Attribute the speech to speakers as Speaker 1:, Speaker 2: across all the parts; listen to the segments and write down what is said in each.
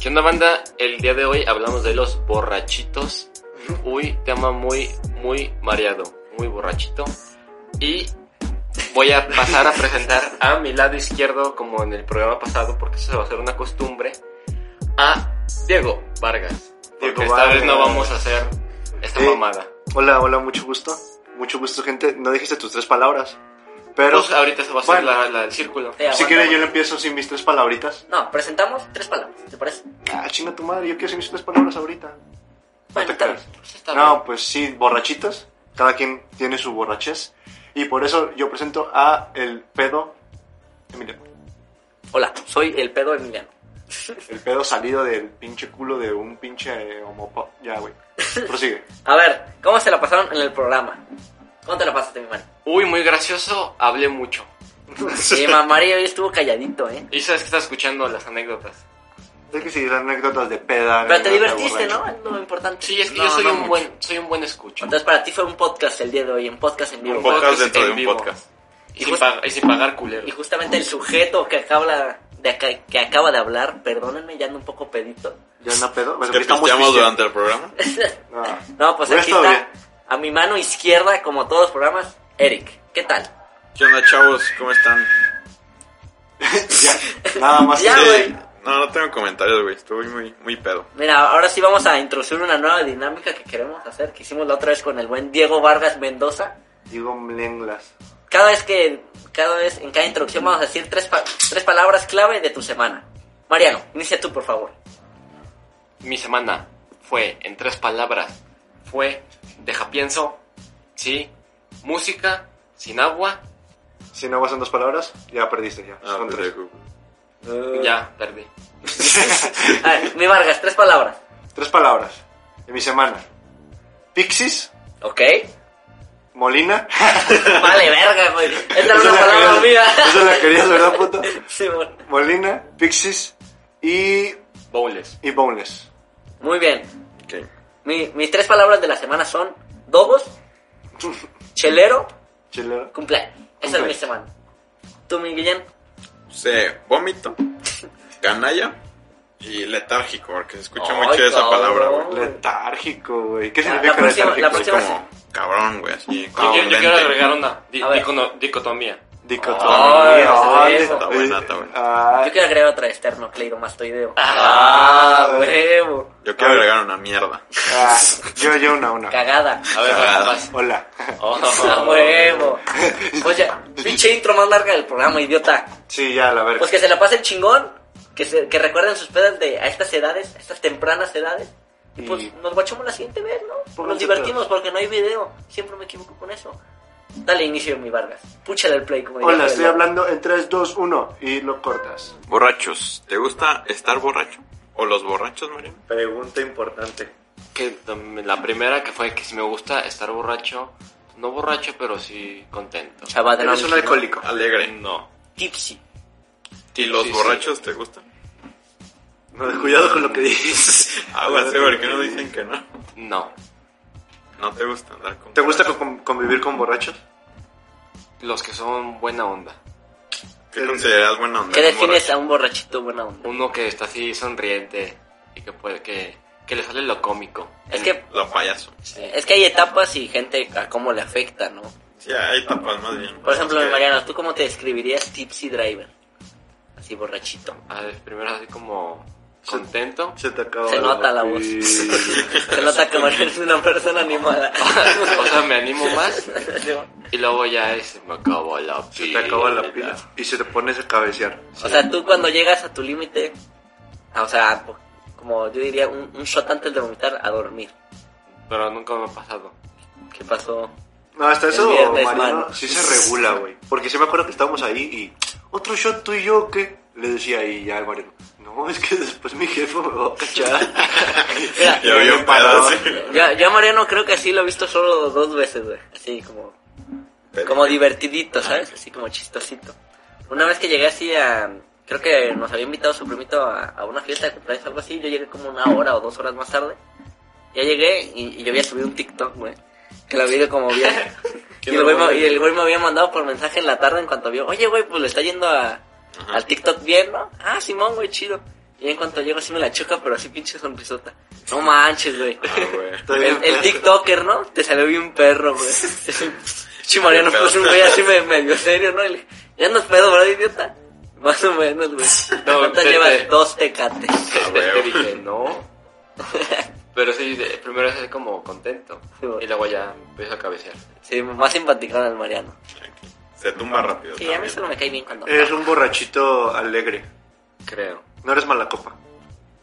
Speaker 1: ¿Qué onda banda? El día de hoy hablamos de los borrachitos. Uy, tema muy, muy mareado, muy borrachito. Y voy a pasar a presentar a mi lado izquierdo, como en el programa pasado, porque eso se va a hacer una costumbre, a Diego Vargas. Porque
Speaker 2: Diego
Speaker 1: esta vez
Speaker 2: Vargas.
Speaker 1: no vamos a hacer esta
Speaker 2: Sí.
Speaker 1: mamada.
Speaker 2: Hola, hola, mucho gusto. Mucho gusto, gente. No dijiste tus tres palabras. Pero
Speaker 3: Pues,
Speaker 1: Pero Pues ahorita se va a hacer
Speaker 2: Bueno.
Speaker 1: la, la del círculo.
Speaker 3: Eh,
Speaker 2: si
Speaker 3: aguanta,
Speaker 2: quieres yo le
Speaker 3: aguanta.
Speaker 2: empiezo sin mis tres palabritas.
Speaker 3: No, presentamos tres palabras, ¿te parece?
Speaker 2: Ah, chinga tu madre, yo quiero sin mis tres palabras ahorita.
Speaker 3: Bueno,
Speaker 2: te
Speaker 3: está
Speaker 2: creas.
Speaker 3: bien. Está
Speaker 2: No, pues sí, borrachitos. Cada quien tiene su borrachez. Y por eso yo presento a el pedo... Emiliano.
Speaker 3: bien. Hola, soy el pedo Emiliano.
Speaker 2: El pedo salido del pinche culo de un pinche eh, homopo... Ya, güey. Prosigue.
Speaker 3: A ver, ¿cómo se la pasaron en el programa? ¿Cómo te la pasaste, mi man?
Speaker 1: Uy, muy gracioso, hablé mucho.
Speaker 3: Sí, mamarillo hoy estuvo calladito, ¿eh?
Speaker 1: Y sabes que está escuchando las anécdotas.
Speaker 2: Es que sí, anécdotas de peda.
Speaker 3: Pero te
Speaker 2: anécdotas de
Speaker 3: divertiste, ¿no?
Speaker 2: borracho.
Speaker 3: Es lo importante.
Speaker 1: Sí, es que
Speaker 3: No,
Speaker 1: yo soy
Speaker 3: no
Speaker 1: un
Speaker 3: mucho.
Speaker 1: buen, soy un buen escucho.
Speaker 3: Entonces, para ti fue un podcast el día de hoy, un podcast en vivo.
Speaker 4: Un podcast
Speaker 1: Podcast
Speaker 4: dentro de
Speaker 1: en
Speaker 4: un
Speaker 1: vivo.
Speaker 4: podcast.
Speaker 1: Y, sin, pa- y sin pagar culero.
Speaker 3: Y justamente el sujeto que acaba de, acá- que acaba de hablar, perdónenme, ya ando un poco pedito.
Speaker 2: ¿Ya no pedo? Pues
Speaker 4: ¿Te
Speaker 2: aquí estamos
Speaker 4: pisteamos
Speaker 2: cristianos.
Speaker 4: durante el programa?
Speaker 2: No.
Speaker 3: No, pues
Speaker 2: Hubiera
Speaker 3: aquí
Speaker 2: estado
Speaker 3: está, a mi mano izquierda, como todos los programas, Eric. ¿Qué tal?
Speaker 4: ¿Qué onda, chavos? ¿Cómo están?
Speaker 2: Ya, nada más
Speaker 3: Ya,
Speaker 2: que-
Speaker 3: güey.
Speaker 4: no, no tengo comentarios, güey. Estuve muy, muy pedo.
Speaker 3: Mira, ahora sí vamos a introducir una nueva dinámica que queremos hacer, que hicimos la otra vez con el buen Diego Vargas Mendoza.
Speaker 2: Digo mlenglas.
Speaker 3: Cada vez que, cada vez, en cada introducción vamos a decir tres, pa- tres palabras clave de tu semana. Mariano, inicia tú, por favor.
Speaker 1: Mi semana fue, en tres palabras, fue deja pienso, sí, música, sin agua,
Speaker 2: Si no vas en dos palabras, ya perdiste ya.
Speaker 4: Ah,
Speaker 2: Son
Speaker 4: pues,
Speaker 2: tres.
Speaker 4: eh,
Speaker 1: ya perdí.
Speaker 3: A ver, mi Vargas, tres palabras.
Speaker 4: pues.
Speaker 2: Tres palabras de mi semana. Pixies,
Speaker 3: ¿Ok?
Speaker 2: Molina.
Speaker 3: Vale, verga, güey. Esta era
Speaker 2: Esa
Speaker 3: una
Speaker 2: la
Speaker 3: palabra
Speaker 2: querías-
Speaker 3: mía.
Speaker 2: esa la querías, ¿verdad, puta?
Speaker 3: Sí, bueno.
Speaker 2: Molina, Pixies y,
Speaker 1: Bowles.
Speaker 2: y Boneless.
Speaker 3: Muy bien.
Speaker 4: ok.
Speaker 3: Mi- mis tres palabras de la semana son dogos, chelero,
Speaker 2: Chilero.
Speaker 3: cumpleaños. Esa es mi
Speaker 2: Cumpleaños.
Speaker 3: semana. ¿Tú, mi Guillén?
Speaker 4: Se vómito, canalla y letárgico, porque se escucha
Speaker 3: Ay,
Speaker 4: mucho esa
Speaker 3: cabrón.
Speaker 4: palabra, güey.
Speaker 2: Letárgico, güey. ¿Qué
Speaker 3: La-
Speaker 2: significa
Speaker 3: la próxima-
Speaker 2: letárgico?
Speaker 3: la
Speaker 4: Así
Speaker 3: próxima-
Speaker 4: como cabrón, güey. Así,
Speaker 1: Yo, quiero- yo quiero
Speaker 4: contundente.
Speaker 1: agregar una di-
Speaker 3: A ver.
Speaker 1: dicono- dicotomía.
Speaker 2: Dicotomía.
Speaker 3: Ah,
Speaker 2: Ay,
Speaker 3: está
Speaker 2: eh,
Speaker 4: buena, está buena.
Speaker 2: ah,
Speaker 3: Yo quiero agregar otra externo, cleidomastoideo.
Speaker 2: Ah,
Speaker 3: Ah, huevo.
Speaker 4: Yo quiero agregar una mierda.
Speaker 2: ah, yo, yo una, una.
Speaker 3: Cagada.
Speaker 1: A ver,
Speaker 4: Cagada.
Speaker 1: vas. Oh.
Speaker 2: Hola.
Speaker 3: A huevo. Oye, pinche intro más larga del programa, idiota.
Speaker 2: Sí, ya, la verga.
Speaker 3: Pues que se la pasen chingón. Que, se- que recuerden sus pedas de a estas edades, a estas tempranas edades. Y pues
Speaker 2: Y-
Speaker 3: nos guachamos la siguiente vez, ¿no? Nos
Speaker 2: Pónganse
Speaker 3: divertimos
Speaker 2: pedos.
Speaker 3: porque no hay video. Siempre me equivoco con eso. Dale inicio, mi Vargas. Púchale el play, como diría
Speaker 2: Hola, estoy
Speaker 3: Joel.
Speaker 2: hablando en 3, 2, 1 y lo cortas.
Speaker 4: Borrachos, ¿te gusta estar borracho? ¿O los borrachos, Mariano?
Speaker 2: Pregunta importante.
Speaker 1: Que, mm, la primera que fue que si me gusta estar borracho, no borracho, pero sí contento.
Speaker 3: Chavada, no,
Speaker 2: Eres un
Speaker 3: mi-
Speaker 2: alcohólico.
Speaker 4: Alegre.
Speaker 1: No.
Speaker 3: Tipsy.
Speaker 4: ¿Y los
Speaker 1: Sí, sí.
Speaker 4: borrachos te gustan?
Speaker 2: No, cuidado con lo que dices.
Speaker 4: Agua, Ah, sí, porque no dicen que no.
Speaker 1: No.
Speaker 4: No te gusta andar con...
Speaker 2: ¿Te gusta con- convivir con borrachos?
Speaker 1: Los que son buena onda.
Speaker 4: ¿Qué consideras buena onda?
Speaker 3: ¿Qué
Speaker 4: Un
Speaker 3: defines
Speaker 4: borracho.
Speaker 3: a un borrachito buena onda?
Speaker 1: Uno que está así sonriente y que puede que, que le sale lo cómico.
Speaker 3: Es que,
Speaker 4: Lo payaso.
Speaker 1: Sí.
Speaker 3: Eh, es que hay etapas y gente a cómo le afecta, ¿no?
Speaker 4: Sí, hay tapas más bien.
Speaker 3: Por ejemplo,
Speaker 4: Es
Speaker 3: mi
Speaker 4: que-
Speaker 3: Mariano, ¿tú cómo te describirías Tipsy Driver? Así borrachito.
Speaker 1: A ver, primero así como contento.
Speaker 2: Se te acaba
Speaker 3: Se
Speaker 2: la
Speaker 3: nota la voz.
Speaker 2: pila.
Speaker 3: Se nota que Mario es una persona animada.
Speaker 1: o sea, me animo más y luego ya es, me acabo la pila.
Speaker 2: Se te acaba la pila. Y se te pones a cabecear.
Speaker 3: O sea, tú cuando llegas a tu límite, ah, o sea, po- como yo diría, un, un shot antes de vomitar a dormir.
Speaker 1: Pero nunca me ha pasado.
Speaker 3: ¿Qué pasó?
Speaker 2: No, hasta
Speaker 3: El
Speaker 2: eso,
Speaker 3: viernes,
Speaker 2: Mariano,
Speaker 3: mano.
Speaker 2: sí se regula, güey. Porque sí me acuerdo que estábamos ahí y... ¿Otro shot tú y yo qué? Le decía ahí ya al Mariano. No, es que después mi jefe me va a cachar.
Speaker 3: Mira,
Speaker 4: Ya había un pedo, sí.
Speaker 3: yo, yo a Mariano creo que así lo he visto solo dos veces, güey. Así como, como divertidito, ¿sabes? Así como chistosito. Una vez que llegué así a... Creo que nos había invitado su primito a, a una fiesta de cumpleaños algo así. Yo llegué como una hora o dos horas más tarde. Ya llegué y, y yo había subido un TikTok, güey. Que lo vi como bien. y, el güey me, y el güey me había mandado por mensaje en la tarde en cuanto vio, oye, güey, pues le está yendo a, al TikTok bien, ¿no? Ah, Simón, güey, chido. Y en cuanto llego así me la choca, pero así pinche sonrisota. No manches, güey.
Speaker 4: Ah, güey.
Speaker 2: Estoy bien
Speaker 3: El, el
Speaker 2: perro.
Speaker 3: TikToker, ¿no? Te salió bien perro, güey. Sí, Mariano
Speaker 4: Pero-
Speaker 3: puso un güey así me- medio serio, ¿no? Y le- ya no es pedo, ¿verdad, idiota? Más o menos, güey.
Speaker 1: No,
Speaker 3: ¿Cuántas
Speaker 1: te-
Speaker 3: llevas?
Speaker 1: te-
Speaker 3: Dos tecates.
Speaker 4: Ah, güey.
Speaker 1: Te Este, dije, no. Pero sí, de- primero es así como contento.
Speaker 3: Sí, güey.
Speaker 1: Y luego ya empiezo a cabecear.
Speaker 3: Sí, más simpaticón al Mariano.
Speaker 4: Se tumba rápido.
Speaker 3: Sí, a mí
Speaker 4: también.
Speaker 3: solo me cae bien cuando...
Speaker 2: Eres un borrachito alegre.
Speaker 1: Creo.
Speaker 2: No eres mala copa.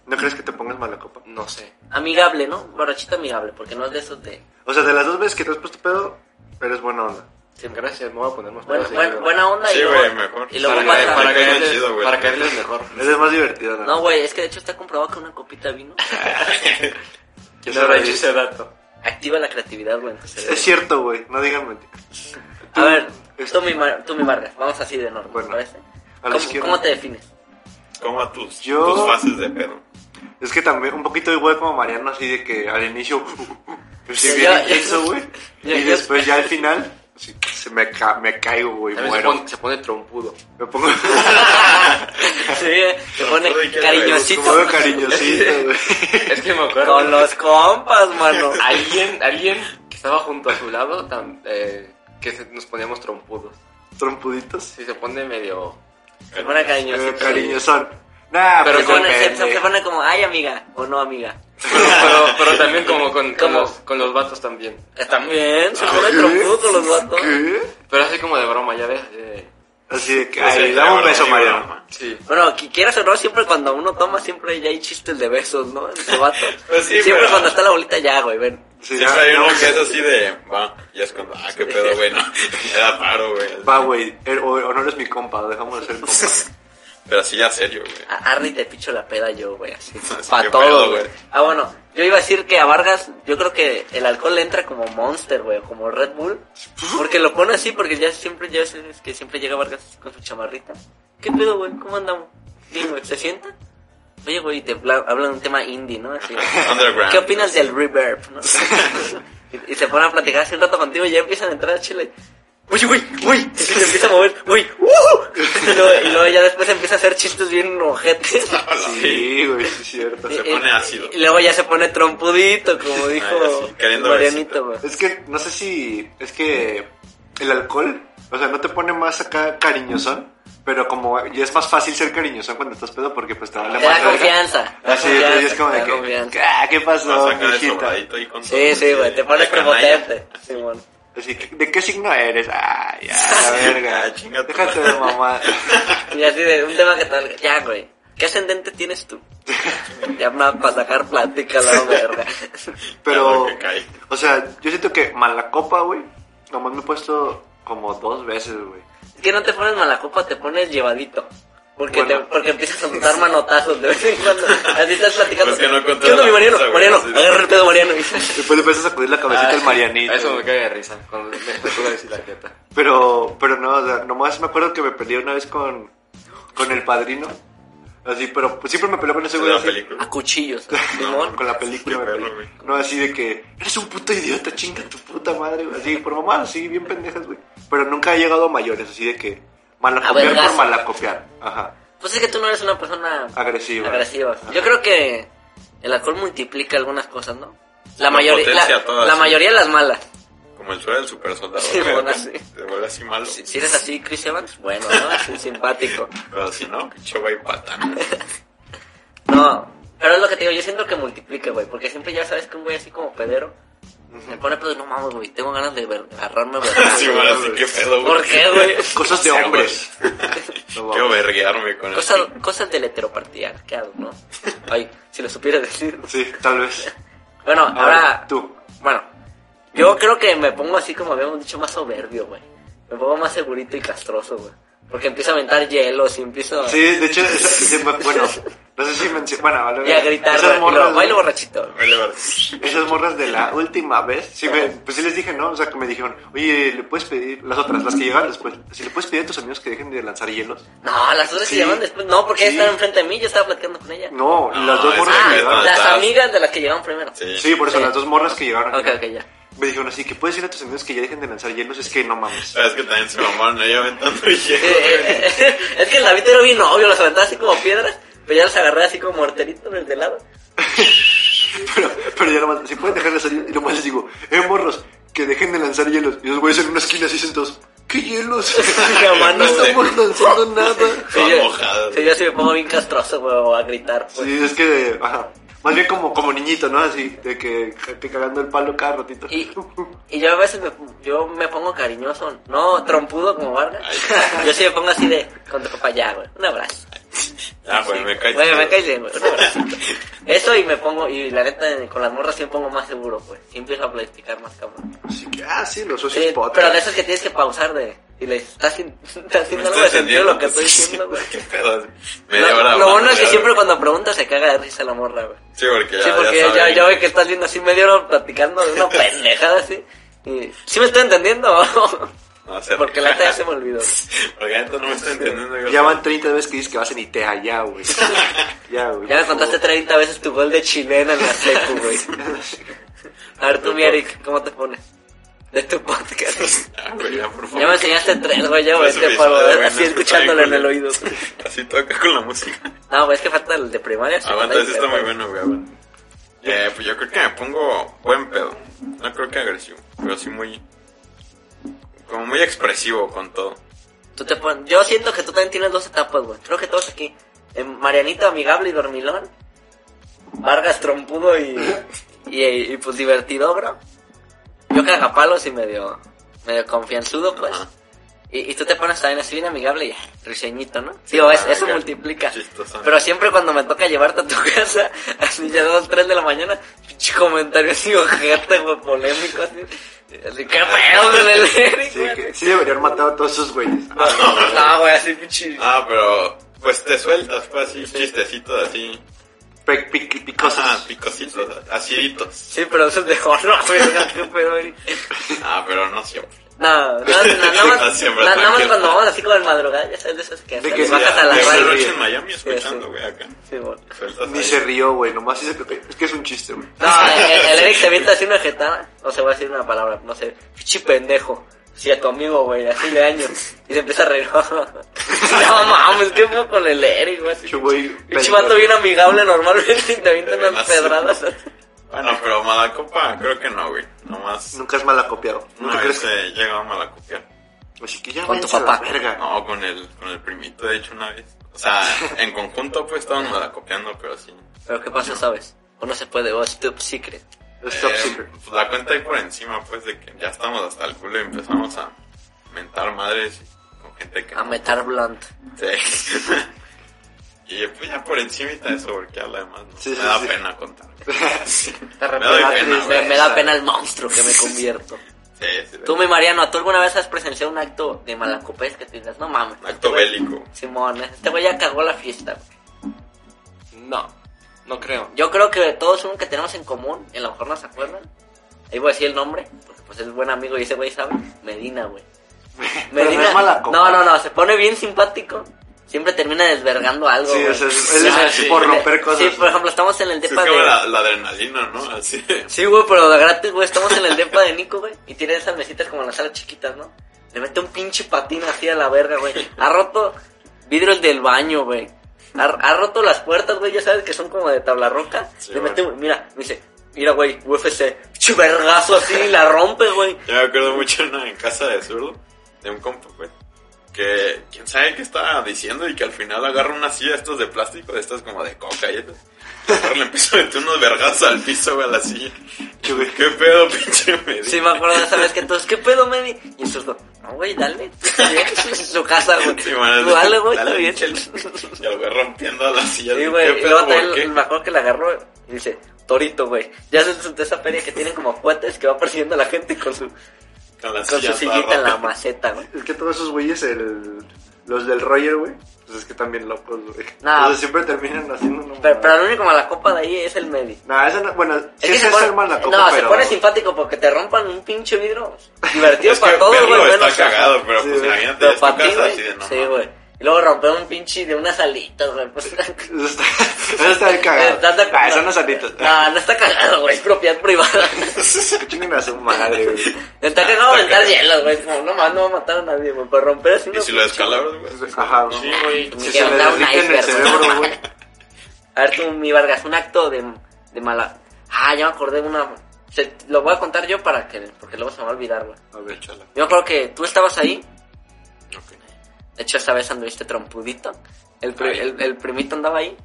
Speaker 2: ¿No crees que te pongas mala copa?
Speaker 1: No sé.
Speaker 3: Amigable, ¿no? Borrachito amigable, porque no es de esos de...
Speaker 2: O sea, de las dos veces que te has puesto pedo, eres buena onda.
Speaker 3: sí,
Speaker 1: Gracias, me voy a poner más
Speaker 3: buen-
Speaker 1: pedo
Speaker 3: buen-
Speaker 1: seguido.
Speaker 3: buena onda
Speaker 4: Sí,
Speaker 3: y luego...
Speaker 4: güey, mejor.
Speaker 3: Y luego
Speaker 1: Para,
Speaker 4: Para
Speaker 3: pasa-
Speaker 1: caer- para,
Speaker 4: para que
Speaker 1: caerles,
Speaker 4: chido, güey.
Speaker 1: para caerles mejor.
Speaker 2: Eres más divertida,
Speaker 3: No, güey, es que de hecho está comprobado que una copita de vino
Speaker 1: Yo
Speaker 2: No,
Speaker 1: no he
Speaker 2: güey.
Speaker 1: hecho ese dato.
Speaker 3: activa la creatividad, güey. en tu cerebro.
Speaker 2: Es cierto, güey. No digan mentiras.
Speaker 3: A ver,
Speaker 2: es-
Speaker 3: tú mi, mar- tú mi marca, vamos así de norte,
Speaker 2: Bueno,
Speaker 3: ¿te parece?
Speaker 2: la
Speaker 3: ¿Cómo,
Speaker 2: izquierda.
Speaker 3: cómo te defines?
Speaker 4: Como a tus,
Speaker 2: Yo-
Speaker 4: tus fases de pedo.
Speaker 2: Es que también un poquito igual como Mariano, así de que al inicio...
Speaker 3: Ya,
Speaker 2: Sí, bien
Speaker 3: ya.
Speaker 2: intenso, güey.
Speaker 3: Ya,
Speaker 2: Y
Speaker 3: ya.
Speaker 2: después ya al final... sí, se me, ca- me caigo, güey.
Speaker 1: También se
Speaker 2: Muero.
Speaker 1: pone, se pone trompudo.
Speaker 2: Me pongo...
Speaker 3: Sí, te pone
Speaker 4: Ay, qué
Speaker 3: cariñosito.
Speaker 2: Como de cariñosito, güey.
Speaker 1: Es que me acuerdo.
Speaker 3: Con los compas, mano.
Speaker 1: Alguien, alguien que estaba junto a su lado, tam- eh, que se- nos poníamos trompudos.
Speaker 2: Trompuditos.
Speaker 1: Sí, se pone medio...
Speaker 3: Se pone
Speaker 2: Eh,
Speaker 3: cariñosito.
Speaker 2: Cariñosón. Nah,
Speaker 1: Pero
Speaker 3: Se
Speaker 2: pues,
Speaker 3: pone, se-
Speaker 2: depende.
Speaker 3: se pone como, ay, amiga, o no, amiga.
Speaker 1: Pero, pero, pero también como con, con,
Speaker 3: ¿Cómo?
Speaker 1: los, con los vatos también.
Speaker 3: También, se pone
Speaker 2: ¿Qué?
Speaker 3: trompudo con los vatos.
Speaker 2: ¿Qué?
Speaker 1: Pero así como de broma, ya ves. eh,
Speaker 2: Así de que,
Speaker 4: O sea,
Speaker 2: ay, dame un
Speaker 4: ahora
Speaker 2: beso,
Speaker 4: Pues sí,
Speaker 2: Mariano.
Speaker 4: broma.
Speaker 1: sí.
Speaker 3: Bueno, qui- quieras o no, siempre cuando uno toma, siempre ya hay chistes de besos, ¿no? En su vato.
Speaker 4: Pues sí,
Speaker 3: siempre
Speaker 4: pero-
Speaker 3: cuando está la bolita ya, güey, ven.
Speaker 2: Sí,
Speaker 4: Siempre hay
Speaker 2: ya,
Speaker 4: uno
Speaker 2: no,
Speaker 4: que es así de, va, y es cuando, ah, qué pedo, güey, no, era paro, güey.
Speaker 2: Va, güey, er- o, o no eres mi compa, dejamos de ser compa.
Speaker 4: Pero así ya serio, güey.
Speaker 3: A Arnie te picho la peda yo, güey, así.
Speaker 4: Así
Speaker 3: Pa'
Speaker 4: que
Speaker 3: todo,
Speaker 4: pedo,
Speaker 3: güey.
Speaker 4: güey.
Speaker 3: Ah, bueno, yo iba a decir que a Vargas, yo creo que el alcohol le entra como Monster, güey, o como Red Bull. Porque lo pone así, porque ya siempre, ya es que siempre llega Vargas así con su chamarrita. ¿Qué pedo, güey? ¿Cómo andamos? Bien, güey, ¿se sienta? Oye, güey, y te pla- hablan de un tema indie, ¿no? Así.
Speaker 4: Underground.
Speaker 3: ¿Qué opinas del reverb, no? y, y se ponen a platicar hace un rato contigo y ya empiezan a entrar a Chile. Uy, uy, uy, y se empieza a mover, uy, uh, y luego, y luego ya después empieza a hacer chistes bien ojetes.
Speaker 2: Sí, güey, sí es cierto.
Speaker 4: Se pone ácido.
Speaker 3: Y luego ya se pone trompudito, como dijo
Speaker 4: Ay, así, queriendo
Speaker 3: Marianito, güey.
Speaker 2: Es que, no sé si, es que el alcohol, o sea, no te pone más acá cariñosón, pero como ya es más fácil ser cariñosón cuando estás pedo porque pues te vale
Speaker 3: Te da
Speaker 2: más verga.
Speaker 3: confianza. te da
Speaker 2: Así, es, Ah, es como
Speaker 3: te
Speaker 2: de
Speaker 3: da
Speaker 2: que,
Speaker 3: confianza.
Speaker 2: ah, ¿qué pasó,
Speaker 4: Vas acá de
Speaker 2: mijita?
Speaker 4: sobradito y con
Speaker 3: Sí, sí, güey, te pones prepotente, Simón.
Speaker 2: Así, que, ¿de qué signo eres? Ah, ya, la verga.
Speaker 4: Ah, chinga tu
Speaker 2: Déjate
Speaker 4: madre.
Speaker 2: de mamá.
Speaker 3: Y así de un tema que tal, ya, güey. ¿Qué ascendente tienes tú? Ya nada, para sacar plática, la verga.
Speaker 2: Pero,
Speaker 4: Claro que cae.
Speaker 2: o sea, yo siento que mala copa, güey, nomás me he puesto como dos veces, güey.
Speaker 3: Es que no te pones mala copa, te pones llevadito. Porque,
Speaker 2: Bueno.
Speaker 3: te, porque empiezas a soltar manotazos de vez en cuando. Así estás platicando.
Speaker 4: Pues que no
Speaker 3: ¿Qué
Speaker 4: controlas
Speaker 3: onda, mi Mariano?
Speaker 4: la cosa, güey,
Speaker 3: Mariano,
Speaker 4: así de-
Speaker 3: agarra el pedo, Mariano.
Speaker 2: Después le empiezas a sacudir la
Speaker 4: Ah,
Speaker 2: cabecita al Marianito.
Speaker 1: Ah, Eso me
Speaker 2: güey.
Speaker 1: cae de risa. Cuando me sacudo así la teta.
Speaker 2: Pero, pero no, o sea, nomás me acuerdo que me peleé una vez con, con el padrino. Así, pero pues, siempre me peleé con ese
Speaker 4: De
Speaker 2: güey.
Speaker 4: la
Speaker 2: así.
Speaker 3: A
Speaker 4: película.
Speaker 3: cuchillos,
Speaker 2: Simón,
Speaker 3: Simón.
Speaker 2: con la película,
Speaker 4: Qué
Speaker 2: me
Speaker 4: perro,
Speaker 2: peleé. No, así de que, eres un puto idiota, chinga tu puta madre, güey. Así, por mamá, así, bien pendejas, güey. Pero nunca he llegado a mayores, así de que, malacopiar por
Speaker 3: vergazo.
Speaker 2: malacopiar. Ajá,
Speaker 3: Pues es que tú no eres una persona
Speaker 2: agresiva.
Speaker 3: agresiva. Yo creo que el alcohol multiplica algunas cosas, ¿no? La,
Speaker 4: Lo
Speaker 3: mayoría,
Speaker 4: potencia
Speaker 3: la,
Speaker 4: todas,
Speaker 3: la
Speaker 4: sí.
Speaker 3: mayoría de las malas.
Speaker 4: Como el suelo del super soldado.
Speaker 3: Sí,
Speaker 4: güey,
Speaker 3: bueno,
Speaker 4: que
Speaker 3: así.
Speaker 4: Te vuelve así malo.
Speaker 3: Si, si eres así, Chris Evans, bueno, ¿no? Es un simpático.
Speaker 4: Pero si no, pinche güey pata. ¿no?
Speaker 3: No, No, pero es lo que te digo, yo siento que multiplica, güey, porque siempre ya sabes que un güey así como pedero me pone pedo y no mames, güey, tengo ganas de ver- agarrarme, güey.
Speaker 4: Sí, bueno, así que pedo, güey.
Speaker 3: ¿Por qué, güey?
Speaker 2: Cosas de
Speaker 4: Sí,
Speaker 2: hombres.
Speaker 4: Quiero verguearme con
Speaker 3: Cosa-
Speaker 4: eso.
Speaker 3: cosas del heteropatriarcado, ¿no? Ay, si lo supiera decir.
Speaker 2: Sí, tal vez.
Speaker 3: Bueno,
Speaker 2: Ahora,
Speaker 3: ahora,
Speaker 2: tú.
Speaker 3: bueno, yo creo que me pongo así como habíamos dicho, más soberbio, güey. Me pongo más segurito y castroso, güey. Porque empiezo a aventar hielos y empiezo
Speaker 2: Sí, de hecho, esa- sí, bueno, no sé si mencioné. Bueno, vale,
Speaker 3: y a gritar,
Speaker 2: esas
Speaker 3: güey. y
Speaker 2: morras,
Speaker 3: luego, bailo borrachito.
Speaker 4: Huele a-
Speaker 2: esas morras de la última vez, sí me- pues sí les dije, ¿no? O sea, que me dijeron, oye, le puedes pedir, las otras, las que llegaron después, si le puedes pedir a tus amigos que dejen de lanzar hielos.
Speaker 3: No, las otras
Speaker 2: Sí.
Speaker 3: se llaman después. No, porque
Speaker 2: Sí.
Speaker 3: ellas estaban enfrente de mí, yo estaba platicando con ella.
Speaker 2: No,
Speaker 4: No,
Speaker 2: las dos
Speaker 4: es
Speaker 2: morras
Speaker 4: que
Speaker 2: que
Speaker 4: es
Speaker 3: Ah,
Speaker 2: llegaron.
Speaker 4: donde
Speaker 3: las
Speaker 4: estás.
Speaker 3: amigas de las que llegaron primero.
Speaker 4: Sí.
Speaker 2: Sí, por eso,
Speaker 3: Sí.
Speaker 2: las dos morras que llegaron.
Speaker 3: Ok, ok, ya.
Speaker 2: Me dijeron así, que puedes decir a tus amigos que ya dejen de lanzar hielos, es que no mames.
Speaker 4: Sabes que también se mamaron ella aventando
Speaker 3: Sí, eh,
Speaker 4: hielo.
Speaker 3: eh, es que el David era bien obvio, los aventaba así como piedras, pero ya los agarré así como morteritos desde el lado.
Speaker 2: Pero, pero ya nomás, si pueden dejar de lanzar hielos, y nomás les digo, eh, morros, que dejen de lanzar hielos. Y los güeyes en una esquina así sentados, ¿qué hielos?
Speaker 3: Jamás,
Speaker 2: no
Speaker 3: no sé.
Speaker 2: estamos lanzando nada.
Speaker 4: Son
Speaker 3: yo-
Speaker 4: mojadas.
Speaker 3: Sí, yo sí me pongo bien castroso, güey, o a gritar. pues.
Speaker 2: Sí, es que, ajá, más bien como, como niñito, ¿no? Así, de que, que cagando el palo cada ratito.
Speaker 3: Y, y yo a veces me, yo me pongo cariñoso, no trompudo como Vargas. Yo sí me pongo así de, con tu papá ya, güey. Un abrazo.
Speaker 4: Ah, güey, me cae.
Speaker 3: Güey, me
Speaker 4: chido.
Speaker 3: caes bien, güey. Un abrazo. Eso y me pongo, y la neta, con las morras sí me pongo más seguro, pues. Sí empiezo a platicar más, cabrón.
Speaker 2: Así que, ah, sí, los
Speaker 3: Sí,
Speaker 2: socios podcast.
Speaker 3: Eh, pero de esos que tienes que pausar de, y le dices, estás sin- estás
Speaker 4: Me
Speaker 3: haciendo
Speaker 4: está
Speaker 3: algo de sentido
Speaker 4: entendiendo
Speaker 3: lo que estoy diciendo, güey.
Speaker 4: ¿Qué pedo? Media hora
Speaker 3: Lo, lo bueno
Speaker 4: hablando,
Speaker 3: es que
Speaker 4: ya,
Speaker 3: siempre
Speaker 4: güey.
Speaker 3: cuando preguntas se caga de risa la morra, güey.
Speaker 4: Sí, porque ya.
Speaker 3: Sí, porque ya,
Speaker 4: saben.
Speaker 3: ya ve que estás viendo así medio hora platicando de una pendejada así. Y, ¿Sí me estoy entendiendo?
Speaker 4: No, se
Speaker 3: porque la
Speaker 4: ríe.
Speaker 3: neta ya se me olvidó.
Speaker 4: Porque la neta no me está entendiendo. yo-
Speaker 2: Ya van 30 veces que dices que vas en ITEA, ya, güey. Ya, güey.
Speaker 3: Ya me contaste 30 veces tu gol de chilena en la secu, güey. A ver tú, mi Eric, ¿cómo te pones? De tu podcast.
Speaker 4: Ah, güey, ya, por favor.
Speaker 3: Ya me enseñaste tres, güey, ya
Speaker 4: Fue
Speaker 3: vete
Speaker 4: suficiente,
Speaker 3: para
Speaker 4: güey,
Speaker 3: así
Speaker 4: no escuché
Speaker 3: escuchándole en el
Speaker 4: ningún-
Speaker 3: oído.
Speaker 4: Así toca con la música.
Speaker 3: No, güey, es que falta el de primaria.
Speaker 4: Aguanta,
Speaker 3: secundaria,
Speaker 4: ese está muy
Speaker 3: güey.
Speaker 4: Ah, bueno, güey. aguanta. Eh, pues yo creo que me pongo buen pedo. No creo que agresivo, pero sí muy. Como muy expresivo con todo.
Speaker 3: Tú te pon- Yo siento que tú también tienes dos etapas, güey. Creo que todos aquí. En Marianito, amigable y dormilón. Vargas, trompudo y, y, y, pues divertido, bro. Yo cagapalos y medio, medio confianzudo, pues.
Speaker 4: Ajá.
Speaker 3: Y, y tú te pones también así bien amigable y ah, risueñito, ¿no? Digo, es-
Speaker 4: Ah,
Speaker 3: eso
Speaker 4: ok.
Speaker 3: multiplica.
Speaker 4: Chistoso.
Speaker 3: Pero siempre cuando me toca llevarte a tu casa, así ya dos, tres de la mañana, pinche comentario así ojete, güey, polémico, así. Así, qué pedo con el Eric,
Speaker 2: Sí,
Speaker 3: güey?
Speaker 2: que- sí deberían matar a todos esos güeyes.
Speaker 3: No, güey, así pinche.
Speaker 4: Ah, pero. Pues te sueltas, pues así, chistecitos así.
Speaker 2: Pe- pi- pi- Picosos.
Speaker 4: Ah, picositos, asiditos.
Speaker 3: Sí, pero eso es de horno, güey. o sea, qué pedo, güey.
Speaker 4: Ah, pero no siempre.
Speaker 3: No, no, no, nada
Speaker 4: No,
Speaker 3: más,
Speaker 4: siempre
Speaker 3: na- nada más
Speaker 4: tranquilo.
Speaker 3: cuando vamos así como el madrugada, ya sabes de esas que, hasta
Speaker 2: De que
Speaker 3: le
Speaker 2: sí,
Speaker 3: bajas a la
Speaker 4: De una
Speaker 3: radio.
Speaker 2: radio.
Speaker 4: noche en Miami escuchando,
Speaker 3: sí.
Speaker 4: güey, acá.
Speaker 3: Sí, güey.
Speaker 4: Sueltas
Speaker 2: Ni
Speaker 4: ahí.
Speaker 2: se rió, güey, nomás dice que es que es un chiste, güey.
Speaker 3: No, el, el Eric se avienta así una jetada, no se va a decir una palabra, no sé, pinche pendejo. Sí, a tu amigo, güey, así de años. Y se empieza a reír. No mames, qué fue con el Eric, güey. así.
Speaker 2: Yo voy
Speaker 3: Pinche vato bien amigable normalmente y te avienta
Speaker 4: Pero
Speaker 3: unas
Speaker 4: no sé.
Speaker 3: pedradas.
Speaker 4: Bueno, pero Malacopa, creo que no, güey. Nomás.
Speaker 2: Nunca es mal acopiado.
Speaker 4: Una
Speaker 2: Nunca
Speaker 4: vez
Speaker 2: crees.
Speaker 4: eh, llegaba a malacopiar.
Speaker 2: Así que ya
Speaker 3: Con tu
Speaker 2: váyanse a la
Speaker 3: papá.
Speaker 2: verga.
Speaker 4: No, con el, con el primito, de hecho, una vez. O sea, en conjunto, pues, estaban malacopiando, pero sí.
Speaker 3: Pero qué pasa, ¿sabes? O no se puede, o es top secret.
Speaker 2: Es top
Speaker 4: Eh,
Speaker 2: secret.
Speaker 4: Pues la cuenta ahí por encima, pues, de que ya estamos hasta el culo y empezamos a mentar madres con gente que...
Speaker 3: A
Speaker 4: no-
Speaker 3: metar blunt.
Speaker 4: Sí. y pues ya por encima de eso, porque ya lo demás no.
Speaker 2: Sí,
Speaker 4: me
Speaker 2: sí,
Speaker 4: da
Speaker 2: sí.
Speaker 4: pena contar.
Speaker 3: De
Speaker 4: Me doy
Speaker 3: repente,
Speaker 4: pena,
Speaker 3: Ah, me,
Speaker 4: güey.
Speaker 3: me da pena el monstruo que me convierto.
Speaker 4: Sí, sí.
Speaker 3: Tú, mi Mariano, ¿tú alguna vez has presenciado un acto de malacopés que te digas, no mames?
Speaker 4: Un acto
Speaker 3: güey-
Speaker 4: bélico.
Speaker 3: Simón, este güey ya cagó la fiesta. güey"?
Speaker 1: No, no creo.
Speaker 3: Yo creo que todos uno que tenemos en común, y a lo mejor no se acuerdan. Ahí voy a decir el nombre, porque pues es buen amigo y ese güey sabe. Medina, güey.
Speaker 2: Pero no es mala copa.
Speaker 3: no, no, no, se pone bien simpático. Siempre termina desvergando algo.
Speaker 2: Sí,
Speaker 3: güey.
Speaker 2: o sea, es, es-
Speaker 4: Ah,
Speaker 2: es
Speaker 4: sí.
Speaker 2: por romper
Speaker 3: Sí,
Speaker 2: cosas.
Speaker 3: por ejemplo, estamos en el
Speaker 4: Sí, es
Speaker 3: depa
Speaker 4: como
Speaker 3: de...
Speaker 4: la, la adrenalina, ¿no? Así.
Speaker 3: Sí, güey, pero de gratis, güey. Estamos en el depa de Nico, güey. Y tiene esas mesitas como en las salas chiquitas, ¿no? Le mete un pinche patín así a la verga, güey. Ha roto vidrios del baño, güey. Ha, ha roto las puertas, güey. Ya sabes que son como de tabla roca.
Speaker 4: Sí,
Speaker 3: Le
Speaker 4: güey.
Speaker 3: mete, un- mira, me dice, mira, güey, UFC. Pinche vergazo así, la rompe, güey.
Speaker 4: Yo me acuerdo mucho ¿no? en casa de zurdo, de un compa, pues, que quién sabe qué estaba diciendo y que al final agarra una silla estas de plástico, de estas como de coca y eso. Y al perro le empezó a meter unos vergazos al piso, güey, a la silla. Yo, güey, ¿Qué pedo, pinche medio?
Speaker 3: Sí, me acuerdo de esa vez que todos, ¿qué pedo, mami? Y nosotros, no, güey, dale. Es su casa, güey.
Speaker 4: Sí, bueno,
Speaker 3: Tú dale, güey, está
Speaker 4: dale,
Speaker 3: bien.
Speaker 4: pinche- Y al güey rompiendo la silla.
Speaker 3: Sí,
Speaker 4: ¿qué
Speaker 3: güey. Y
Speaker 4: pedo,
Speaker 3: luego
Speaker 4: por
Speaker 3: también
Speaker 4: qué?
Speaker 3: me acuerdo que la agarró y dice, Torito, güey. Ya se de esa feria que tienen como fuentes que va persiguiendo a la gente con su,
Speaker 4: Con la
Speaker 3: con
Speaker 4: silla
Speaker 3: su sillita en
Speaker 4: toda
Speaker 3: la
Speaker 4: rota.
Speaker 3: maceta, güey.
Speaker 2: Es que todos esos güeyes, el, los del Roger, güey, pues es que también locos, güey.
Speaker 3: No.
Speaker 2: Entonces siempre terminan haciendo una
Speaker 3: pues, Pero, pero
Speaker 2: mamada.
Speaker 3: el único mala copa de ahí es el Medi.
Speaker 2: No, esa no, bueno, sí es,
Speaker 3: se
Speaker 2: es
Speaker 3: pone-
Speaker 2: el mala copa,
Speaker 3: no,
Speaker 2: pero...
Speaker 3: se pone simpático porque te rompan un pinche vidrio pues, divertido
Speaker 4: Es que
Speaker 3: para todos,
Speaker 4: verlo
Speaker 3: güey.
Speaker 4: está
Speaker 3: menos-
Speaker 4: cagado, pero
Speaker 2: Sí,
Speaker 4: pues
Speaker 2: güey.
Speaker 4: imagínate,
Speaker 3: Pero
Speaker 4: es tu
Speaker 3: para ti,
Speaker 4: casa
Speaker 3: güey.
Speaker 4: así de no.
Speaker 3: Sí,
Speaker 4: mames.
Speaker 3: güey. Y luego romper un pinche de unas alitas, güey. Pues,
Speaker 2: Eso está, eso está bien
Speaker 3: ¿Estás
Speaker 2: cagado.
Speaker 3: de acuerdo?
Speaker 2: Ah, son los alitos.
Speaker 3: No, no está cagado, güey. Es propiedad privada.
Speaker 2: Que chinguen a su madre, güey.
Speaker 3: Está cagado aventar hielos, güey. Es como, no más, no va a matar a nadie, güey. Para romper así.
Speaker 4: Y
Speaker 3: no-
Speaker 4: si lo descalabras, güey.
Speaker 2: Ajá, güey.
Speaker 1: Sí, güey.
Speaker 2: Si
Speaker 3: Que
Speaker 2: se le
Speaker 3: da un
Speaker 2: derrite en el
Speaker 3: iceberg.
Speaker 2: cerebro, güey.
Speaker 3: A ver, tú, mi Vargas, un acto de, de mala. Ah, ya me acordé de una. se- lo voy a contar yo para que. Porque luego se me va a olvidar, güey.
Speaker 2: A ver,
Speaker 4: Échala.
Speaker 3: Yo me acuerdo que tú estabas ahí.
Speaker 4: Ok.
Speaker 3: De hecho, esa vez anduviste trompudito. El, pri-
Speaker 4: Ay.
Speaker 3: el, el primito andaba ahí.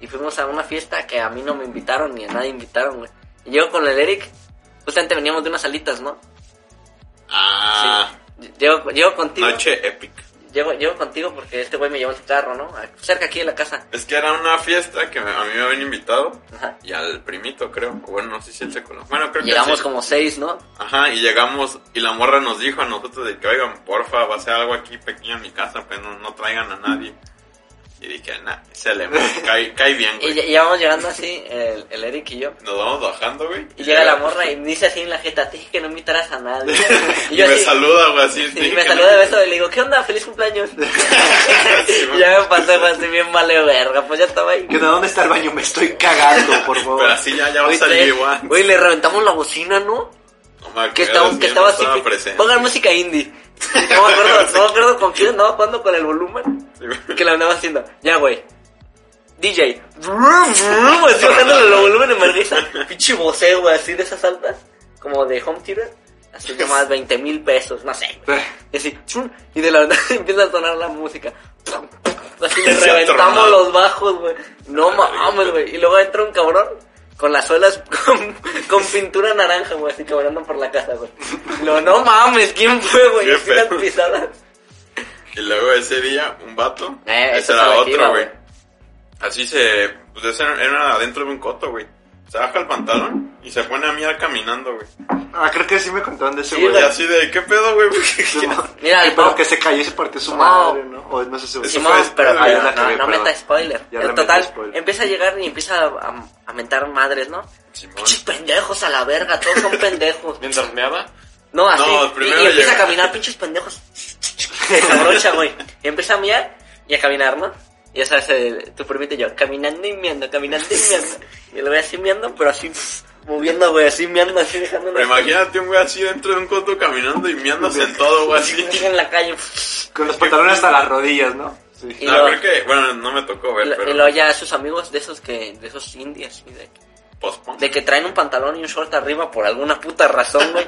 Speaker 3: Y fuimos a una fiesta que a mí no me invitaron ni a nadie invitaron, güey. Y yo con el Eric, justamente veníamos de unas alitas, ¿no?
Speaker 4: Ah,
Speaker 3: Sí. Llego, llego contigo.
Speaker 4: noche épica.
Speaker 3: Llego, llego contigo porque este güey me llevó en su carro, ¿no? A- Cerca aquí de la casa.
Speaker 4: Es que era una fiesta que me- a mí me habían invitado
Speaker 3: Ajá.
Speaker 4: y al primito, creo. O Bueno, no sé si él se conoce. Bueno, creo que
Speaker 3: Llegamos
Speaker 4: sí.
Speaker 3: como seis, ¿no?
Speaker 4: Ajá, y llegamos y la morra nos dijo a nosotros de que, oigan, porfa, va a ser algo aquí pequeño en mi casa, pues no, no traigan a nadie. Y dije, nah, se le cae, cae bien,
Speaker 3: Y,
Speaker 4: güey.
Speaker 3: ya- y ya vamos llegando así, el, el Eric y yo.
Speaker 4: Nos vamos bajando, güey.
Speaker 3: Y llega la morra y me dice así en la jeta, te dije que no invitaras a nadie.
Speaker 4: Y, me
Speaker 3: así-
Speaker 4: saluda, güey, así.
Speaker 3: Sí,
Speaker 4: dije
Speaker 3: me
Speaker 4: que
Speaker 3: saluda de
Speaker 4: no-
Speaker 3: beso y le digo, ¿qué onda? ¡Feliz cumpleaños!
Speaker 4: Sí,
Speaker 3: Y ya me pasé güey, así bien mal de verga, pues ya estaba ahí.
Speaker 2: ¿Que de dónde está el baño? Me estoy cagando, por favor.
Speaker 4: Pero así ya, ya va a
Speaker 3: Güey,
Speaker 4: salir
Speaker 3: le-
Speaker 4: igual.
Speaker 3: Güey, le reventamos la bocina, ¿no?
Speaker 4: No me acuerdo,
Speaker 3: Que estaba,
Speaker 4: sí,
Speaker 3: que
Speaker 4: no
Speaker 3: estaba así.
Speaker 4: presente.
Speaker 3: Pongan música indie. No me acuerdo, no me acuerdo con quién andaba jugando con el volumen.
Speaker 4: Sí, güey.
Speaker 3: Que la andaba haciendo. Ya, güey. DJ. Brum, brum, así bajándole el volumen en vergüenza. Pinche voceo, güey, así de esas altas. Como de home theater. Así que más 20 mil pesos, no sé. güey. Y así, chun, y de la verdad empieza a sonar la música. Así le
Speaker 4: Se ha
Speaker 3: reventamos
Speaker 4: tronado.
Speaker 3: los bajos, güey. No mames, güey. Y luego entra un cabrón con las suelas con, con pintura naranja, güey, así caminando por la casa, güey. Y luego, no mames, ¿quién fue, güey?
Speaker 4: Qué
Speaker 3: Así las
Speaker 4: pedo.
Speaker 3: pisadas.
Speaker 4: Y luego ese día, un vato.
Speaker 3: Eh, eso
Speaker 4: ese
Speaker 3: es a
Speaker 4: era
Speaker 3: lo que iba,
Speaker 4: otro, güey.
Speaker 3: güey.
Speaker 4: Así se. Pues ese era adentro de un coto, güey. Se baja el pantalón y se pone a mirar caminando, güey.
Speaker 2: Ah, creo que sí me contaron de ese
Speaker 3: Sí,
Speaker 2: güey.
Speaker 4: Y así de, ¿qué pedo, güey? Eso
Speaker 3: Mira, el
Speaker 2: pero
Speaker 3: pavo.
Speaker 2: que se cayó y se partió su
Speaker 3: No.
Speaker 2: madre, ¿no? O no sé si
Speaker 4: Eso
Speaker 3: Simón,
Speaker 4: fue
Speaker 3: pero
Speaker 4: spoiler,
Speaker 3: no,
Speaker 2: ya la
Speaker 3: no,
Speaker 2: cagué,
Speaker 3: no
Speaker 2: perdón.
Speaker 3: meta spoiler.
Speaker 2: Ya
Speaker 3: en
Speaker 2: la meto
Speaker 3: total,
Speaker 2: spoiler.
Speaker 3: empieza a llegar y empieza a, a- a mentar madres, ¿no?
Speaker 4: Simón.
Speaker 3: Pinches pendejos a la verga, todos son pendejos.
Speaker 1: Mientras meaba,
Speaker 3: No, así.
Speaker 4: No,
Speaker 3: y,
Speaker 4: primero
Speaker 3: y empieza
Speaker 4: llega-
Speaker 3: a caminar, pinches pendejos. Se abrocha, güey. Y empieza a miar y a caminar, ¿no? Y ya sabes, el- tu permite yo, caminando y miando, caminando y miando. Y lo voy así miando, pero así pff, moviendo, güey, así miando, así dejando
Speaker 4: Pero imagínate un güey así dentro de un coto caminando y miándose en todo, güey, así.
Speaker 3: en la calle. pff,
Speaker 2: Con los pantalones hasta las rodillas, ¿no? Sí.
Speaker 3: y
Speaker 4: No,
Speaker 3: luego-
Speaker 4: creo que, bueno, no me tocó
Speaker 3: y
Speaker 4: ver,
Speaker 3: lo- y
Speaker 4: pero.
Speaker 3: luego ya sus amigos de esos que, de esos indias, y de
Speaker 4: Pospon.
Speaker 3: De que traen un pantalón y un short arriba por alguna puta razón, güey.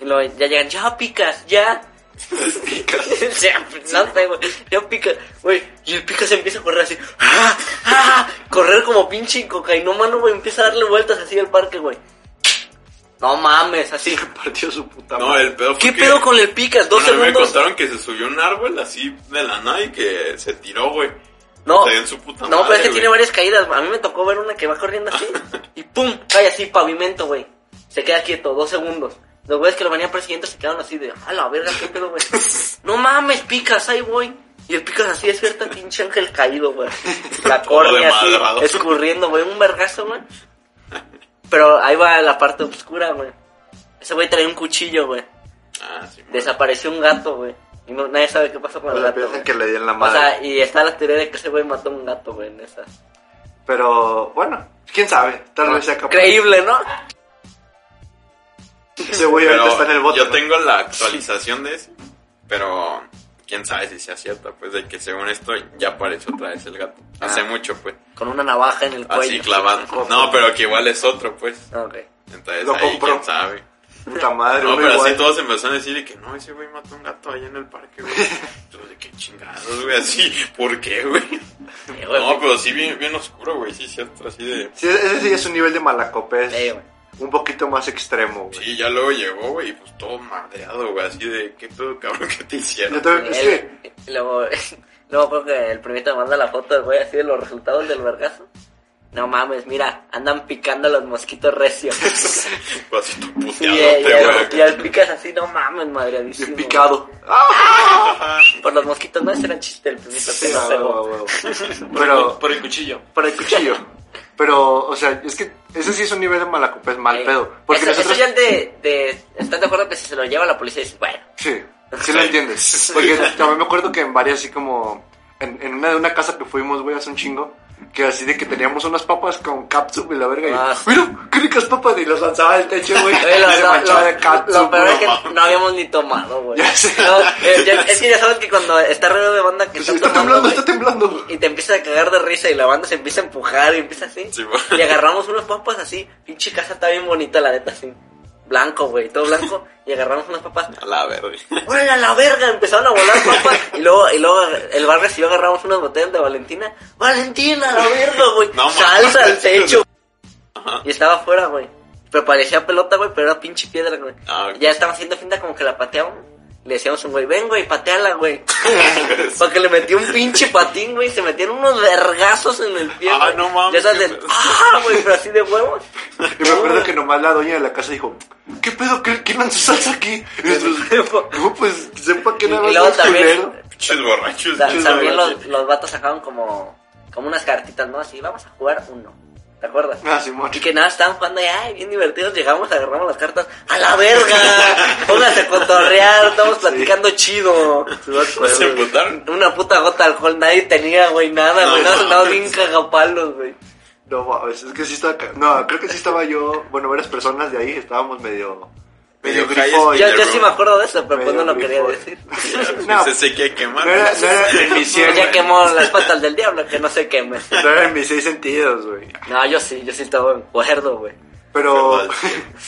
Speaker 3: Y luego ya llegan, ya picas, ya. O sea, no sé, güey. Ya picas, güey. Y el picas empieza a correr así. ¡Ah! ¡Ah! Correr como pinche cocainómano, güey. Empieza a darle vueltas así al parque, güey. No mames, así.
Speaker 2: Partió su puta
Speaker 4: No,
Speaker 2: madre.
Speaker 4: el pedo fue
Speaker 3: ¿Qué
Speaker 4: que-
Speaker 3: pedo con el picas? Dos
Speaker 4: Bueno, a mí me
Speaker 3: segundos.
Speaker 4: contaron que se subió un árbol así de la nada y que se tiró, güey.
Speaker 3: No,
Speaker 4: Se dio en su puta
Speaker 3: no, pero
Speaker 4: madre,
Speaker 3: es que
Speaker 4: güey.
Speaker 3: tiene varias caídas. A mí me tocó ver una que va corriendo así y pum, cae así, pavimento, güey. Se queda quieto, dos segundos. Los güeyes que lo venían persiguiendo se quedaron así de, a la verga, qué pedo, güey. no mames, picas, ahí voy. Y el picas así, es cierto, pinche ángel caído, güey. La
Speaker 4: Todo
Speaker 3: corre así,
Speaker 4: desmadrado.
Speaker 3: escurriendo, güey, un vergazo, güey. Pero ahí va la parte oscura, güey. Ese güey traía un cuchillo, güey.
Speaker 4: Ah, sí, güey.
Speaker 3: Desapareció un gato, güey. Y no, nadie sabe qué pasó con
Speaker 2: O
Speaker 3: el
Speaker 2: sea,
Speaker 3: gato.
Speaker 2: piensan
Speaker 3: güey.
Speaker 2: que le dieron la
Speaker 3: O
Speaker 2: madre.
Speaker 3: sea, y está la teoría de que ese güey mató a un gato, güey, en esa.
Speaker 2: Pero, bueno, quién sabe. Tal vez sea capaz.
Speaker 3: Creíble, ¿no?
Speaker 2: Ese güey
Speaker 4: Pero
Speaker 2: ahorita está en el bote.
Speaker 4: Yo
Speaker 2: ¿no?
Speaker 4: tengo la actualización de eso, pero quién sabe si sea cierta, pues de que según esto ya apareció otra vez el gato.
Speaker 2: Ah.
Speaker 4: Hace mucho, pues.
Speaker 3: Con una navaja en el cuello.
Speaker 4: Así clavado. No, pero que igual es otro, pues.
Speaker 3: Ah, ok.
Speaker 4: Entonces
Speaker 2: Lo
Speaker 4: ahí
Speaker 2: compró.
Speaker 4: quién sabe.
Speaker 2: Puta madre,
Speaker 4: No,
Speaker 2: uno
Speaker 4: pero así
Speaker 2: igual.
Speaker 4: todos empezaron a decir de que no, ese güey mató a un gato allá en el parque, güey. Todos de que chingados, güey, así. ¿Por qué, güey?
Speaker 3: Eh, güey,
Speaker 4: No, pero sí bien, bien oscuro, güey, sí, cierto, así de...
Speaker 2: Sí, ese sí es un nivel de malacopés.
Speaker 3: eh, güey.
Speaker 2: Un poquito más extremo, güey.
Speaker 4: Sí, ya luego llegó, güey, y pues todo madreado, güey, así de, ¿qué todo cabrón que te hicieron?
Speaker 2: Yo también, es que,
Speaker 3: El- Luego, luego creo que el primito me manda la foto del güey así de los resultados del vergazo. No mames, mira, andan picando los mosquitos recios.
Speaker 4: Fue Pues, así todo
Speaker 3: Y, eh, y al-
Speaker 4: puteadote,
Speaker 3: y al picas así, no mames, madreadísimo.
Speaker 2: bien
Speaker 3: güey.
Speaker 2: picado.
Speaker 3: Por los mosquitos, no, ese era el chiste del primito.
Speaker 2: Sí,
Speaker 3: que no
Speaker 2: a
Speaker 3: sé,
Speaker 2: huevo, a
Speaker 3: güey.
Speaker 2: huevo. Pero,
Speaker 5: Por el cuchillo.
Speaker 2: para el cuchillo. Pero, o sea, es que ese sí es un nivel de malacopés mal
Speaker 3: Eh,
Speaker 2: pedo. Porque
Speaker 3: eso,
Speaker 2: nosotros.
Speaker 3: eso ya el de, de- ¿Estás de acuerdo que si se lo lleva la policía dices, bueno,
Speaker 2: Sí, sí lo entiendes. Porque también me acuerdo que en varias, así como. En, en una de una casa que fuimos, güey, hace un chingo. Que así de que teníamos unas papas con catsup y la verga. Y,
Speaker 3: Ah, sí.
Speaker 2: mira, qué ricas papas. Y los lanzaba del techo, güey.
Speaker 3: Oye,
Speaker 2: y
Speaker 3: lo,
Speaker 2: se
Speaker 3: lo-
Speaker 2: manchaba
Speaker 3: lo-
Speaker 2: de catsup.
Speaker 3: lo peor es que
Speaker 2: güey.
Speaker 3: no habíamos ni tomado, güey.
Speaker 2: Ya sé.
Speaker 3: No, eh, ya- es que ya sabes que cuando está ruido de banda
Speaker 2: Pues
Speaker 3: que están
Speaker 2: está
Speaker 3: tomando,
Speaker 2: temblando, está
Speaker 3: güey,
Speaker 2: temblando.
Speaker 3: y te empieza a cagar de risa y la banda se empieza a empujar y empieza así.
Speaker 4: Sí, güey.
Speaker 3: y agarramos unos papas así. Pinche casa está bien bonita, la neta, así. Blanco, güey, todo blanco. Y agarramos unas papas.
Speaker 4: A la verga.
Speaker 3: ¡Órale, a la verga! Empezaron a volar papas. Y luego, y luego el bar recibió, agarramos unas botellas de Valentina. ¡Valentina, a la verga, güey!
Speaker 4: No, mames.
Speaker 3: ¡Salsa al techo!
Speaker 4: Ajá.
Speaker 3: Y estaba afuera, güey. Pero parecía pelota, güey, pero era pinche piedra, güey.
Speaker 4: Ah, ok.
Speaker 3: Ya estaban haciendo finta como que la pateaban. Le decíamos a un güey, ven, güey, pateala, güey. Porque le metió un pinche patín, güey. Se metieron unos vergazos en el pie.
Speaker 4: Ah,
Speaker 3: güey.
Speaker 4: no
Speaker 3: Ya
Speaker 4: mames,
Speaker 3: sabes,
Speaker 4: qué
Speaker 3: del,
Speaker 4: pedo.
Speaker 3: ah, güey, pero así de huevos.
Speaker 2: Y me acuerdo que nomás la doña de la casa dijo: ¿Qué pedo? ¿Qué, qué lanzas salsa aquí? Y nosotros, no, pues sepa que
Speaker 3: Y,
Speaker 2: nada
Speaker 3: y
Speaker 2: más.
Speaker 3: luego
Speaker 2: es culero".
Speaker 3: también,
Speaker 4: Pinches borrachos,
Speaker 3: ta-
Speaker 4: pinches
Speaker 3: también los,
Speaker 4: borrachos.
Speaker 3: los vatos sacaban como, como unas cartitas, ¿no? Así, vamos a jugar uno. ¿Te acuerdas?
Speaker 2: Ah, Simón.
Speaker 3: Y que nada, estaban jugando y, ay, bien divertidos, llegamos, agarramos las cartas, ¡a la verga! Pónganse a cotorrear, estamos platicando chido.
Speaker 4: Se emputaron.
Speaker 3: Una puta gota de alcohol, nadie tenía, güey, nada, güey, nada, andaba bien cagapalos, güey.
Speaker 2: No, mames, es que sí estaba. ca- No, creo que sí estaba yo. Bueno, varias personas de ahí estábamos medio. medio
Speaker 4: Medio
Speaker 2: grifo.
Speaker 4: high
Speaker 2: y-
Speaker 3: Yo,
Speaker 4: Oye,
Speaker 3: yo sí
Speaker 4: bro.
Speaker 3: me acuerdo de eso, pero pues no
Speaker 2: medio
Speaker 3: lo quería
Speaker 2: grifo.
Speaker 3: decir.
Speaker 2: No,
Speaker 4: Se se quiere quemar.
Speaker 2: no era, no era en mis cien,
Speaker 3: Ya
Speaker 2: güey.
Speaker 3: quemó las patas del diablo, que no se queme.
Speaker 2: No era en mis seis sentidos, güey.
Speaker 3: No, yo sí, yo sí estaba en acuerdo, güey.
Speaker 2: Pero.
Speaker 4: Qué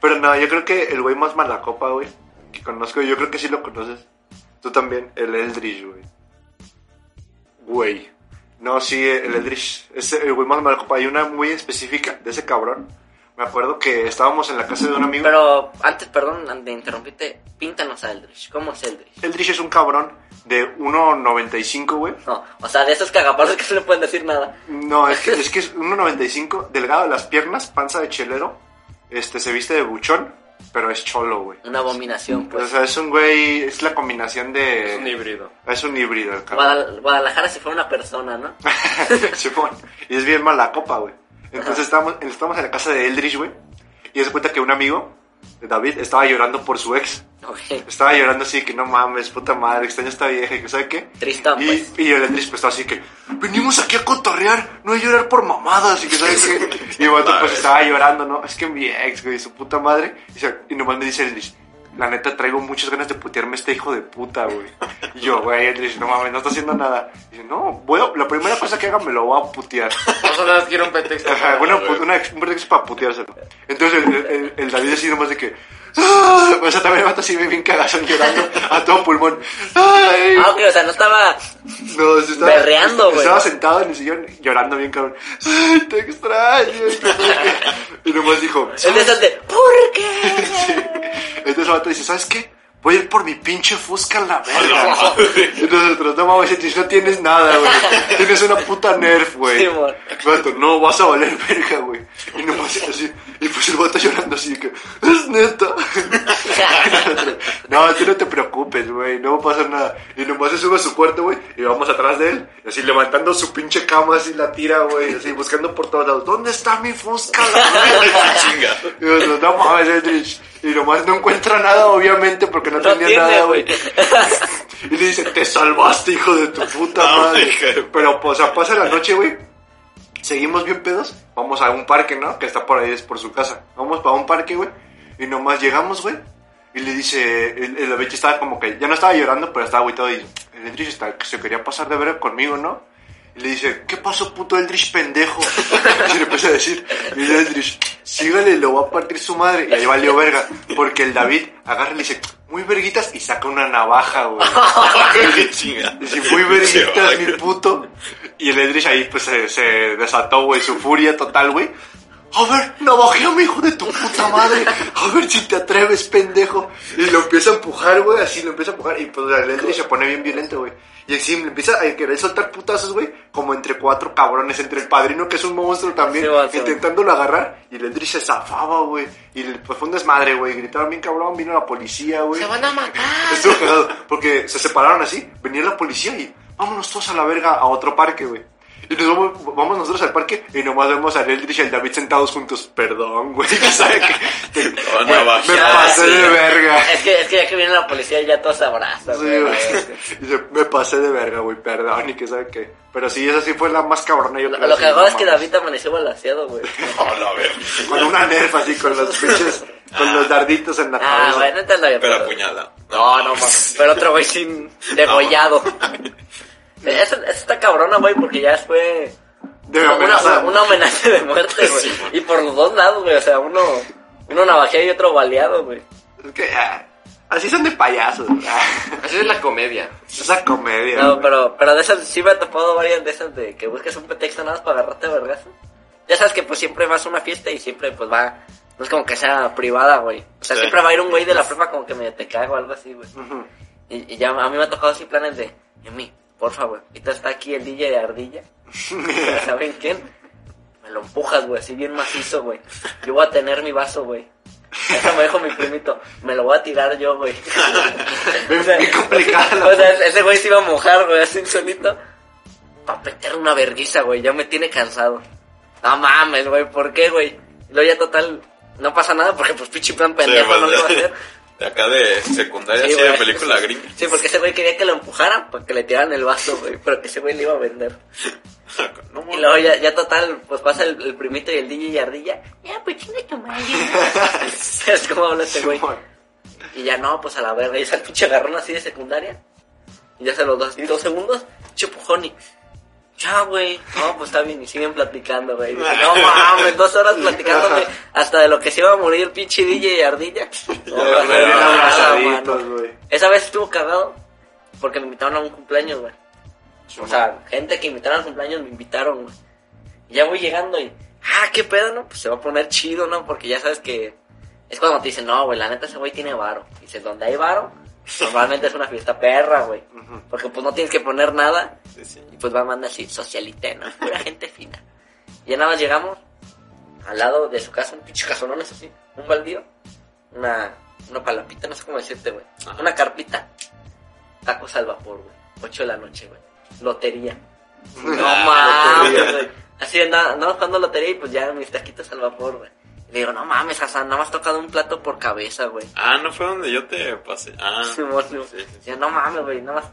Speaker 2: Pero no, yo creo que el güey más malacopa, güey, que conozco, yo creo que sí lo conoces. Tú también, el Eldridge, güey. Güey. No, sí, el Eldridge. Es el güey más malacopa. Hay una muy específica de ese cabrón. Me acuerdo que estábamos en la casa de un amigo.
Speaker 3: Pero antes, perdón, de interrumpirte, píntanos a Eldritch. ¿Cómo es Eldritch?
Speaker 2: Eldridge es un cabrón de 1.95, güey.
Speaker 3: No, o sea, de esos cagapalos que no le pueden decir nada.
Speaker 2: No, es que es, que es 1.95, delgado de las piernas, panza de chelero. Este, se viste de buchón, pero es cholo, güey.
Speaker 3: Una abominación,
Speaker 2: O
Speaker 3: pues.
Speaker 2: sea, es un güey, es la combinación
Speaker 1: Es un
Speaker 2: de...
Speaker 1: híbrido.
Speaker 2: Es un híbrido, el cabrón.
Speaker 3: Guadal- Guadalajara si fuera una persona, ¿no?
Speaker 2: Simón. Y es bien mala copa, güey. Entonces estábamos, estábamos en la casa de Eldridge, güey. Y se cuenta que un amigo, David, estaba llorando por su ex.
Speaker 3: Ok.
Speaker 2: Estaba llorando así que no mames, puta madre, extraño esta vieja y que sabe qué.
Speaker 3: Tristán,
Speaker 2: y,
Speaker 3: pues.
Speaker 2: y el Eldridge pues estaba así que, venimos aquí a cotorrear, no a llorar por mamadas y que sabe qué. Y el vato pues estaba llorando, ¿no? Es que mi ex, güey, su puta madre. Y, se- y nomás me dice Eldridge, la neta traigo muchas ganas de putearme a este hijo de puta, güey. Y yo, güey, Eldridge, no mames, no está haciendo nada. Y dice, no, voy a- la primera cosa que haga me lo voy a putear.
Speaker 1: Vamos a dar quiero un pretexto.
Speaker 2: Ajá, bueno, pues, una, ex- un pretexto para puteárselo. Entonces el, el- el- el David así nomás de que... ¡Ah! O sea, también el vato así bien cagazón llorando a todo pulmón. ¡Ay!
Speaker 3: Ah, ok, o sea, no estaba...
Speaker 2: No, se estaba,
Speaker 3: berreando, güey.
Speaker 2: Estaba sentado en el sillón llorando bien cabrón. ¡Ay, te extraño! y nomás dijo...
Speaker 3: Él es el de... ¿Por qué?
Speaker 2: Entonces el vato dice, ¿sabes qué? Voy a ir por mi pinche fusca a la verga. Entonces nosotros, no mames, Eldridge, no tienes nada, güey. Tienes una puta nerf, güey.
Speaker 3: Sí, amor.
Speaker 2: El vato, no, vas a valer verga, güey. Y nomás así. Y pues el vato llorando así que, es neta. no, tú no te preocupes, güey. No va a pasar nada. Y nomás se sube a su cuarto, güey. Y vamos atrás de él. Y así levantando su pinche cama, así la tira, güey. Así buscando por todos lados. ¿Dónde está mi fusca? La verga?
Speaker 4: Chinga.
Speaker 2: Y nosotros, no mames, Eldridge. Y nomás no encuentra nada, obviamente, porque no,
Speaker 3: No
Speaker 2: tenía
Speaker 3: tiene,
Speaker 2: nada,
Speaker 3: güey.
Speaker 2: güey. Y le dice, te salvaste, hijo de tu puta
Speaker 4: No,
Speaker 2: madre.
Speaker 4: hijo de-
Speaker 2: Pero, pues, o sea, pasa la noche, güey. Seguimos bien pedos. Vamos a un parque, ¿no? Que está por ahí, es por su casa. Vamos para un parque, güey. Y nomás llegamos, güey. Y le dice, el, el Eldridge estaba como que, ya no estaba llorando, pero estaba agüitado. Y el Eldridge está- se quería pasar de ver conmigo, ¿no? Y le dice, ¿qué pasó, puto Eldritch pendejo? Y le empieza a decir, y el Eldritch, sígale, lo va a partir su madre. Y ahí valió verga, porque el David agarra y le dice, muy verguitas, y saca una navaja, güey.
Speaker 4: Qué chingada.
Speaker 2: Y si muy
Speaker 4: Qué
Speaker 2: verguitas, mi
Speaker 4: vaca.
Speaker 2: puto. Y el Eldritch ahí, pues, se, se desató, güey, su furia total, güey. A ver, navajeame, hijo de tu puta madre. A ver si te atreves, pendejo. Y lo empieza a empujar, güey, así lo empieza a empujar. Y pues el Eldritch se pone bien violento, güey. Y así le empieza a querer soltar putazos, güey, como entre cuatro cabrones, entre el padrino, que es un monstruo también,
Speaker 3: Sí, va, sí, va.
Speaker 2: intentándolo agarrar. Y el Eldritch se zafaba, güey. Y le- pues fue un desmadre, güey. Gritaron bien cabrón, vino la policía, güey. Estuvo cagado, porque se separaron así, venía la policía y vámonos todos a la verga a otro parque, güey. Y nos vamos, vamos nosotros al parque y nomás vemos a Eldritch y al David sentados juntos. Perdón, güey, que sabe que... que-
Speaker 4: Lo van a
Speaker 2: güey, me
Speaker 4: bajar,
Speaker 2: pasé
Speaker 3: sí.
Speaker 2: de verga.
Speaker 3: Es que, es que ya que viene la policía ya todos se abrazan.
Speaker 2: Sí,
Speaker 3: güey.
Speaker 2: güey. Dice, me pasé de verga, güey, perdón, y que sabe que... Pero sí, esa sí fue la más cabrona. Yo
Speaker 3: Lo,
Speaker 2: creo,
Speaker 3: lo
Speaker 2: sí,
Speaker 3: que hago
Speaker 2: no
Speaker 3: es que
Speaker 2: mames.
Speaker 3: David amaneció balanceado, güey.
Speaker 4: No, Oh, la verga.
Speaker 2: Con una nerf así, con los pinches, con los darditos en la cabeza.
Speaker 3: Ah, bueno, entonces no había
Speaker 4: Pero
Speaker 3: pedo.
Speaker 4: apuñala.
Speaker 3: No, no, mames. Pero otro güey sin degollado. Esa esa está cabrona, güey, porque ya fue
Speaker 2: De
Speaker 3: una,
Speaker 2: amenaza.
Speaker 3: una, una amenaza de muerte, güey.
Speaker 4: Sí, güey.
Speaker 3: y por los dos lados, güey. O sea, uno, uno navajeado y otro baleado, güey.
Speaker 2: Es que, ah, así son de payasos. ah.
Speaker 1: Así es la comedia.
Speaker 2: Esa comedia.
Speaker 3: No,
Speaker 2: güey.
Speaker 3: pero, pero de esas sí me ha topado varias de esas de que busques un pretexto nada más para agarrarte a vergazo. Ya sabes que pues siempre vas a una fiesta y siempre pues va, no es como que sea privada, güey. O sea,
Speaker 4: Sí.
Speaker 3: siempre va a ir un güey de la prepa como que me te cago o algo así, güey.
Speaker 2: Ujú.
Speaker 3: Y, y ya a mí me ha tocado así planes de, mí, por favor, ahorita está aquí el DJ de Ardilla. ¿Saben quién? Me lo empujas, güey, así bien macizo, güey. Yo voy a tener mi vaso, güey. Eso me dijo mi primito. Me lo voy a tirar yo, güey.
Speaker 2: Bien- bien complicada la
Speaker 3: O sea, ese güey se iba a mojar, güey, así solito. Para meter una verguiza, güey. Ya me tiene cansado. No mames, güey, ¿por qué, güey? Y luego ya total, no pasa nada porque pues pinche plan pendejo
Speaker 4: Sí,
Speaker 3: no lo iba a
Speaker 4: pues,
Speaker 3: hacer.
Speaker 4: De acá de secundaria,
Speaker 3: Sí,
Speaker 4: así de
Speaker 3: güey.
Speaker 4: película gringa.
Speaker 3: Sí, porque ese güey quería que lo empujaran para que le tiraran el vaso, güey. Pero que ese güey le iba a vender.
Speaker 4: No,
Speaker 3: Y
Speaker 4: mames.
Speaker 3: luego ya, ya total, pues pasa el, el primito y el DJ y Ardilla. Ya, pues chinga tu madre. es como habla este güey.
Speaker 2: Simón.
Speaker 3: Y ya no, pues a la verga. Y esa pinche agarrón así de secundaria. Y ya se los dos, dos segundos, chupujón y. Ya, güey. No, pues está bien. Y siguen platicando, güey. Dice, No mames, dos horas platicando de- hasta de lo que se iba a morir el pinche DJ y Ardilla. No,
Speaker 4: Ya,
Speaker 3: no, no,
Speaker 4: güey,
Speaker 2: Bien
Speaker 4: Ah,
Speaker 2: abrazaditos,
Speaker 3: mano.
Speaker 2: güey.
Speaker 3: Esa vez estuvo cagado porque me invitaron a un cumpleaños, güey. O sea, gente que invitaron al cumpleaños me invitaron, güey. Y ya voy llegando y, ah, qué pedo, ¿no? Pues se va a poner chido, ¿no? Porque ya sabes que es cuando te dicen, no, güey, la neta ese güey tiene varo. Dices, donde hay varo, normalmente es una fiesta perra, güey. Porque pues no tienes que poner nada.
Speaker 4: Sí, sí.
Speaker 3: Y pues va a mandar así, socialité, ¿no? Pura gente fina. Y ya nada más llegamos al lado de su casa, un pinche casonón, eso sí, un baldío, una, una palapita, no sé cómo decirte, güey.
Speaker 4: Ajá.
Speaker 3: Una carpita, tacos al vapor, güey. 8 de la noche, güey. Lotería. No mames, güey. Así andaba, andaba jugando lotería y pues ya mis taquitos al vapor, güey. Y le digo, no mames, Hassan, nada más tocado un plato por cabeza, güey.
Speaker 4: Ah, no fue donde yo te pasé. Ah,
Speaker 3: Simón, Simón.
Speaker 4: sí, sí, sí.
Speaker 3: Yo, no mames, güey, nada más.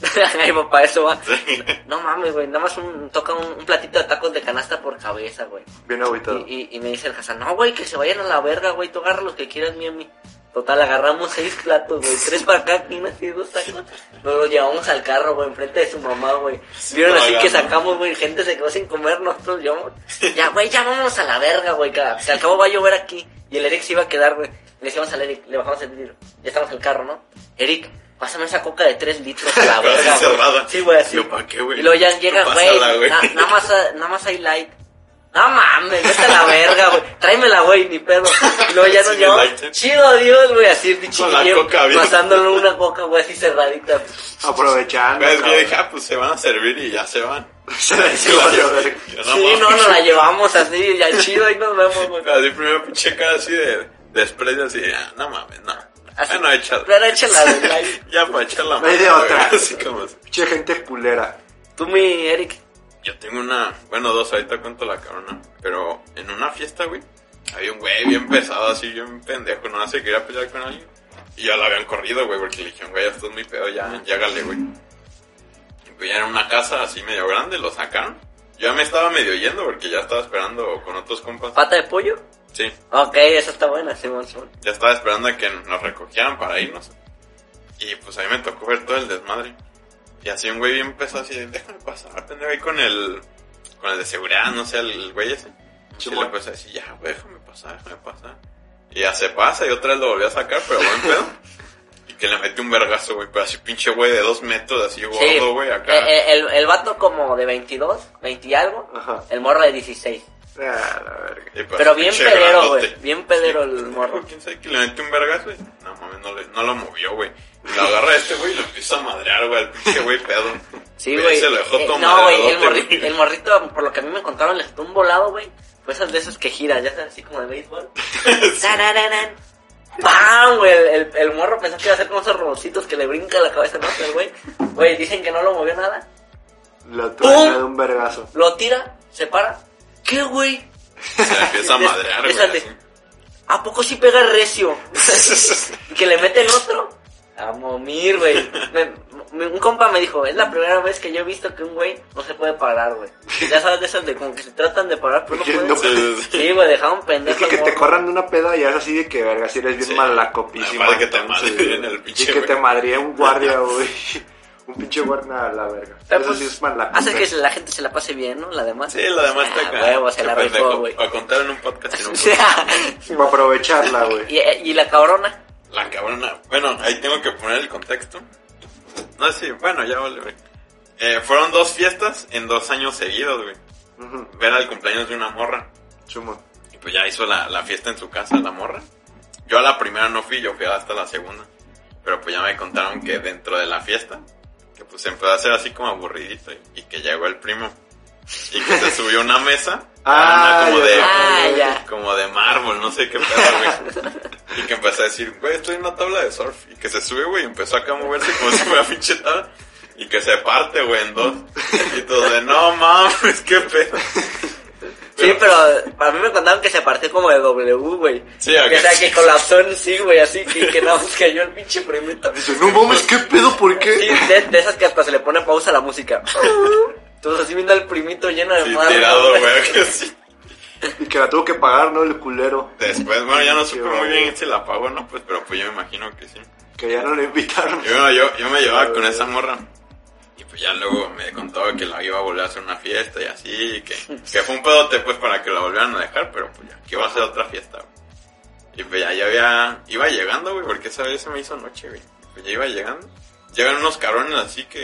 Speaker 3: Ay, papá, eso va.
Speaker 4: Sí.
Speaker 3: No mames, güey, nada más un, toca un, un platito de tacos de canasta por cabeza, güey.
Speaker 2: Bien aguitado.
Speaker 3: Y, y- y me dice el Hassan, no, güey, que se vayan a la verga, güey, tú agarra los que quieras, mi ami. Total, agarramos seis platos, güey, tres para acá, aquí, así, dos tacos. Nos los llevamos al carro, güey, enfrente de su mamá, güey. Vieron así
Speaker 4: pagando.
Speaker 3: que sacamos, güey, gente se quedó sin comer, nosotros llevamos. Ya, güey, ya vámonos a la verga, güey, que, que al cabo va a llover aquí. Y el Eric se iba a quedar, güey. Le decíamos al Eric, le bajamos el vidrio. Ya estamos en el carro, ¿no? Eric, pásame esa coca de tres litros, a la
Speaker 4: Pero así
Speaker 3: verga, güey.
Speaker 4: cerrada.
Speaker 3: Sí, güey, así.
Speaker 4: Yo, ¿pa' qué, güey?
Speaker 3: Y luego ya llega,
Speaker 4: Tú pásala,
Speaker 3: güey,
Speaker 4: güey.
Speaker 3: na- nada más, nada más hay light. No mames, vete a la verga, güey. Tráemela, güey, ni pedo. Y luego ya nos
Speaker 4: Sí,
Speaker 3: llevamos.
Speaker 4: light.
Speaker 3: Chido Dios, güey, así el
Speaker 4: Con la
Speaker 3: chiquillo.
Speaker 4: coca bien.
Speaker 3: Pasándole una coca, güey, así cerradita.
Speaker 2: Aprovechando.
Speaker 4: Ves, yo
Speaker 2: cabrón.
Speaker 4: dije, ah, pues se van a servir y ya se van.
Speaker 2: Se la llevó, güey.
Speaker 4: Yo,
Speaker 3: sí,
Speaker 4: mames.
Speaker 3: no, nos la llevamos así, ya chido, y nos vemos, güey.
Speaker 4: Así primero pinche cara así de desprecio, así, ah, no mames, no.
Speaker 3: Así,
Speaker 4: Bueno, échala.
Speaker 3: Pero échala, güey.
Speaker 4: ya para echar la
Speaker 2: No hay de
Speaker 4: mano,
Speaker 2: otra.
Speaker 4: güey, Así como,
Speaker 2: Pinche gente culera.
Speaker 3: Tú, mi Eric.
Speaker 4: yo tengo una, bueno, dos, ahorita cuento la cabrona. Pero en una fiesta, güey, había un güey bien pesado, así, bien pendejo, no se quería pelear con alguien. Y ya la habían corrido, güey, porque le dijeron, güey, ya estás muy pedo, ya, ya gale, güey. Y pues ya era una casa así medio grande, lo sacaron. Yo ya me estaba medio yendo porque ya estaba esperando con otros compas.
Speaker 3: ¿Pata de pollo?
Speaker 4: Sí.
Speaker 3: Ok, esa está buena, Simón. Simón.
Speaker 4: ya estaba esperando a que nos recogieran para irnos. Y pues a mí me tocó ver todo el desmadre. Y Y así un güey bien pesado así, de, déjame pasar, pendejo, ahí con el, con el de seguridad, no sé, el, el güey ese. Y le
Speaker 5: Simón.
Speaker 4: empezó a decir, ya, güey, déjame pasar, déjame pasar. Y ya se pasa, y otra vez lo volvió a sacar, pero buen pedo. Y que le mete un vergazo, güey, pero así pinche güey de dos metros, así
Speaker 3: Sí,
Speaker 4: gordo, güey, acá.
Speaker 3: eh, eh, el, el vato como de 22, 20 y algo,
Speaker 2: Ajá.
Speaker 3: el morro de 16.
Speaker 2: Ah, la verga.
Speaker 4: Y, pues,
Speaker 3: eh, Pero bien
Speaker 4: pinche
Speaker 3: pedero,
Speaker 4: grandote.
Speaker 3: güey, bien pedero el
Speaker 4: pendejo,
Speaker 3: morro.
Speaker 4: ¿Quién sabe que le metió un vergazo? y No mames, no, le- no lo movió, güey. Y lo agarra este güey y lo empieza a madrear, güey, al pinche güey pedo.
Speaker 3: Sí, güey.
Speaker 4: Se lo dejó
Speaker 3: Eh,
Speaker 4: todo
Speaker 3: no, güey, el,
Speaker 4: madreadote,
Speaker 3: morri- el morrito, por lo que a mí me contaron, le estuvo un volado, güey. Fue esas de esas que gira, ya sabes, así como de béisbol. Tarararán. ¡Pam! Güey, el, el- el morro pensó que iba a ser como esos robocitos que le brinca la cabeza, ¿no? Pero, güey, güey, dicen que no lo movió nada.
Speaker 2: La truena de un vergazo.
Speaker 3: Lo tira, se para. ¿Qué, güey?
Speaker 4: Se le empieza a
Speaker 3: Des-
Speaker 4: madrear, güey.
Speaker 3: déjate.
Speaker 4: así.
Speaker 3: ¿A poco sí pega recio? Y que le mete el otro. A momir, güey. Me- me- Un compa me dijo, es la primera vez que yo he visto que un güey no se puede parar, güey. Ya sabes de esas de como que se tratan de parar, pero no
Speaker 2: Porque no
Speaker 3: pueden.
Speaker 4: Sí, sí, sí.
Speaker 3: Sí, güey, deja un
Speaker 2: Es
Speaker 3: pendejo.
Speaker 2: que, que
Speaker 3: al
Speaker 2: te
Speaker 3: morro.
Speaker 2: corran de una peda ya es así de que verga, si eres bien
Speaker 4: Sí.
Speaker 2: malacopísimo.
Speaker 4: Además de que te
Speaker 2: entonces,
Speaker 4: madreen el
Speaker 2: güey.
Speaker 4: pinche
Speaker 2: Y que te
Speaker 4: güey.
Speaker 2: madría un guardia, güey. un pinche guardia a la verga.
Speaker 3: Pero,
Speaker 2: Eso sí
Speaker 3: pues,
Speaker 2: es malacopa.
Speaker 3: Hace que la gente se la pase bien, ¿no? La demás.
Speaker 4: Sí, la demás está
Speaker 3: Ah,
Speaker 4: acá.
Speaker 3: huevo, se
Speaker 4: Qué
Speaker 3: la
Speaker 4: pendejo.
Speaker 3: rifó, güey.
Speaker 4: A contar en un podcast. en un
Speaker 3: O sea,
Speaker 2: Para aprovecharla, güey.
Speaker 3: y, y la cabrona.
Speaker 4: La cabrona. Bueno, ahí tengo que poner el contexto. No, sí, bueno, ya vale, güey. Eh, fueron dos fiestas en dos años seguidos, güey.
Speaker 2: Ujú,
Speaker 4: Era el cumpleaños de una morra.
Speaker 2: Simón.
Speaker 4: Y pues ya hizo la, la fiesta en su casa, la morra. Yo a la primera no fui, yo fui hasta la segunda. Pero pues ya me contaron que dentro de la fiesta, que pues se empezó a hacer así como aburridito. Y, y que llegó el primo. Y que se subió a una mesa.
Speaker 2: Ah,
Speaker 4: era una como
Speaker 2: ya.
Speaker 4: de,
Speaker 3: Ah, ya.
Speaker 4: como de mármol, no sé qué pedo, güey. Y que empezó a decir, güey, estoy en una tabla de surf. Y que se sube, güey, y empezó acá a moverse como si fuera pinche tabla. Y que se parte, güey, en dos. Y todo de, no mames, qué pedo.
Speaker 3: Sí, pero para mí me contaron que se partió como de W, güey.
Speaker 4: Sí, ok.
Speaker 3: Que, o sea, que colapsó en sí, güey, así que, que nada más cayó el pinche primito.
Speaker 2: Dice, no mames, ¿qué pedo? ¿Por
Speaker 3: Sí,
Speaker 2: qué?
Speaker 3: de, de esas que hasta se le pone pausa a la música. Entonces así viendo al primito lleno de
Speaker 4: Sí,
Speaker 3: mar,
Speaker 4: tirado,
Speaker 3: güey.
Speaker 4: güey, que sí.
Speaker 2: Y que la tuvo que pagar, ¿no? El culero.
Speaker 4: Después, bueno, ya no
Speaker 2: Sí,
Speaker 4: supe
Speaker 2: güey.
Speaker 4: muy bien si la pagó o no, pues, pero pues yo me imagino que sí.
Speaker 2: Que ya no le invitaron.
Speaker 4: Yo, bueno, yo, yo me llevaba con esa morra. Y pues ya luego me contaba que la iba a volver a hacer una fiesta y así, y que, que fue un pedote pues para que la volvieran a dejar, pero pues ya, que iba a hacer otra fiesta, güey. Y pues ya, ya había, iba llegando, güey, porque esa vez se me hizo noche, güey. Pues ya iba llegando. Llegan unos cabrones así que,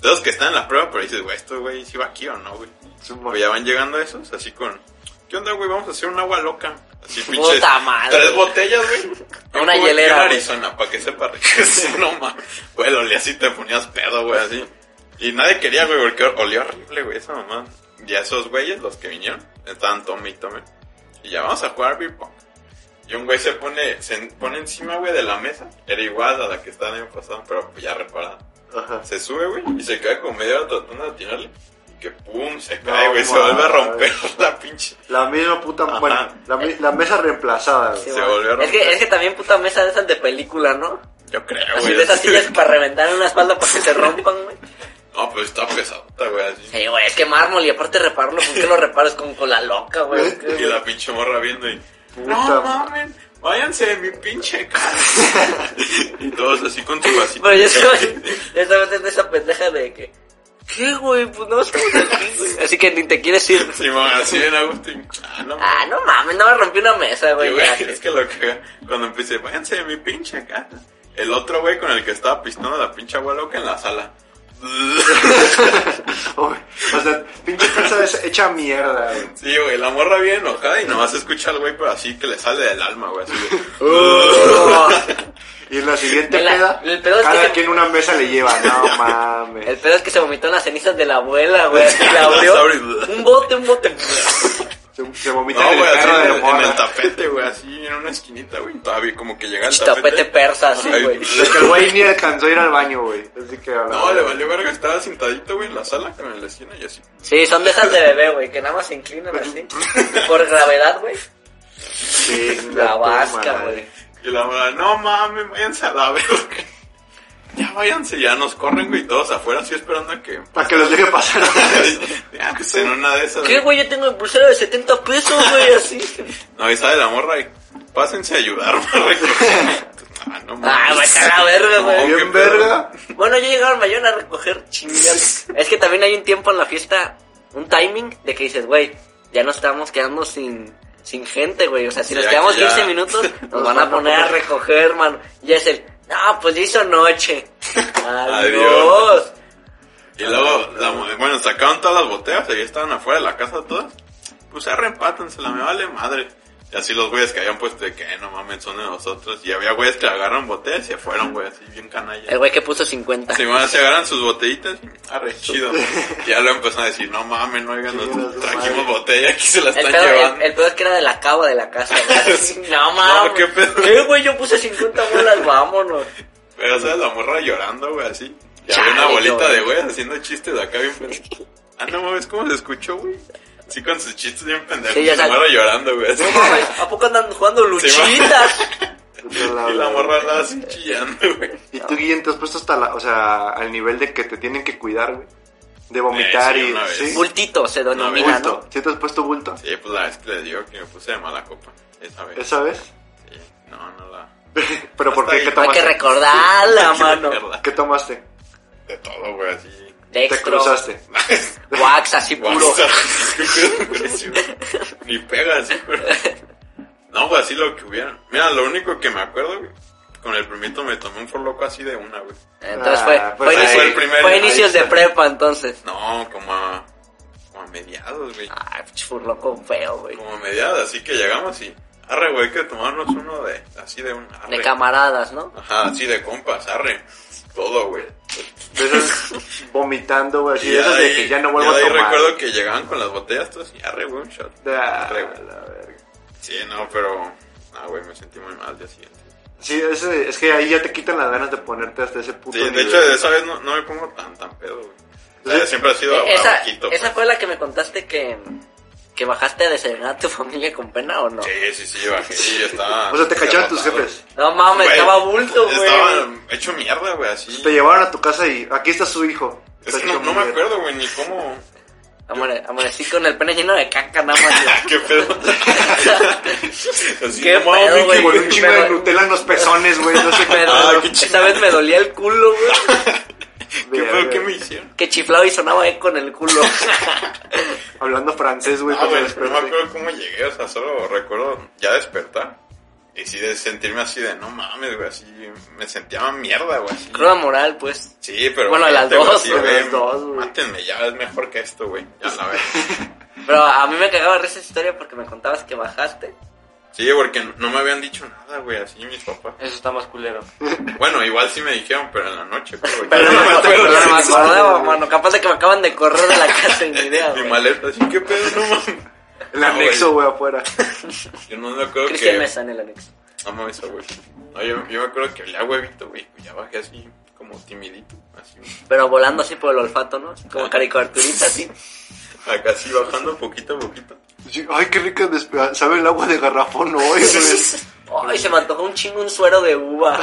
Speaker 4: de los que están en la prueba, pero dices, güey, esto, güey, si va aquí o no, güey.
Speaker 2: Simón.
Speaker 4: Pues ya van llegando esos, así con, ¿qué onda, güey? Vamos a hacer un agua loca. Así pinche.
Speaker 3: Puta madre.
Speaker 4: Tres botellas, güey.
Speaker 3: Una
Speaker 4: Yo, güey,
Speaker 3: hielera,
Speaker 4: yo en
Speaker 3: güey.
Speaker 4: Arizona, para que sepa rico. Sí, no mames. Güey, lo olía así, te ponías pedo, güey, así. Y nadie quería, güey, porque olía horrible, güey, esa mamá. Y a esos güeyes, los que vinieron, estaban tome y tome. Y ya vamos a jugar beer pong. Y un güey se pone, se pone encima, güey, de la mesa. Era igual a la que estaba el año pasado, pero pues ya reparada.
Speaker 2: Ajá.
Speaker 4: Se sube, güey, y se cae como media hora tratando de tirarle. Y que pum, se cae,
Speaker 2: No,
Speaker 4: güey, se vuelve a
Speaker 2: mames.
Speaker 4: romper la pinche.
Speaker 2: La misma puta.
Speaker 4: Ajá.
Speaker 2: Bueno, la, mi- la mesa reemplazada, güey.
Speaker 3: Sí,
Speaker 4: Se
Speaker 3: güey.
Speaker 4: volvió a
Speaker 3: es
Speaker 4: romper.
Speaker 3: que, es que también puta mesa de esas de película, ¿no?
Speaker 4: Yo creo,
Speaker 3: Así
Speaker 4: Ah, güey.
Speaker 3: de esas
Speaker 4: así.
Speaker 3: sillas para reventar en una espalda para que se rompan, güey.
Speaker 4: No, pero está pesadota, güey, así.
Speaker 3: Sí, güey, es que mármol y aparte repararlo, ¿con qué lo reparas? Con cola loca, güey. ¿Qué,
Speaker 4: Y
Speaker 3: güey?
Speaker 4: la pinche morra viendo y...
Speaker 2: Puta
Speaker 4: No
Speaker 2: madre".
Speaker 4: mamen, váyanse de mi pinche casa. y todos así con tu vasito.
Speaker 3: Pero yo estaba, yo estaba haciendo esa pendeja de que, ¿qué, güey? Pues no, estamos aquí, güey. Así que ni te quieres ir.
Speaker 4: Simón, así en Agustín. Ah, no mames.
Speaker 3: Ah, no mames, no me rompí una mesa,
Speaker 4: Y,
Speaker 3: güey.
Speaker 4: güey,
Speaker 3: ya,
Speaker 4: es que lo que... Cuando empecé, váyanse de mi pinche casa. El otro güey con el que estaba pistando la pinche agua loca en la sala.
Speaker 2: Uy, O sea, pinche casa es hecha mierda, güey.
Speaker 4: Sí, güey, la morra bien enojada y nomás escucha al güey, pero así que le sale del alma, güey. Así de,
Speaker 2: Y en la siguiente
Speaker 3: En la-
Speaker 2: peda,
Speaker 3: el pedo es
Speaker 2: cada
Speaker 3: que se-
Speaker 2: quien una mesa le lleva. No
Speaker 3: El
Speaker 2: mames.
Speaker 3: pedo es que se vomitó en las cenizas de la abuela, güey. así la
Speaker 4: Sorry.
Speaker 3: abrió. un bote, un bote.
Speaker 2: Se, se vomita
Speaker 4: No,
Speaker 2: en
Speaker 4: güey,
Speaker 2: el
Speaker 4: así
Speaker 2: carro de
Speaker 4: en,
Speaker 2: la
Speaker 4: el- en el
Speaker 2: morra.
Speaker 4: tapete, güey, así en una esquinita, güey. Todavía como que llega el
Speaker 3: Tapete
Speaker 4: tapete.
Speaker 3: persa, así,
Speaker 4: Ay,
Speaker 3: güey.
Speaker 2: De que el güey ni alcanzó a ir al baño, güey. Así que ah, a la
Speaker 4: No, le valió verga, estaba sentadito, güey, en la sala con el esquina y así.
Speaker 3: Sí, son de esas de bebé, güey, que nada más se inclinan así. Por gravedad, güey.
Speaker 2: Sí,
Speaker 3: La
Speaker 2: tu
Speaker 3: vasca,
Speaker 2: madre.
Speaker 3: güey.
Speaker 4: Y la morra, no mames, váyanse a la verga. Ya váyanse, ya nos corren, güey, todos afuera, así esperando a que.
Speaker 2: Para que los deje pasar.
Speaker 4: Ya, pues, en una de esas.
Speaker 3: ¿Qué, güey? Yo tengo el pulsero de 70 pesos, güey, así.
Speaker 4: No, y sale la morra y pásense a ayudar, morra. Y, Ah, no
Speaker 3: Ah, vaya la verga, güey.
Speaker 4: Obvio,
Speaker 2: Bien
Speaker 4: pero-
Speaker 2: verga.
Speaker 3: Bueno, ya llegaron mañana a recoger chingados. es que también hay un tiempo en la fiesta, un timing de que dices, güey, ya nos estamos quedando sin, sin gente, güey. O sea, si
Speaker 4: Sí,
Speaker 3: nos
Speaker 4: aquí
Speaker 3: quedamos
Speaker 4: ya.
Speaker 3: 15 minutos, nos van a poner a recoger, mano. Y es el, no, pues ya hizo noche. Adiós.
Speaker 4: Adiós. Y luego, la mu- bueno, sacaron todas las botellas y ya estaban afuera de la casa todas. Pues arre, empátensela, me vale madre. Y así los güeyes que habían puesto de que "Eh, no mames son de nosotros. Y había güeyes que agarran botellas y se fueron, güey, así bien canallas.
Speaker 3: El güey que puso 50.
Speaker 4: Si van se agarran sus botellitas, arre, chido. Y ya lo empezaron a decir, no mames, no oigan,
Speaker 2: Sí,
Speaker 4: nos
Speaker 2: no,
Speaker 4: trajimos
Speaker 2: madre.
Speaker 4: botella, aquí se la
Speaker 3: El
Speaker 4: están
Speaker 3: pedo, el,
Speaker 4: llevando.
Speaker 3: el pedo es que era de la cava de la casa.
Speaker 4: Sí.
Speaker 3: güey. no mames.
Speaker 4: No, qué pedo.
Speaker 3: ¿Qué, güey? Yo puse 50 bolas, vámonos.
Speaker 4: Pero, ¿sabes? La morra llorando, güey, así. Y
Speaker 3: Chale,
Speaker 4: había una bolita
Speaker 3: llorando.
Speaker 4: de güeyes haciendo chistes de acá bien pendejos. Ah, no mames, ¿cómo se escuchó, güey? Sí, con sus chistes bien pendejos.
Speaker 3: Sí,
Speaker 4: Sí,
Speaker 3: ya
Speaker 4: la
Speaker 3: sal-
Speaker 4: morra llorando, güey. así.
Speaker 3: ¿A poco andan jugando luchitas?
Speaker 4: Y la morra andaba así chillando, güey.
Speaker 2: Y tú, Guillén, te has puesto hasta la, o sea, al nivel de que te tienen que cuidar, güey. De vomitar
Speaker 4: Eh, sí,
Speaker 2: y.
Speaker 4: una vez.
Speaker 2: ¿sí?
Speaker 3: Bultito se denomina,
Speaker 4: Bulto.
Speaker 3: ¿no?
Speaker 2: ¿Bulto? ¿Sí te has puesto bulto?
Speaker 4: Sí, pues la vez que le digo que me puse de mala copa. Esa vez.
Speaker 2: ¿Esa vez?
Speaker 4: Sí. No, no la.
Speaker 2: ¿Pero por
Speaker 4: Hasta
Speaker 2: qué?
Speaker 4: ahí.
Speaker 2: ¿Qué
Speaker 3: Hay que
Speaker 2: tomaste?
Speaker 3: recordarla, Ah, mano.
Speaker 4: Mierda.
Speaker 2: ¿Qué tomaste?
Speaker 4: De todo, güey, así.
Speaker 2: Te
Speaker 3: Dextro,
Speaker 2: cruzaste.
Speaker 3: wax así puro.
Speaker 4: Guasa. ¿Qué pedo con ese, güey? Ni pega así, güey. No, güey, así lo que hubiera. Mira, lo único que me acuerdo, güey. Con el primito me tomé un forloco así de una, güey.
Speaker 3: Entonces
Speaker 2: Ah,
Speaker 3: fue,
Speaker 2: pues
Speaker 3: fue,
Speaker 2: ahí
Speaker 3: inicio-
Speaker 2: fue el
Speaker 4: primer-
Speaker 3: fue
Speaker 4: ahí
Speaker 3: inicios de
Speaker 2: está.
Speaker 3: prepa, entonces.
Speaker 4: No, como a, como a mediados, güey.
Speaker 3: Ay, furloco feo, güey.
Speaker 4: Como a mediados, así que llegamos y. Arre, güey, hay que tomarnos uno de. Así de un. Arre.
Speaker 3: De camaradas, ¿no?
Speaker 4: Ajá, así de compas, arre. Todo, güey.
Speaker 2: De esas vomitando, güey. Así
Speaker 4: Y
Speaker 2: Pues de
Speaker 4: ya
Speaker 2: esas
Speaker 4: de
Speaker 2: de que
Speaker 4: ahí-
Speaker 2: ya no vuelvo
Speaker 4: ya de
Speaker 2: a
Speaker 4: ahí
Speaker 2: tomar.
Speaker 4: recuerdo que llegaban con las botellas todas y arre, güey, un shot.
Speaker 2: Ah,
Speaker 4: Arre, güey.
Speaker 2: la verga.
Speaker 4: Sí, no, pero. No, güey, me sentí muy mal al día siguiente.
Speaker 2: Sí, ese- es que ahí ya te quitan las ganas de ponerte hasta ese puto
Speaker 4: Sí, de
Speaker 2: nivel.
Speaker 4: hecho, de esa vez no, no me pongo tan, tan pedo, güey. O sea,
Speaker 2: Sí.
Speaker 4: siempre ha sido
Speaker 3: Eh, esa,
Speaker 4: abajito.
Speaker 3: esa
Speaker 4: pues.
Speaker 3: fue la que me contaste que, que bajaste a desayunar a tu familia con pena o no.
Speaker 4: Sí, sí, sí, bajé. Sí, estaba.
Speaker 2: O sea, te cacharon tus
Speaker 4: derrotado.
Speaker 2: jefes.
Speaker 3: No mames,
Speaker 4: Güey,
Speaker 3: estaba bulto, güey.
Speaker 4: Estaba hecho mierda, güey, así.
Speaker 2: Te llevaron a tu casa y aquí está su hijo.
Speaker 4: Es
Speaker 2: Está
Speaker 4: que no,
Speaker 2: hecho
Speaker 4: no me
Speaker 2: mierda.
Speaker 4: acuerdo, güey, ni cómo.
Speaker 3: Amare- Amanecí con el pene lleno de caca nada más. güey.
Speaker 4: Ah, ¿Qué pedo? Así,
Speaker 3: Qué
Speaker 4: no mames,
Speaker 3: pedo,
Speaker 4: qué
Speaker 3: güey.
Speaker 2: Con un chingo de
Speaker 3: Pero-
Speaker 2: Nutella en los pezones, güey. No sé qué
Speaker 3: Pero
Speaker 4: Ah, qué
Speaker 3: esta vez me dolía el culo, güey.
Speaker 4: ¿Qué
Speaker 2: Verga.
Speaker 4: pedo que me hicieron?
Speaker 3: Que chiflaba y sonaba eco en el culo.
Speaker 2: Hablando francés, güey.
Speaker 4: Ah,
Speaker 2: cuando
Speaker 4: güey, no me
Speaker 2: desperté.
Speaker 4: acuerdo cómo llegué, o sea, solo recuerdo ya despertar. Y sí, de sentirme así de no mames, güey, así. Me sentía más mierda, güey. así.
Speaker 3: Cruda moral, pues.
Speaker 4: Sí, pero.
Speaker 3: Bueno, las
Speaker 4: gente, güey,
Speaker 3: dos,
Speaker 4: así,
Speaker 2: güey,
Speaker 4: güey,
Speaker 2: las dos, güey.
Speaker 4: Mátenme, ya es mejor que esto, güey. Ya la ves.
Speaker 3: Pero a mí me cagaba risa esa historia porque me contabas que bajaste.
Speaker 4: Sí, porque no me habían dicho nada, güey, así mis papás.
Speaker 5: Eso está más culero.
Speaker 4: Bueno, igual sí me dijeron, pero en la noche, pero yo
Speaker 3: Pero no me
Speaker 4: me
Speaker 3: acuerdo,
Speaker 4: acuerdo.
Speaker 3: pero no me acordaba, mano. Capaz de que me acaban de correr de la casa en idea,
Speaker 4: Mi
Speaker 3: güey.
Speaker 4: maleta, así, ¿qué pedo? No mames.
Speaker 2: El
Speaker 4: No,
Speaker 2: anexo, güey, afuera.
Speaker 4: Yo no me acuerdo
Speaker 3: Cristian
Speaker 4: que.
Speaker 3: Mesa en el anexo.
Speaker 4: No mames, güey. No, yo, yo me acuerdo que olía huevito, güey. Ya bajé así, como timidito. Así,
Speaker 3: Pero volando así por el olfato, ¿no? Así Como carico Arturita, así.
Speaker 4: acá así bajando poquito a poquito.
Speaker 2: Sí, Ay, qué rica despe- Sabe el agua de garrafón hoy, güey.
Speaker 3: Ay, se me antojó un chingo un suero de uva.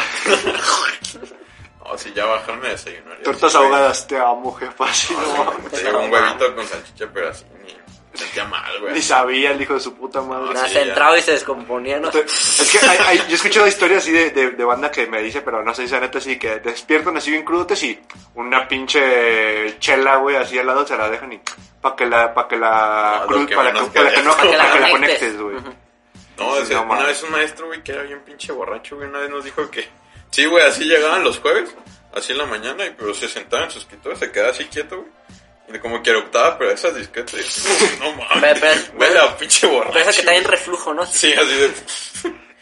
Speaker 4: No, sí, ya bajarme a desayunar. y
Speaker 2: Tortas
Speaker 4: así, güey.
Speaker 2: ahogadas, te amo, jefa. así,
Speaker 4: No,
Speaker 2: no
Speaker 4: no,
Speaker 2: mames.
Speaker 4: Te llevo un huevito con salchicha, pero así, ni. Sentía mal, güey.
Speaker 2: Ni sabía el hijo de su puta madre.
Speaker 3: Nada,
Speaker 4: sí,
Speaker 3: se
Speaker 4: ya.
Speaker 3: entraba y se descomponía, ¿no?
Speaker 2: Es que hay, hay- yo he escuchado historias así de, de, de banda que me dice, pero no sé si sea neta, así que despiertan así bien crudotes y una pinche chela, güey, así al lado se la dejan y para que la, para que la,
Speaker 4: Ah,
Speaker 2: cru-
Speaker 4: lo que
Speaker 2: para que,
Speaker 4: menos
Speaker 2: para que no,
Speaker 4: querías.
Speaker 2: para que la conectes, güey.
Speaker 3: Ujú.
Speaker 4: No, o sea,
Speaker 2: No,
Speaker 4: una
Speaker 2: mames.
Speaker 4: vez un maestro, güey, que era bien pinche borracho, güey, una vez nos dijo que... Sí, güey, así llegaban los jueves, así en la mañana, y pero se sentaba en su escritorio, se quedaba así quieto, güey. Y como que eructaba, pero esas disquetas. y- No
Speaker 3: Pero- pero-
Speaker 4: mames, güey, la pinche borracho.
Speaker 3: Pero eso que traen reflujo, ¿no?
Speaker 4: Sí, así de...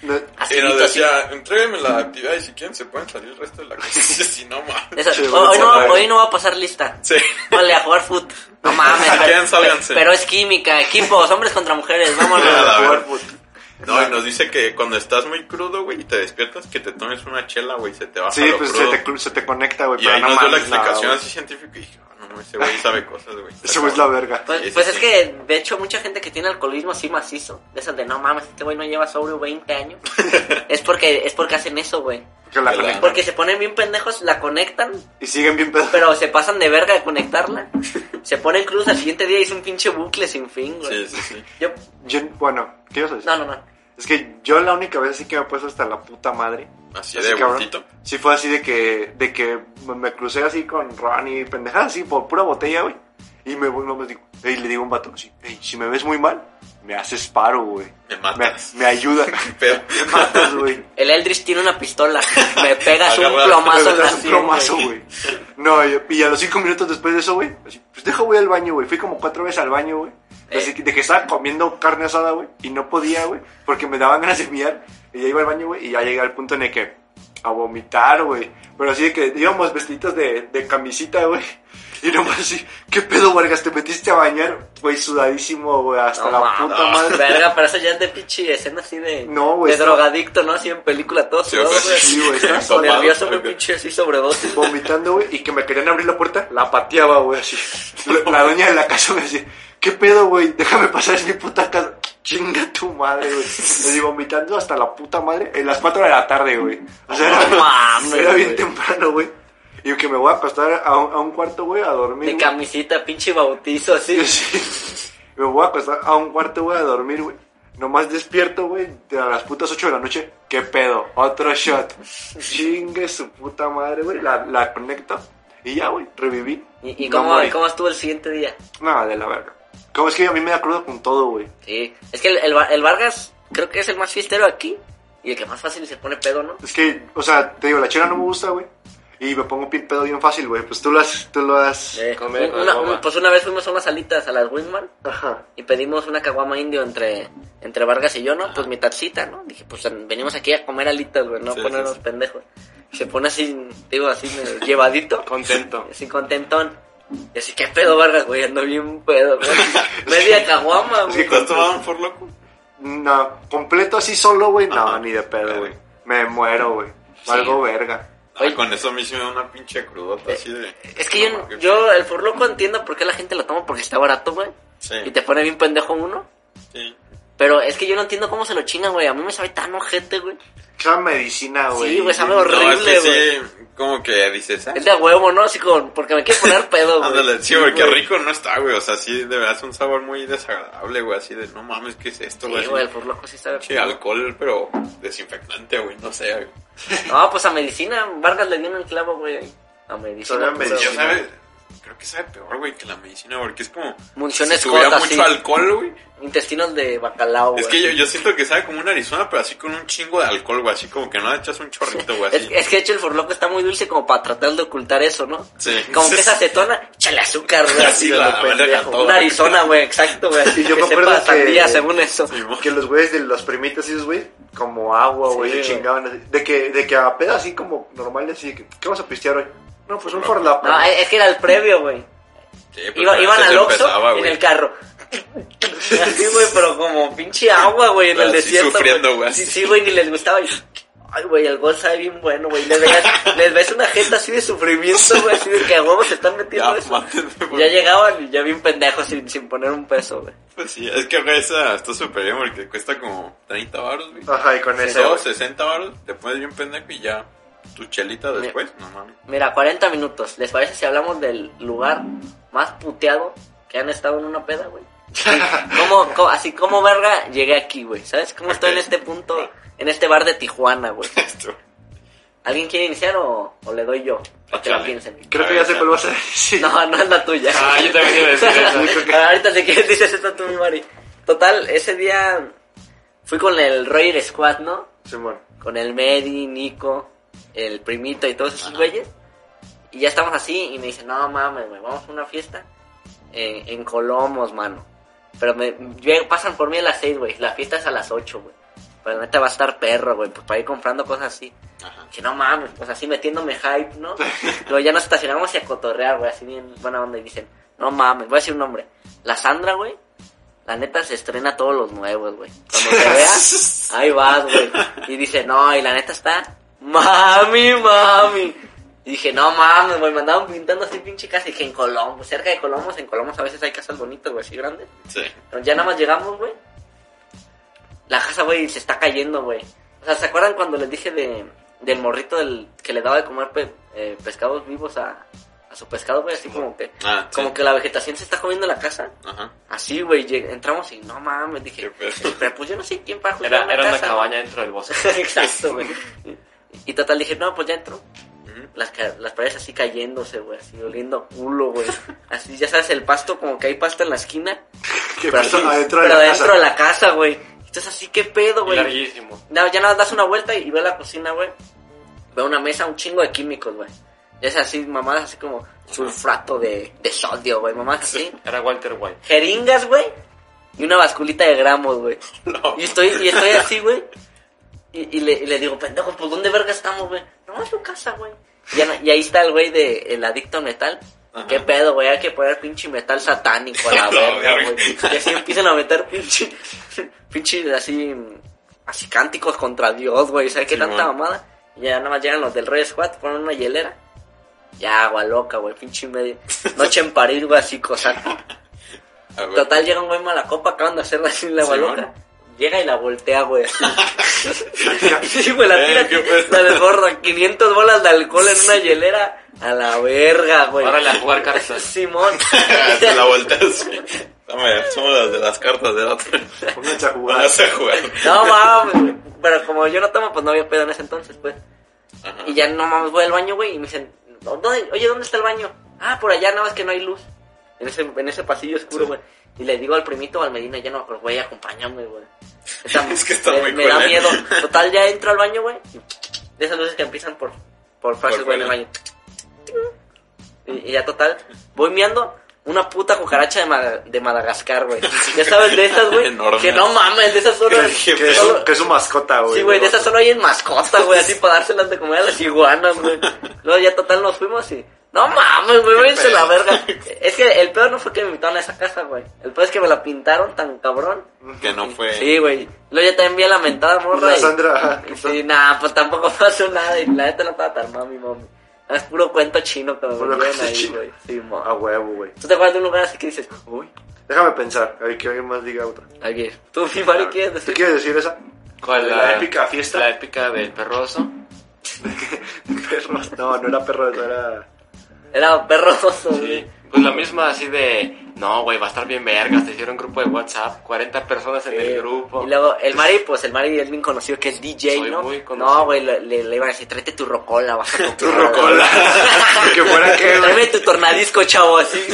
Speaker 2: No,
Speaker 3: Así,
Speaker 4: Y nos
Speaker 3: así.
Speaker 4: decía, entréguenme la actividad y si quieren se pueden salir el resto de la clase. Y así, no mames.
Speaker 3: Eso,
Speaker 2: Sí,
Speaker 3: hoy, no,
Speaker 2: bueno.
Speaker 3: hoy no va a pasar lista.
Speaker 4: Sí.
Speaker 3: Vale, a jugar foot. No mames.
Speaker 4: Si
Speaker 3: pero-
Speaker 4: quieren, sálganse.
Speaker 3: Pero es química, equipos, hombres contra mujeres, vámonos.
Speaker 4: A la
Speaker 2: jugar
Speaker 4: verga.
Speaker 2: fut-
Speaker 4: No, y nos dice que cuando estás muy crudo, güey, y te despiertas, que te tomes una chela, güey, y se te baja
Speaker 2: Sí,
Speaker 4: lo
Speaker 2: pues se
Speaker 4: crudo.
Speaker 2: te, cru- se te conecta, güey,
Speaker 4: Y
Speaker 2: pero
Speaker 4: ahí
Speaker 2: no
Speaker 4: nos dio la
Speaker 2: mames, no,
Speaker 4: explicación
Speaker 2: güey.
Speaker 4: así científica y dije, "Ah, no, no, ese güey sabe cosas, güey.
Speaker 2: Ese güey es la verga.
Speaker 3: Pues,
Speaker 4: Sí, sí,
Speaker 3: pues es
Speaker 4: sí.
Speaker 3: que, de hecho, mucha gente que tiene alcoholismo así macizo, de esas de no mames, este güey no lleva sobrio 20 años, es porque es porque hacen eso, güey.
Speaker 2: Que la
Speaker 4: Claro.
Speaker 2: conecta.
Speaker 3: Porque se ponen bien pendejos, la conectan,
Speaker 2: Y siguen bien pedos.
Speaker 3: pero se pasan de verga de conectarla. Se ponen cruz al siguiente día y es un pinche bucle sin fin, güey.
Speaker 4: Sí, sí, sí.
Speaker 3: Yo,
Speaker 2: Yo- Bueno, ¿qué ibas a decir?
Speaker 3: no, no, no.
Speaker 2: Es que yo la única vez así que me he puesto hasta la puta madre.
Speaker 4: Así,
Speaker 2: Así,
Speaker 4: de
Speaker 2: cabrón.
Speaker 4: bultito.
Speaker 2: Sí fue así de que, de que me- me crucé así con Ronnie, pendejada, así por pura botella, güey. Y me voy, nomás digo, ey, le digo a un vato, así, "Ey, si me ves muy mal, me haces paro, güey.
Speaker 4: Me
Speaker 2: Me,
Speaker 4: matas.
Speaker 2: me ayuda.
Speaker 4: Qué pedo.
Speaker 2: me matas, güey.
Speaker 3: El Eldritch tiene una pistola. Me pegas un
Speaker 4: Agarra-
Speaker 2: Me
Speaker 3: plomazo en la
Speaker 2: das un
Speaker 3: sien, güey.
Speaker 2: cromazo, güey. No, y, y a los cinco minutos después de eso, güey, así, pues deja, güey, al baño, güey. Fui como cuatro veces al baño, güey.
Speaker 3: Eh.
Speaker 2: Así que- De que estaba comiendo carne asada, güey, y no podía, güey, porque me daban ganas de miar. Y ya iba al baño, güey, y ya llegué al punto en el que a vomitar, güey. Pero así de que íbamos vestiditos de, de camisita, güey. Y nomás así, ¿qué pedo, Vargas? ¿Te metiste a bañar? Güey, sudadísimo, güey, hasta
Speaker 3: No,
Speaker 2: la
Speaker 3: ma,
Speaker 2: puta
Speaker 4: no.
Speaker 2: madre.
Speaker 3: Verga, pero eso ya es de pinche escena así de.
Speaker 2: No, güey,
Speaker 3: De
Speaker 2: está-
Speaker 3: drogadicto, ¿no? Así en película, todo
Speaker 4: Sí,
Speaker 3: sudado,
Speaker 4: o sea,
Speaker 3: güey.
Speaker 2: Sí, güey, estaba
Speaker 4: Empapado,
Speaker 3: Nervioso,
Speaker 4: güey.
Speaker 3: güey, pinche así sobredosis.
Speaker 2: vomitando, güey, y que me querían abrir la puerta, la pateaba, güey, así. La, la doña de la casa me decía, ¿qué pedo, güey? Déjame pasar, es mi puta casa. Chinga tu madre, güey. Así vomitando hasta la puta madre, en las 4 de la tarde, güey. O sea, era,
Speaker 3: No mames,
Speaker 2: era bien
Speaker 3: güey.
Speaker 2: temprano, güey. Y que me voy a acostar a un, a un cuarto, güey, a dormir.
Speaker 3: De
Speaker 2: güey.
Speaker 3: camisita, pinche bautizo, así.
Speaker 2: Sí. Me voy a acostar a un cuarto, güey, a dormir, güey. Nomás despierto, güey, de a las putas 8 de la noche. ¿Qué pedo? Otro shot. Chingue su puta madre, güey. La, la conecto. Y ya, güey, reviví.
Speaker 3: ¿Y, y
Speaker 2: No
Speaker 3: cómo,
Speaker 2: morí.
Speaker 3: cómo estuvo el siguiente día?
Speaker 2: Nada, de la verga. Como es que a mí me da crudo con todo, güey.
Speaker 3: Sí. Es que el, el Va- el Vargas creo que es el más fiestero aquí. Y el que más fácil se pone pedo, ¿no?
Speaker 2: Es que, o sea, te digo, la chela no me gusta, güey. Y me pongo bien pedo bien fácil, güey. Pues tú lo has... Tú lo has...
Speaker 3: Eh,
Speaker 1: Come
Speaker 3: un-
Speaker 1: con
Speaker 3: una-
Speaker 1: la
Speaker 3: un-
Speaker 1: boba.
Speaker 3: pues una vez fuimos a unas salitas a las Wingman
Speaker 2: Ajá.
Speaker 3: y pedimos una caguama indio entre, entre Vargas y yo, ¿no? Pues mi tacita, ¿no? Dije, pues venimos aquí a comer alitas, güey, no
Speaker 4: Ah. Sí,
Speaker 3: ponernos
Speaker 4: sí, sí.
Speaker 3: pendejos. Se pone así, digo, así medio llevadito,
Speaker 1: Contento.
Speaker 3: así contentón. Y así, ¿qué pedo, Vargas, güey? Ando bien pedo, güey. Media caguama,
Speaker 2: Es
Speaker 4: ¿Te
Speaker 3: güey.
Speaker 4: has tomado un forloco?
Speaker 2: No, completo así solo, güey. No,
Speaker 4: Ajá.
Speaker 2: ni de pedo, güey.
Speaker 4: Verga.
Speaker 2: Me muero, güey. Algo verga.
Speaker 4: Ah,
Speaker 3: Oye. Eh,
Speaker 4: con eso a mí sí me da una pinche crudota así de...
Speaker 3: Es que yo, yo el forloco entiendo por qué la gente lo toma porque está barato, güey.
Speaker 4: Sí,
Speaker 3: Y te pone bien pendejo uno.
Speaker 4: sí.
Speaker 3: Pero es que yo no entiendo cómo se lo chingan, güey. A mí me sabe tan ojete, güey.
Speaker 2: Esa medicina, güey.
Speaker 3: Sí, güey, sabe
Speaker 4: No,
Speaker 3: horrible,
Speaker 4: es que
Speaker 3: güey.
Speaker 4: sí, como que dices... ah,
Speaker 3: Es de a huevo, ¿no? Así con, porque me quiero poner pedo, güey.
Speaker 4: Ándale, sí, güey, qué
Speaker 3: güey.
Speaker 4: rico no está, güey. O sea, sí, de verdad es un sabor muy desagradable, güey. Así de, no mames, ¿qué es esto, güey?
Speaker 3: Sí,
Speaker 4: Así,
Speaker 3: güey, el furloco sí sabe.
Speaker 4: pinche alcohol, pero desinfectante, güey. No sé, güey.
Speaker 3: No, pues a medicina, Vargas le dio en el clavo, güey. ahí. A
Speaker 2: Solo a
Speaker 3: medicina. pura,
Speaker 2: medicina.
Speaker 4: Yo
Speaker 3: güey.
Speaker 4: sabe, creo que sabe peor, güey, que la medicina, porque es como.
Speaker 3: Munción
Speaker 4: si
Speaker 3: Scott,
Speaker 4: tuviera
Speaker 3: así.
Speaker 4: mucho alcohol, güey.
Speaker 3: Intestinos de bacalao, güey.
Speaker 4: Es que yo, yo siento que sabe como una Arizona, pero así con un chingo de alcohol, güey. Así como que no le echas un chorrito, güey.
Speaker 3: Es,
Speaker 4: Así.
Speaker 3: es que de hecho el furloco está muy dulce como para tratar de ocultar eso, ¿no?
Speaker 4: Sí.
Speaker 3: Como que esa acetona, échale azúcar, güey.
Speaker 4: Así
Speaker 3: de
Speaker 4: la-
Speaker 3: lo
Speaker 4: la verga
Speaker 3: pendejo.
Speaker 4: toda.
Speaker 3: Una Arizona, güey, exacto, güey.
Speaker 2: Y yo
Speaker 3: que
Speaker 2: me acuerdo
Speaker 3: sepa
Speaker 2: que-
Speaker 3: sandía, según eso.
Speaker 4: Sí, güey.
Speaker 2: Que los güeyes de los primitas y esos güey, como agua,
Speaker 3: Sí,
Speaker 2: güey, se
Speaker 3: güey.
Speaker 2: chingaban. así. De que, de que a pedo así como normal, así, que, ¿qué vas a pistear hoy? No, pues un forlapo.
Speaker 3: No, eh, es que era el previo, güey.
Speaker 4: Sí, pues,
Speaker 3: Iba-
Speaker 4: pero
Speaker 3: iban
Speaker 4: antes
Speaker 3: al Oxxo
Speaker 4: empezaba,
Speaker 3: y en
Speaker 4: güey.
Speaker 3: el carro. Así, güey, pero como pinche agua, güey, en
Speaker 4: Pero
Speaker 3: el
Speaker 4: así
Speaker 3: desierto.
Speaker 4: sufriendo, güey, así.
Speaker 3: Sí, sí, güey, ni les gustaba. Y- Ay, güey, el gol sabe bien bueno, güey. Les, veías- les ves una gente así de sufrimiento, güey, así de que a huevos se están metiendo
Speaker 4: Ya,
Speaker 3: eso.
Speaker 4: mátenme, güey.
Speaker 3: Ya llegaban y ya bien pendejos sin, sin poner un peso, güey.
Speaker 4: Pues sí, es que, güey, esa está súper bien porque cuesta como 30 baros, güey.
Speaker 2: Ajá, y con Ah, ese.
Speaker 4: o
Speaker 2: güey.
Speaker 4: 60 baros, te pones bien pendejo y ya. Tu chelita después, no mames.
Speaker 3: Mira, 40 minutos. ¿Les parece si hablamos del lugar más puteado que han estado en una peda, güey? ¿Cómo, cómo- así como verga llegué aquí, güey. ¿Sabes cómo estoy en este punto, en este bar de Tijuana, güey?
Speaker 4: Esto.
Speaker 3: ¿Alguien quiere iniciar o, o le doy yo? Para que la
Speaker 1: Échale.
Speaker 3: piensen.
Speaker 2: Creo que ya sé cuál vas a decir.
Speaker 3: No, no es la tuya. Ah,
Speaker 1: Ah, yo también iba a decir eso.
Speaker 2: creo que-
Speaker 3: Ahorita si quieres dices esto tú, mi Mari. Total, ese día fui con el Roger Squad, ¿no?
Speaker 2: Simón.
Speaker 3: Con el Medi, Nico, el primito y todos esos güeyes. Y ya estamos así y me dicen, no mames, güey, vamos a una fiesta en, en Colomos, mano. Pero me, lleg- pasan por mí a las 6, güey. La fiesta es a las 8, güey. Pero la neta va a estar perro, güey, pues para ir comprando cosas así.
Speaker 4: Ajá.
Speaker 3: Que no mames, pues así metiéndome hype, ¿no? Luego ya nos estacionamos y a cotorrear, güey, así bien buena onda. Y dicen, no mames, voy a decir un nombre. La Sandra, güey, la neta se estrena todos los nuevos, güey. Cuando te veas, ahí vas, güey. Y dice, no, y la neta está, mami, mami. Y dije, no mames, güey, me andaban pintando así pinche casa. Y dije, en Colombo, cerca de Colomos, en Colomos a veces hay casas bonitas, güey, así grandes.
Speaker 4: Sí.
Speaker 3: Pero ya nada más llegamos, güey. La casa, güey, se está cayendo, güey. O sea, ¿se acuerdan cuando les dije de, del morrito del, que le daba de comer pe- eh, pescados vivos a, a su pescado, güey, así como que,
Speaker 4: Ah, sí.
Speaker 3: como que la vegetación se está comiendo la casa.
Speaker 4: Ajá.
Speaker 3: Así, güey, lleg- entramos y no mames,
Speaker 4: Qué
Speaker 3: dije,
Speaker 4: pedo.
Speaker 3: pero pues yo no sé quién para juzgar
Speaker 1: Era,
Speaker 3: una
Speaker 1: era una
Speaker 3: casa, ¿no?"
Speaker 1: cabaña dentro del bosque.
Speaker 3: Exacto, güey. Y total dije, no, pues ya entro.
Speaker 4: Ujú.
Speaker 3: Las, ca- las paredes así cayéndose, güey, así oliendo a culo, güey. Así, ya sabes, el pasto, como que hay pasto en la esquina.
Speaker 2: Que pasa
Speaker 3: así-
Speaker 2: adentro de
Speaker 3: pero
Speaker 2: la
Speaker 3: adentro
Speaker 2: casa.
Speaker 3: de la casa, güey. Entonces así, qué
Speaker 1: Y
Speaker 3: pedo, güey.
Speaker 1: larguísimo.
Speaker 3: No, ya nada, más das una vuelta y ve la cocina, güey. Ve una mesa, un chingo de químicos, güey. Ya es así, mamadas así como sulfato de, de sodio, güey, mamadas así.
Speaker 1: Era Walter White.
Speaker 3: Jeringas, güey. Y una basculita de gramos, güey.
Speaker 4: No.
Speaker 3: Y estoy, y estoy así, güey. Y, y le, y le digo, pendejo, pues ¿dónde verga estamos, güey? No, es tu casa, güey. Y, ya no- y ahí está el güey de el adicto al metal.
Speaker 4: Ajá.
Speaker 3: ¿Qué pedo, güey? Hay que poner pinche metal satánico a la
Speaker 4: No,
Speaker 3: verga,
Speaker 4: verga.
Speaker 3: güey. Y así empiezan a meter pinche, pinche así, así cánticos contra Dios, güey. ¿Sabes qué tanta
Speaker 4: Simón.
Speaker 3: mamada? Y ya nada más llegan los del Red Squad, ponen una hielera. Ya, agua loca, güey, pinche medio. Noche en París, güey, así, cosaco.
Speaker 4: A ver.
Speaker 3: Total, llega un güey mala copa, acaban de hacerla así la
Speaker 4: Sí,
Speaker 3: baloca.
Speaker 4: bueno.
Speaker 3: Llega y la voltea, güey. así. sí, güey, la
Speaker 4: Eh,
Speaker 3: tira
Speaker 4: qué
Speaker 3: así,
Speaker 4: pedo.
Speaker 3: la desborra. 500 bolas de alcohol en una hielera. A la verga, güey.
Speaker 1: Órale a jugar cartas.
Speaker 3: Simón.
Speaker 4: Te la volteas. Dame, somos las de las cartas de la otra.
Speaker 2: Pónganse a jugar.
Speaker 4: Vas a jugar.
Speaker 3: no mames, güey. Pero como yo no tomo, pues no había pedo en ese entonces, pues.
Speaker 4: Ajá.
Speaker 3: Y ya no mames, voy al baño, güey. Y me dicen, "¿Dónde- oye, ¿dónde está el baño? Ah, por allá, nada más que no hay luz. En ese, en ese pasillo oscuro, güey. Y le digo al primito, o al Medina, ya no me acuerdo, güey, acompáñame, güey. Esa-
Speaker 4: Es que está
Speaker 3: me,
Speaker 4: muy
Speaker 3: me da miedo.
Speaker 4: culero.
Speaker 3: Total, ya entro al baño, güey. y De esas luces que empiezan por, por frases,
Speaker 4: Por
Speaker 3: güey, en el
Speaker 4: fuera.
Speaker 3: baño. Y, y ya, total, voy meando una puta cucaracha de, Mada- de Madagascar, güey. Ya sabes, de estas, güey.
Speaker 4: Enorme.
Speaker 3: Que no mames, de esas solo...
Speaker 4: Qué
Speaker 2: Que es,
Speaker 4: pedo.
Speaker 2: su, que es su mascota, güey.
Speaker 3: Sí, güey, de esas
Speaker 2: son
Speaker 3: solo hay en mascota, güey, así para dárselas de comer a las iguanas, güey. Luego ya total nos fuimos y... No mames, güey, váyanse a la verga. Es que el peor no fue que me invitaron a esa casa, güey. El peor es que me la pintaron tan cabrón.
Speaker 4: Que no fue.
Speaker 3: Sí, güey. Luego ya también vi a la mentada morra
Speaker 2: La
Speaker 3: y-
Speaker 2: Sandra, ajá,
Speaker 3: y
Speaker 2: que
Speaker 3: sí, nah, pues tampoco pasó nada y la neta no estaba tan mami, mami. Ah, Es puro cuento chino que me
Speaker 2: Puro
Speaker 3: metieron
Speaker 2: cuento
Speaker 3: ahí,
Speaker 2: chino.
Speaker 3: güey. Sí, mo.
Speaker 2: A huevo, güey.
Speaker 3: ¿Tú te acuerdas de un lugar así que dices, uy,
Speaker 2: Déjame pensar. A ver que alguien más diga otra.
Speaker 3: alguien? ¿Tú, mi Mario, quieres
Speaker 2: Ah, ¿Tú
Speaker 3: decir?
Speaker 2: quieres decir esa?
Speaker 1: ¿Cuál?
Speaker 2: La épica fiesta.
Speaker 1: La épica del perroso.
Speaker 2: Perro. No, no era perro, eso era.
Speaker 3: Era perroso, güey.
Speaker 1: Sí. Pues la misma así de, no, güey, va a estar bien vergas, te hicieron grupo de WhatsApp, 40 personas en el grupo.
Speaker 3: Y luego, el Mari, pues el Mari es bien conocido que es DJ,
Speaker 1: Soy
Speaker 3: ¿no?
Speaker 1: muy conocido.
Speaker 3: no, güey, le, le, le iban a decir, tráete tu rocola, vas a
Speaker 4: Tu rocola.
Speaker 2: que fuera que,
Speaker 3: Tráeme
Speaker 2: güey.
Speaker 3: tu tornadisco, chavo, así,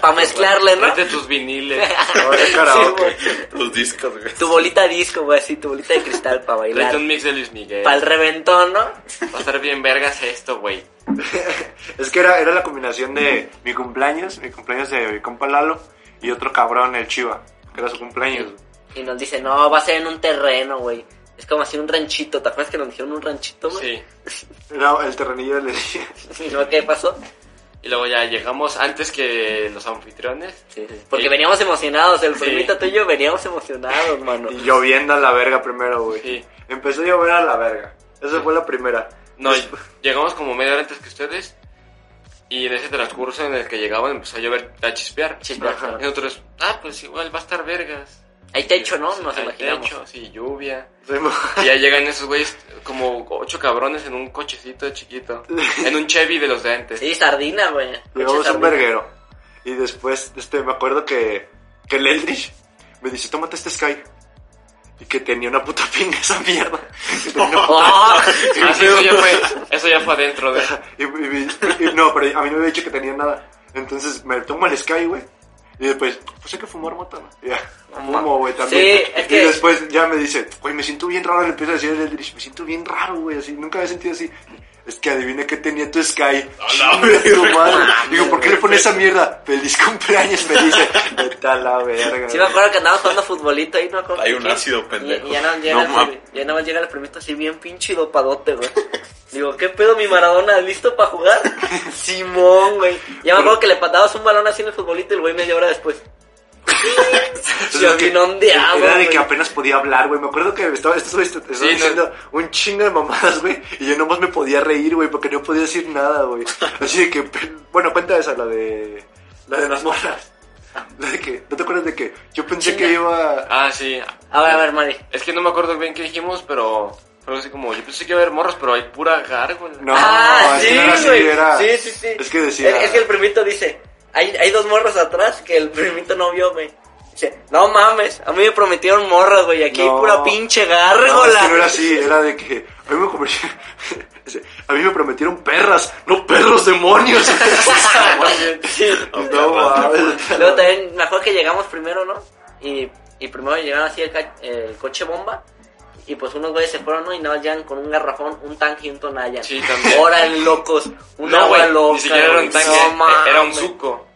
Speaker 3: para mezclarle, ¿no?
Speaker 1: Vete tus viniles.
Speaker 2: Ahora es karaoke.
Speaker 3: güey.
Speaker 4: Los discos, güey.
Speaker 3: tu bolita disco, güey, así, tu bolita de cristal para
Speaker 1: Tráete
Speaker 3: bailar.
Speaker 1: un mix de Luis Miguel.
Speaker 3: Para el reventón, ¿no?
Speaker 1: Va a estar bien vergas esto, güey.
Speaker 2: Es que era, era la combinación de mi cumpleaños, mi cumpleaños de mi compa Lalo y otro cabrón, el Chiva, que era su cumpleaños. güey.
Speaker 3: Y nos dice, no, va a ser en un terreno, güey. Es como así un ranchito, ¿te acuerdas que nos dijeron un ranchito, güey?
Speaker 1: Sí.
Speaker 2: Era el terrenillo le dije.
Speaker 3: Sí. ¿No? ¿Qué pasó?
Speaker 1: Y luego ya llegamos antes que los anfitriones.
Speaker 3: Sí, sí. Porque
Speaker 1: Sí.
Speaker 3: veníamos emocionados, el
Speaker 1: Sí.
Speaker 3: primito tú y yo veníamos emocionados, mano.
Speaker 2: Y lloviendo a la verga primero, güey.
Speaker 1: Sí.
Speaker 2: Empezó a llover a la verga. Esa fue la primera.
Speaker 1: No, y- llegamos como media hora antes que ustedes. Y en ese transcurso en el que llegaban empezó a llover, a chispear.
Speaker 3: Chispear,
Speaker 1: Ajá.
Speaker 3: claro.
Speaker 1: Y nosotros, ah, pues igual va a estar vergas.
Speaker 3: Hay techo, ¿no? Nos
Speaker 1: Hay
Speaker 3: imaginamos.
Speaker 1: techo, sí, lluvia.
Speaker 2: Se mo-
Speaker 1: Y ya llegan esos güeyes, como ocho cabrones en un cochecito chiquito. En un Chevy de los de antes.
Speaker 3: Sí, sardina, güey.
Speaker 2: Llegamos
Speaker 3: Pinche
Speaker 2: a un
Speaker 3: sardina.
Speaker 2: verguero. Y después, este, me acuerdo que, que el Eldritch me dice, tómate este Sky. Y que tenía una puta pinga esa mierda. Que tenía una puta-
Speaker 3: ¡Oh!
Speaker 1: Ah, sí, eso ya fue, eso ya fue adentro de...
Speaker 2: Y, y- y- y- no, pero a mí no me había dicho que tenía nada. Entonces me tomo el Sky, güey. Y después, pues hay que fumar mota, ¿no? Y Ya, fumo, güey, también.
Speaker 3: Sí, es
Speaker 2: y
Speaker 3: que-
Speaker 2: después ya me dice, güey, me siento bien raro. Le empiezo a decir el Eldritch, me siento bien raro, güey, así. Nunca había sentido así. Es que adivina que tenía tu Sky.
Speaker 4: A la
Speaker 2: Chinga tu
Speaker 4: verga.
Speaker 2: madre. Digo, ¿por qué le pones esa mierda? Feliz cumpleaños, me dice. Vete a la verga.
Speaker 3: Sí, me acuerdo que andábamos jugando futbolito ahí, no me acuerdo
Speaker 4: Hay
Speaker 3: con
Speaker 4: un
Speaker 3: quién.
Speaker 4: ácido, pendejo.
Speaker 3: Y, y ya no llega,
Speaker 4: No,
Speaker 3: el,
Speaker 4: mam.
Speaker 3: pri- ya nada más llega el primito así bien pinche y dopadote, güey. Digo, ¿qué pedo mi Maradona? ¿Listo para jugar? Simón, güey. Ya me acuerdo que le patabas un balón así en el futbolito y el güey media hora después.
Speaker 2: Entonces,
Speaker 3: Se
Speaker 2: que-
Speaker 3: inondeaba,
Speaker 2: Era de
Speaker 3: güey.
Speaker 2: que apenas podía hablar, güey. Me acuerdo que estaba, estaba, estaba
Speaker 1: Sí, no.
Speaker 2: diciendo un chingo de mamadas, güey. Y yo nomás me podía reír, güey, porque no podía decir nada, güey. Así de que, pe- bueno, cuenta esa, la de. La de las morras. La de que, ¿no te acuerdas de que yo pensé
Speaker 3: Chinga.
Speaker 2: que iba.
Speaker 1: Ah, sí.
Speaker 3: A ver, a ver, Mari.
Speaker 1: Es que no me acuerdo bien qué dijimos, pero Algo así como, yo pensé que iba a haber morros, pero hay pura gárgola.
Speaker 2: No,
Speaker 3: ah,
Speaker 2: es
Speaker 3: sí,
Speaker 2: que no era así,
Speaker 3: güey.
Speaker 2: era-
Speaker 3: Sí, sí, sí.
Speaker 2: Es que decía-
Speaker 3: Es, es que el primito dice, hay, hay dos morros atrás que el primito no vio, güey. Dice, no mames, a mí me prometieron morras, güey, aquí
Speaker 2: No.
Speaker 3: hay pura pinche
Speaker 1: Ah,
Speaker 2: No, es
Speaker 3: gárgola.
Speaker 2: que no era así, era de que a mí me convertí- A mí me prometieron perras, no perros demonios.
Speaker 3: Sí.
Speaker 2: no, mames.
Speaker 3: Luego también, me acuerdo que llegamos primero, ¿no? Y, y primero llegaron así el, ca- el coche bomba. Y pues unos güeyes se fueron, ¿no? Y nada, más llegan con un garrafón, un tanque y un tonalla.
Speaker 1: Sí, también.
Speaker 3: Ahora locos, un
Speaker 1: No,
Speaker 3: agua
Speaker 1: güey,
Speaker 3: loca.
Speaker 1: ni siquiera era un
Speaker 3: güey.
Speaker 1: tanque,
Speaker 3: No
Speaker 1: eh,
Speaker 3: mames.
Speaker 1: era un suco.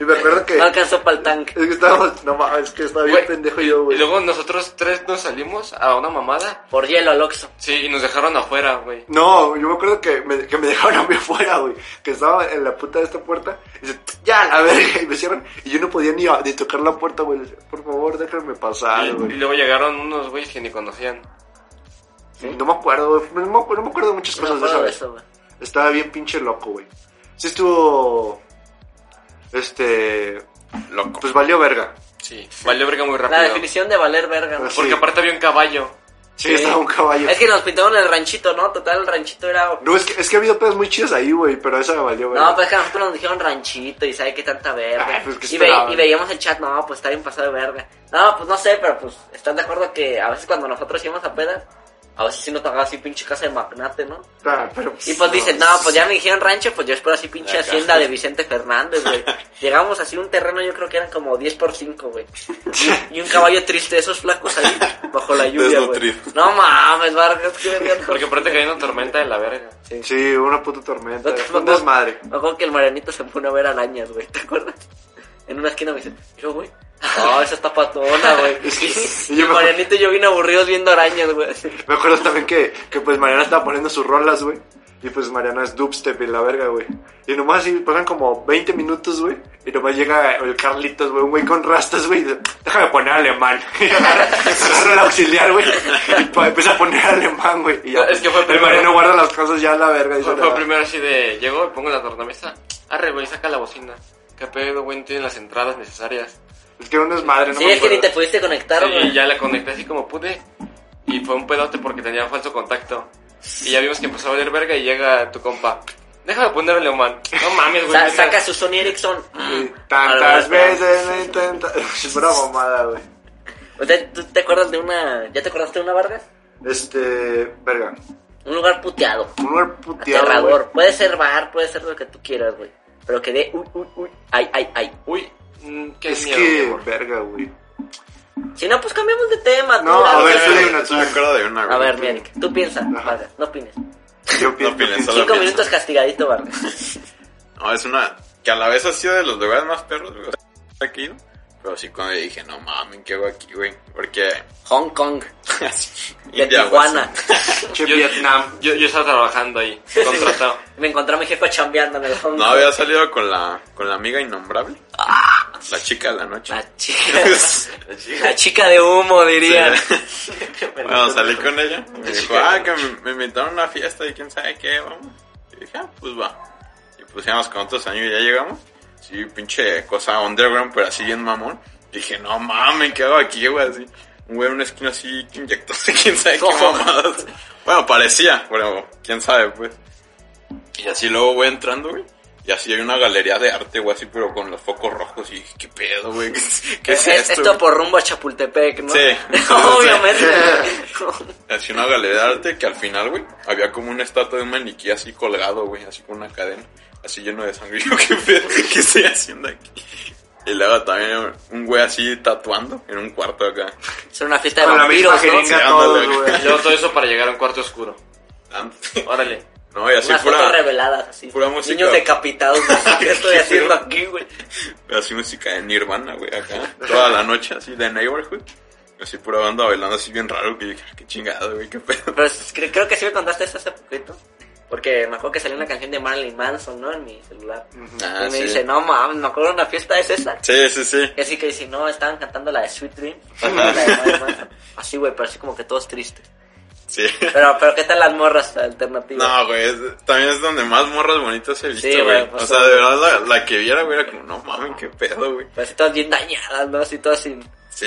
Speaker 2: Y me acuerdo que.
Speaker 3: No alcanzó para el tanque.
Speaker 2: Es que estaba. No mames, es que estaba bien
Speaker 1: Güey,
Speaker 2: pendejo yo,
Speaker 1: Y
Speaker 2: güey.
Speaker 1: luego nosotros tres nos salimos a una mamada.
Speaker 3: Por hielo al Oxxo.
Speaker 1: Sí, y nos dejaron afuera, güey.
Speaker 2: No, yo me acuerdo que me, que me dejaron a mí afuera, güey. Que estaba en la puta de esta puerta. Y dice, ya, la verga. Y me cierran. Y yo no podía ni, ni tocar la puerta, güey. Le decía, Por favor, déjenme
Speaker 1: y,
Speaker 2: pasar,
Speaker 1: y
Speaker 2: güey.
Speaker 1: luego llegaron unos güeyes que ni conocían.
Speaker 2: No me acuerdo, güey. No me, acuerdo- no me acuerdo de muchas
Speaker 3: No
Speaker 2: cosas
Speaker 3: me
Speaker 2: de esa
Speaker 3: acuerdo de
Speaker 2: vez.
Speaker 3: eso, güey.
Speaker 2: Estaba bien pinche loco, güey. Sí estuvo. Este.
Speaker 4: Loco.
Speaker 2: Pues valió verga.
Speaker 1: Sí, valió verga muy
Speaker 3: La
Speaker 1: rápido.
Speaker 3: definición de valer verga, ¿no?
Speaker 2: Pues Sí.
Speaker 1: Porque aparte había un caballo.
Speaker 2: Sí, estaba un caballo.
Speaker 3: Es que nos pintaron el ranchito, ¿no? Total, el ranchito era...
Speaker 2: No, es que, es que ha habido pedas muy chidas ahí, güey. Pero esa me valió verga.
Speaker 3: No, pues es que a nosotros nos dijeron ranchito y sabe qué tanta verga.
Speaker 2: Ah, pues, ¿qué
Speaker 3: y, ve-
Speaker 2: esperaban?
Speaker 3: y veíamos el chat, no, pues está bien pasado de verga. No, pues no sé, pero pues están de acuerdo que a veces cuando nosotros íbamos a pedas, a veces sí nos tocaba así pinche casa de magnate, ¿no?
Speaker 2: Ah, pero, pues,
Speaker 3: Y pues dicen, no, pues ya me dijeron rancho, pues yo espero así pinche
Speaker 4: La
Speaker 3: hacienda
Speaker 4: casa.
Speaker 3: de Vicente Fernández, güey. Llegamos así a un terreno, yo creo que eran como 10 por 5, güey. Y, y un caballo triste, esos flacos ahí, bajo la lluvia, güey.
Speaker 4: Desnutrido.
Speaker 3: No mames, Vargas, qué verga.
Speaker 1: Porque aparte cayó una tormenta de la verga.
Speaker 2: Sí, una puta tormenta.
Speaker 3: Otro-
Speaker 2: Un desmadre.
Speaker 3: Me acuerdo que el Marianito se pone a ver arañas, güey, ¿te acuerdas? En una esquina me dice, yo, güey. Ah, esa está patona, güey.
Speaker 2: Sí.
Speaker 3: Y el Marianito y yo bien aburridos viendo arañas, güey. así.
Speaker 2: Me acuerdo también que, que pues Mariana estaba poniendo sus rolas, güey. Y pues Mariana es dubstep y la verga, güey. Y nomás así pasan como 20 minutos, güey. Y nomás llega el Carlitos, güey, un güey con rastas, güey. y dice, Déjame poner alemán. Y agarra, agarra el auxiliar, güey. Y pa- empieza a poner alemán, güey. Y ya.
Speaker 1: No, es que fue
Speaker 2: el
Speaker 1: primero.
Speaker 2: Mariano guarda las cosas ya a la verga. Dice,
Speaker 1: Fue, fue
Speaker 2: "No".
Speaker 1: primero así de, llego y pongo la tornamesa. Arre, güey, saca la bocina. ¿Qué pedo, güey? No tienen las entradas necesarias.
Speaker 2: Es que era un desmadre, ¿no?
Speaker 3: sí,
Speaker 2: me
Speaker 3: es que ni te
Speaker 2: acuerdo.
Speaker 3: pudiste conectar,
Speaker 1: Y
Speaker 3: güey.
Speaker 1: ya la conecté así como pude. Y fue un pedote porque tenía falso contacto. Y ya vimos que empezó a valer verga y llega tu compa. Déjame ponerle, man. No mames, güey.
Speaker 3: Sa- saca su Sony Ericsson.
Speaker 2: Y
Speaker 3: Ah, A la
Speaker 2: Tantas
Speaker 3: verga.
Speaker 2: veces lo intenta. Es una mamada, güey.
Speaker 3: ¿Usted, ¿Tú te acuerdas de una... ¿Ya te acordaste de una, Vargas?
Speaker 2: Este, verga.
Speaker 3: Un lugar puteado.
Speaker 2: Un lugar puteado. güey.
Speaker 3: Aterrador. Puede ser bar, puede ser lo que tú quieras, güey. Pero que dé... Uy, uy, uy. Ay, ay, ay.
Speaker 1: Uy, mm, qué
Speaker 2: Es
Speaker 1: miedo, mi
Speaker 2: que,
Speaker 1: amor.
Speaker 2: verga, güey.
Speaker 3: Si no, pues cambiamos de tema. tú,
Speaker 2: No,
Speaker 3: Vargas.
Speaker 2: a ver,
Speaker 4: Yo
Speaker 2: sí,
Speaker 4: me-
Speaker 2: una,
Speaker 4: yo me acuerdo de una, güey.
Speaker 3: A ver, Mierick, tú piensa,
Speaker 2: Ajá.
Speaker 3: Vargas, no opines.
Speaker 2: Yo pienso.
Speaker 4: No opines,
Speaker 2: pienso-
Speaker 4: solo
Speaker 3: Cinco
Speaker 4: piensa.
Speaker 3: minutos castigadito, Vargas.
Speaker 4: No, es una que a la vez ha sido de los lugares más perros, güey. o sea, que he ido. Pero sí cuando dije, no mames, ¿qué hago aquí, güey? Porque...
Speaker 3: Hong Kong, de
Speaker 4: India, pues, güey,
Speaker 3: Tijuana.
Speaker 2: Che,
Speaker 1: Yo-
Speaker 2: Vietnam.
Speaker 1: Yo, yo estaba trabajando ahí, contratado.
Speaker 3: Me encontré a mi jefe chambeando en el Hong
Speaker 4: No
Speaker 3: Kong.
Speaker 4: había salido con la con la amiga innombrable. La chica de la noche.
Speaker 3: Ah. La chica, la chica de humo, dirían.
Speaker 4: Sí. Bueno, salí con ella. y Me dijo, ah, que me, me invitaron a una fiesta y quién sabe qué, vamos. Y dije, ah, pues va. Y pues íbamos con otros años y ya llegamos. Sí, pinche cosa underground, pero así bien mamón. Y dije, no mames, ¿qué hago aquí, güey? Así, un güey en una esquina así que inyectase quién sabe qué
Speaker 3: ¿Cómo?
Speaker 4: mamadas. Bueno, parecía, bueno, quién sabe, pues. Y así luego voy entrando, güey. Y así hay una galería de arte, güey, así, pero con los focos rojos. Y dije, qué pedo, güey, ¿qué, qué es,
Speaker 3: Es-
Speaker 4: esto?
Speaker 3: esto
Speaker 4: güey?"
Speaker 3: por rumbo a Chapultepec, ¿no?
Speaker 4: Sí.
Speaker 3: Obviamente.
Speaker 4: Así una galería de arte que al final, güey, había como una estatua de un maniquí así colgado, güey, así con una cadena, así lleno de sangre. Yo, ¿qué pedo? ¿Qué estoy haciendo aquí? Y luego también un güey así tatuando en un cuarto acá.
Speaker 3: Es una fiesta de
Speaker 2: Con la misma
Speaker 3: vampiros, ¿no?
Speaker 2: jeringa
Speaker 4: Ah, Sí,
Speaker 2: todos,
Speaker 4: ándale,
Speaker 2: güey.
Speaker 1: Y luego todo eso para llegar a un cuarto oscuro. Órale.
Speaker 4: No, y así
Speaker 3: Unas fotos
Speaker 4: pura,
Speaker 3: reveladas, así.
Speaker 4: pura música.
Speaker 3: Niños decapitados, güey. ¿qué estoy
Speaker 4: Qué
Speaker 3: haciendo
Speaker 4: feo.
Speaker 3: aquí, güey?
Speaker 4: así música de Nirvana, güey, acá. Toda la noche así de Neighborhood. Así pura banda bailando así bien raro, que yo dije, "Ah, qué chingado, güey, qué pedo.
Speaker 3: Pero es- cre- creo que sí me contaste eso hace poquito. Porque me acuerdo que salió una canción de Marilyn Manson, ¿no? En mi celular.
Speaker 4: Ah,
Speaker 3: y me
Speaker 4: sí.
Speaker 3: dice, no mames, me acuerdo de una fiesta, es esa.
Speaker 4: Sí, sí, sí.
Speaker 3: Y así que dice, no, estaban cantando la de Sweet Dream. la de Marilyn Manson. así, güey, pero así como que todos tristes.
Speaker 4: Sí.
Speaker 3: Pero, pero ¿qué tal las morras alternativas?
Speaker 4: No, güey, es- también es donde más morras bonitas he visto,
Speaker 3: Sí,
Speaker 4: güey.
Speaker 3: güey, pues,
Speaker 4: o sea, de verdad, la, la que viera, güey, era como, no mames, qué pedo, güey.
Speaker 3: Pero así Pues, todas bien dañadas, ¿no? Así todas sin...
Speaker 4: Sí,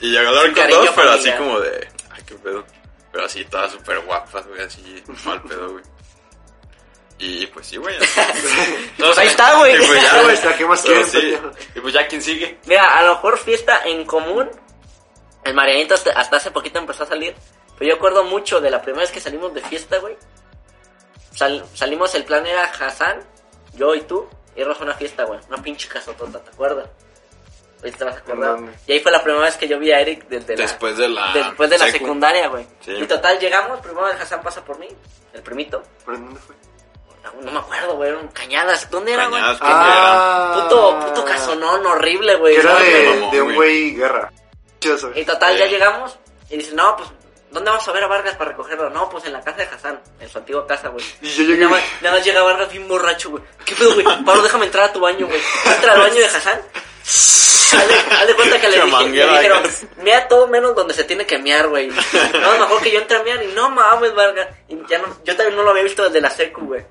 Speaker 4: y llegué a hablar
Speaker 3: Sin
Speaker 4: con
Speaker 3: cariño,
Speaker 4: dos, pero así
Speaker 3: familia.
Speaker 4: como de, ay, qué pedo. Pero así, todas súper guapas, güey, así, mal pedo, güey. Y pues sí, güey. así.
Speaker 3: Pues ahí está, güey.
Speaker 4: Y pues ya, güey.
Speaker 2: Está, ¿qué más
Speaker 4: Pero
Speaker 2: quieren,
Speaker 4: sí.
Speaker 2: pendejo?
Speaker 4: Y pues ya, ¿quién sigue?
Speaker 3: Mira, a lo mejor fiesta en común. El Marianito hasta, hasta hace poquito empezó a salir. Pero yo acuerdo mucho de la primera vez que salimos de fiesta, güey. Sal- salimos, el plan era Hassan, yo y tú, irnos a una fiesta, güey. Una pinche casotota, ¿te acuerdas? Ahí te vas a acordar.
Speaker 2: Mames.
Speaker 3: Y ahí fue la primera vez que yo vi a Eric desde la-
Speaker 4: Después de la...
Speaker 3: después de la
Speaker 4: secu.
Speaker 3: secundaria, güey.
Speaker 4: Sí.
Speaker 3: Y total, llegamos, primero el Hassan pasa por mí, el primito.
Speaker 2: ¿Pero dónde fue?
Speaker 3: No, no me acuerdo, güey, eran cañadas. ¿Dónde era, güey?
Speaker 4: Cañadas,
Speaker 3: Ah. Puto, puto casonón horrible, güey.
Speaker 2: Ah. Que era
Speaker 3: ¿no?
Speaker 4: me
Speaker 2: de,
Speaker 4: mamó,
Speaker 2: de un
Speaker 4: güey.
Speaker 2: güey guerra. Chido,
Speaker 3: Y
Speaker 2: ¿sabes?
Speaker 3: total,
Speaker 4: Sí.
Speaker 3: ya llegamos. Y dice, no, pues, ¿dónde vamos a ver a Vargas para recogerlo? No, pues en la casa de Hassan, en su antigua casa, güey.
Speaker 2: Y yo llegué.
Speaker 3: Nada más, nada más llega Vargas bien borracho, güey. ¿Qué pedo, güey? Pablo, déjame entrar a tu baño, güey. Entra al baño de Hassan. Haz de- haz de cuenta que le,
Speaker 4: Qué
Speaker 3: dije- le
Speaker 4: manguera,
Speaker 3: dijeron,
Speaker 4: Vargas.
Speaker 3: mea todo menos donde se tiene que mear, güey. No, mejor que yo entre a mear y no mames, Vargas. Y ya no, yo también no lo había visto desde la secu, güey.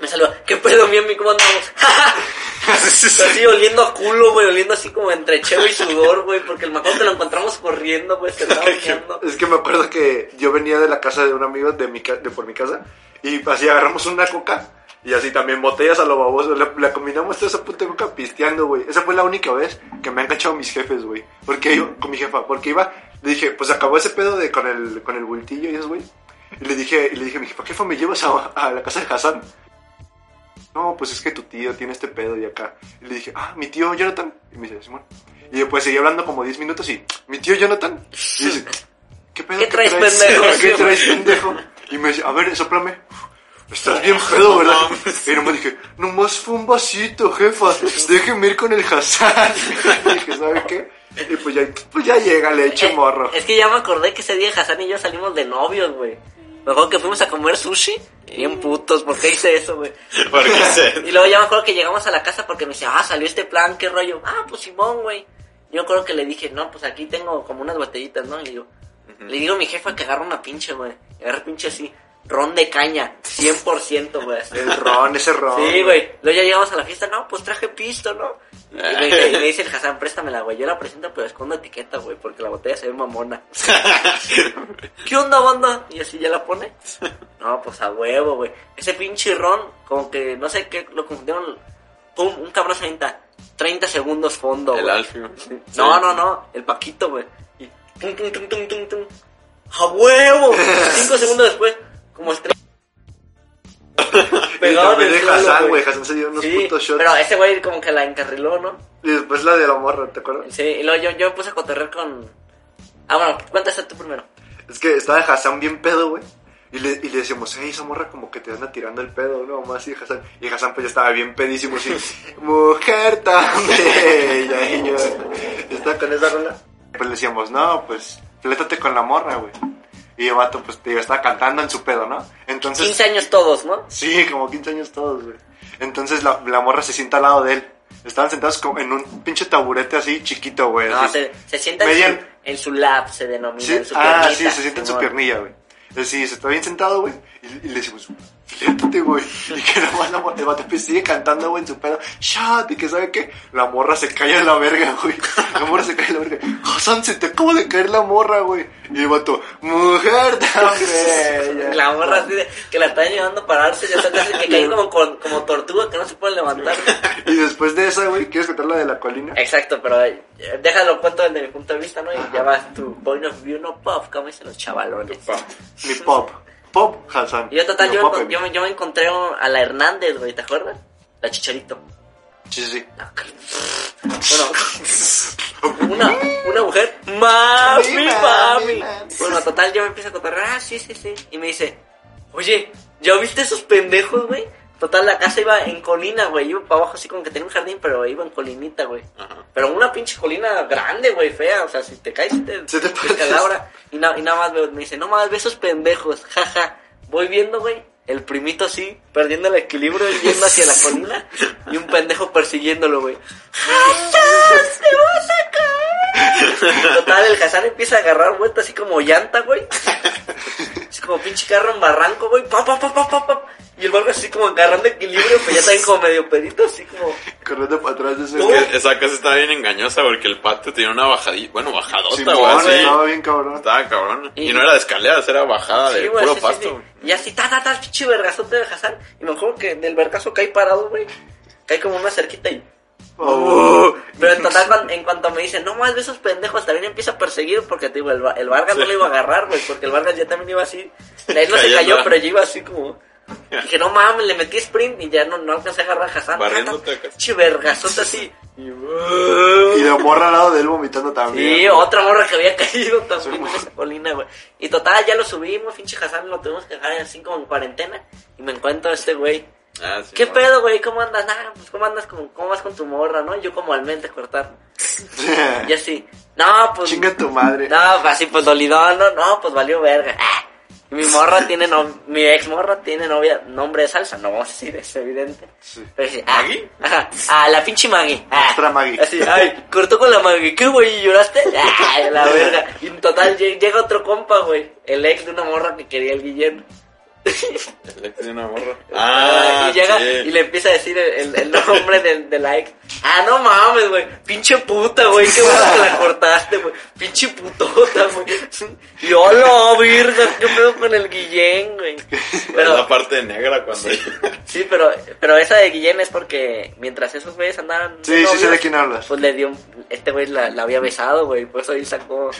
Speaker 3: Me saluda, ¿qué pedo, mi amigo? ¿Cómo andamos? Así oliendo a culo, güey, oliendo así como entre cheve y sudor, güey, porque el majón te lo encontramos corriendo, güey, se estaba bañando.
Speaker 2: Es que me acuerdo que yo venía de la casa de un amigo de mi ca- de por mi casa y así agarramos una coca y así también botellas a lo baboso. La, la combinamos toda esa puta coca pisteando, güey. Esa fue la única vez que me han cachado mis jefes, güey. Porque iba con mi jefa, porque iba, le dije, pues acabó ese pedo de con el con el bultillo y eso, güey. Y le dije, y le dije, mi jefa, jefa, me llevas a, a la casa de Hassan. No, pues es que tu tío tiene este pedo y acá. Y le dije, ah, mi tío Jonathan. Y me dice, Simón. Y después seguí hablando como 10 minutos y, mi tío Jonathan. Y dice, ¿qué pedo?
Speaker 3: ¿Qué traes, pendejo?
Speaker 2: ¿Qué traes, pendejo? Y me dice, a ver, soplame. Estás bien pedo, ¿verdad? Y nomás dije, nomás fue un vasito, jefa. Déjeme ir con el Hassan. Y dije, ¿sabe qué? Y pues ya, pues ya llega, le eche
Speaker 3: Eh,
Speaker 2: morro.
Speaker 3: Es que ya me acordé que ese día Hassan y yo salimos de novios, güey. Me acuerdo que fuimos a comer sushi. Bien putos, ¿por qué hice eso, güey?
Speaker 4: Porque
Speaker 3: Y
Speaker 4: se...
Speaker 3: luego ya me acuerdo que llegamos a la casa porque me dice, ah, salió este plan, qué rollo. Ah, pues Simón, güey. Yo me acuerdo que le dije, no, pues aquí tengo como unas botellitas, ¿no? Y le digo, le digo a mi jefa que agarra una pinche, güey. Agarra pinche así, ron de caña, 100%, güey. así.
Speaker 2: El ron, ese ron.
Speaker 3: eh. Sí, güey. Luego ya llegamos a la fiesta, no, pues traje pisto, ¿no? Y me, y me dice el Hassan, préstamela, güey. Yo la presento, pero escondo etiqueta, güey, porque la botella se ve mamona. ¿Qué onda, banda? Y así ya la pone. No, pues a huevo, güey. Ese pinche ron, como que no sé qué, lo confundieron. Pum, un cabrón se avienta 30 segundos fondo,
Speaker 4: El
Speaker 3: güey.
Speaker 4: Alfio.
Speaker 3: No, no, no, el Paquito, güey. Y tum, tum, tum, tum, tum, tum. ¡A huevo! Cinco segundos después, como estrella.
Speaker 2: Y
Speaker 3: Pegado en
Speaker 2: también
Speaker 3: el
Speaker 2: de
Speaker 3: suelo,
Speaker 2: Hassan,
Speaker 3: güey.
Speaker 2: güey. Hassan se dio unos
Speaker 3: Sí,
Speaker 2: putos shots.
Speaker 3: pero ese güey como que la encarriló, ¿no?
Speaker 2: Y después la de la morra, ¿te acuerdas?
Speaker 3: Sí, y luego yo, yo me puse a cotorrear con... Ah, bueno, cuéntase tú primero.
Speaker 2: Es que estaba Hassan bien pedo, güey. Y le, y le decíamos, hey, esa morra como que te anda tirando el pedo, ¿no? Más y Hassan. Y Hassan pues ya estaba bien pedísimo, así, mujer tan bella. Y yo, está con esa rola. Pues le decíamos, no, pues, flétate con la morra, güey. Y el vato, pues, te digo, estaba cantando en su pedo, ¿no? Entonces.
Speaker 3: 15 años todos, ¿no?
Speaker 2: Sí, como 15 años todos, güey. Entonces la, la morra se sienta al lado de él. Estaban sentados como en un pinche taburete así chiquito, güey.
Speaker 3: No,
Speaker 2: así.
Speaker 3: se, se sienta en
Speaker 2: Median-
Speaker 3: su, en su lap, se denomina,
Speaker 2: Sí,
Speaker 3: en su
Speaker 2: ah,
Speaker 3: piernita,
Speaker 2: sí, se sienta en su
Speaker 3: Simón.
Speaker 2: piernilla, güey. Eh, Sí, se está bien sentado, güey. Y, y le decimos, filétate, güey. Y que la morra, la morra- el vato pues, sigue cantando, güey, en su pedo. Shot, y que sabe qué. La morra se cae a la verga, güey. La morra se cae a la verga. Hassan, se te acaba de caer la morra, güey. Y el vato, mujer, también.
Speaker 3: La morra así de, que la están llevando a pararse, ya está casi que cae como, con- como tortuga que no se puede levantar.
Speaker 2: Y después de esa, güey, ¿quieres contar la de la colina?
Speaker 3: Exacto, pero eh, déjalo cuento desde mi punto de vista, ¿no? Y ya vas tu point of view, no pop, como dicen los chavalones.
Speaker 2: Mi pop. Pop, Hassan.
Speaker 3: Y yo total,
Speaker 2: Digo,
Speaker 3: yo,
Speaker 2: pop,
Speaker 3: me- yo, me- yo me encontré un- a la Hernández, güey, ¿te acuerdas? La Chicharito.
Speaker 2: Sí, sí.
Speaker 3: La cal- Bueno, una, una mujer. Mami,
Speaker 2: Mi mami,
Speaker 3: mami.
Speaker 2: mami.
Speaker 3: Bueno, total, yo me empiezo a cotorrear. Ah, sí, sí, sí. Y me dice, oye, ¿ya viste esos pendejos, güey? Total, la casa iba en colina, güey. Iba para abajo así como que tenía un jardín, pero iba en colinita, güey.
Speaker 4: Ajá.
Speaker 3: Pero una pinche colina grande, güey, fea. O sea, si te caes, te,
Speaker 2: Se te partes.
Speaker 3: calabra. Y, na- y nada más veo- me dice, no más ve esos pendejos, jaja. Voy viendo, güey, el primito así, perdiendo el equilibrio, yendo hacia la colina. Y un pendejo persiguiéndolo, güey. ¡Hassan, se vas a caer! Total, el Hassan empieza a agarrar vuelta así como llanta, güey. Es como pinche carro en barranco, güey. Pa, pa, pa, pa, pa, pa. Y el barco así como agarrando equilibrio, pero ya también como medio pedito, así como...
Speaker 2: Corriendo para atrás de ese.
Speaker 4: Es que esa casa estaba bien engañosa porque el patio tenía una bajadita, bueno,
Speaker 2: Sin
Speaker 4: bajadota, güey,
Speaker 2: mover,
Speaker 4: así.
Speaker 2: estaba bien cabrón.
Speaker 4: Estaba cabrón. Y,
Speaker 3: Y-
Speaker 4: no era de escaleras, era bajada de
Speaker 3: Sí, güey,
Speaker 4: puro
Speaker 3: sí, sí,
Speaker 4: pasto,
Speaker 3: sí.
Speaker 4: güey.
Speaker 3: Y así, ta, ta, ta, pinche vergazote de Hassan. Y me acuerdo que del vergazo cae parado, güey. Cae como una cerquita y...
Speaker 2: Oh.
Speaker 3: Pero en total, cuan- en cuanto me dicen, no más de esos pendejos, también empieza a perseguir porque te digo, el, Va- el Vargas no lo iba a agarrar, güey, porque el Vargas ya también iba así. La él no se
Speaker 4: Cayendo.
Speaker 3: cayó, pero yo iba así como. Dije, no mames, le metí sprint y ya no, no alcancé a agarrar a Hassan.
Speaker 4: Barriéndote acá.
Speaker 3: Che, vergazote así.
Speaker 4: uh,
Speaker 2: Y la morra al lado de él vomitando también.
Speaker 3: Sí, otra morra que había caído también en
Speaker 2: morra.
Speaker 3: esa colina, güey. Y total, ya lo subimos, pinche Hassan, lo tuvimos que dejar así como en cuarentena. Y me encuentro a este güey.
Speaker 4: Ah, sí,
Speaker 3: ¿Qué
Speaker 4: no.
Speaker 3: pedo, güey? ¿Cómo andas? Nah, pues cómo andas con, cómo vas con tu morra, ¿no? Y Yo como al mente cortar. Y así, no, pues.
Speaker 2: Chinga tu madre.
Speaker 3: No, pues así pues dolidón, no, no, pues valió verga. Ah. Y Mi morra tiene nom- mi ex morra tiene novia, nombre de salsa, no vamos a decir, es evidente.
Speaker 2: Sí.
Speaker 3: Pero sí, ah,
Speaker 4: ¿Maggie?
Speaker 3: ajá, ah, la pinche Maggie. Ah.
Speaker 2: Nuestra Maggie.
Speaker 3: Así, ay, cortó con la Maggie, ¿qué güey? ¿Y ¿Lloraste? Ay, la verga. Y en total lle- llega otro compa, güey, el ex de una morra que quería el Guillermo.
Speaker 4: Le tenía una morra. Ah,
Speaker 3: y llega
Speaker 4: sí.
Speaker 3: y le empieza a decir el, el- el nombre del de la ex. Ah, no mames, güey. Pinche puta, güey. Qué bueno que la cortaste, güey. Pinche putota, güey. Y hola, virga. Qué pedo con el Guillén, güey.
Speaker 4: la
Speaker 3: Pero,
Speaker 4: parte negra cuando.
Speaker 3: sí, pero, pero esa de Guillén es porque mientras esos güeyes andaban. de
Speaker 2: Sí, sí sé
Speaker 3: novios,
Speaker 2: de quién hablas.
Speaker 3: Pues le dio. un- Este güey la, la había besado, güey. Por eso él sacó.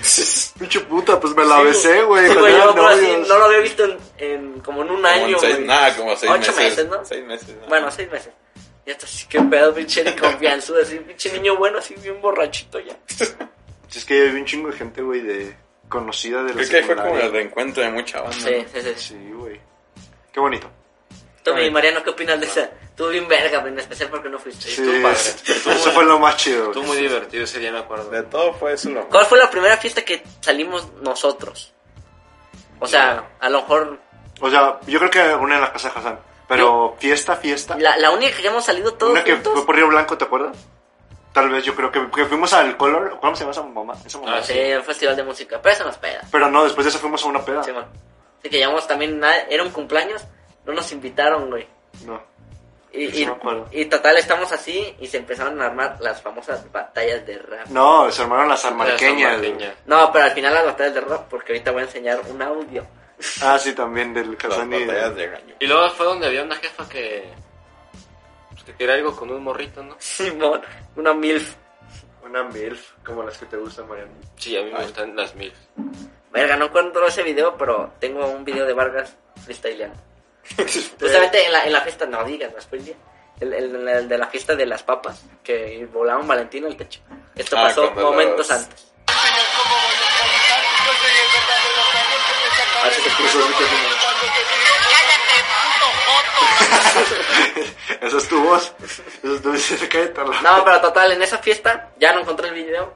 Speaker 2: Pinche puta, pues me la
Speaker 3: Sí,
Speaker 2: besé, güey.
Speaker 3: Sí,
Speaker 2: cuando
Speaker 3: güey, yo me
Speaker 2: eran
Speaker 3: acuerdo así,
Speaker 2: novios.
Speaker 3: no lo había visto en, en- como en un
Speaker 4: Como en
Speaker 3: año,
Speaker 4: seis-
Speaker 3: güey.
Speaker 4: nada, como seis
Speaker 3: Ocho
Speaker 4: meses.
Speaker 3: meses, ¿no?
Speaker 4: Seis meses, nada.
Speaker 3: Bueno, seis meses. Ya está así, qué pedo, pinche ni confianzudo, así, pinche niño bueno, así bien borrachito ya.
Speaker 2: Si es que ya vi un chingo de gente, güey, de conocida de la
Speaker 4: Creo que ahí fue como
Speaker 2: secundaria.
Speaker 4: el reencuentro de
Speaker 2: Ah,
Speaker 4: mucha banda.
Speaker 3: Sí, sí, sí.
Speaker 2: Sí, güey. Qué bonito.
Speaker 3: Tommy, Mariano, ¿qué opinas de esa? Tú bien verga, güey, en especial porque no fuiste.
Speaker 2: Sí,
Speaker 1: tú, padre.
Speaker 2: eso fue lo más chido.
Speaker 1: Estuvo
Speaker 2: güey.
Speaker 1: muy divertido ese día, me acuerdo.
Speaker 4: De todo fue eso lo
Speaker 3: ¿Cuál fue la primera fiesta que salimos nosotros? O sea, a lo mejor
Speaker 2: O sea, yo creo que una en la casa de Hassan. Pero fiesta, fiesta.
Speaker 3: la, la única que hemos salido todos
Speaker 2: Una que
Speaker 3: juntos.
Speaker 2: fue por Río Blanco, ¿te acuerdas? Tal vez yo creo que, que fuimos al Color. ¿Cómo se llama esa mamá? Esa mamá.
Speaker 3: Ah, sí, un festival de música, pero eso nos peda.
Speaker 2: Pero no, después de eso fuimos a una peda.
Speaker 3: Simón. Así que llamamos también, nada- era un cumpleaños, no nos invitaron, güey.
Speaker 2: No.
Speaker 3: Y,
Speaker 2: Sí,
Speaker 3: y,
Speaker 2: me acuerdo.
Speaker 3: y total, estamos así y se empezaron a armar las famosas batallas de rap.
Speaker 2: No, se armaron las
Speaker 1: Marqueña,
Speaker 2: armarqueñas. güey.
Speaker 3: No, pero al final las batallas de rap, porque ahorita voy a enseñar un audio.
Speaker 2: Ah, sí, también del eh.
Speaker 4: Las
Speaker 2: Hassan y...
Speaker 4: batallas de gallo.
Speaker 1: Y luego fue donde había una jefa que. pues, que quería algo con un morrito, ¿no?
Speaker 3: Simón, una MILF.
Speaker 2: Una MILF, como las que te gustan, Mariano.
Speaker 1: Sí, a mí me
Speaker 4: Ay.
Speaker 1: gustan las mil.
Speaker 3: Verga, no encuentro ese video, pero tengo un video de Vargas freestyleando. Justamente en la, en la fiesta, no digas, no spoileé. El, el- el de la fiesta de las papas, que volaban Valentín al techo. Esto
Speaker 4: Ah,
Speaker 3: pasó
Speaker 4: cuando
Speaker 3: momentos
Speaker 4: las-
Speaker 3: antes. Así que puso el micrófono.
Speaker 2: Esa es tu voz. Esa es tu voz. Cállate a la-
Speaker 3: No, pero total, en esa fiesta ya no encontré el video.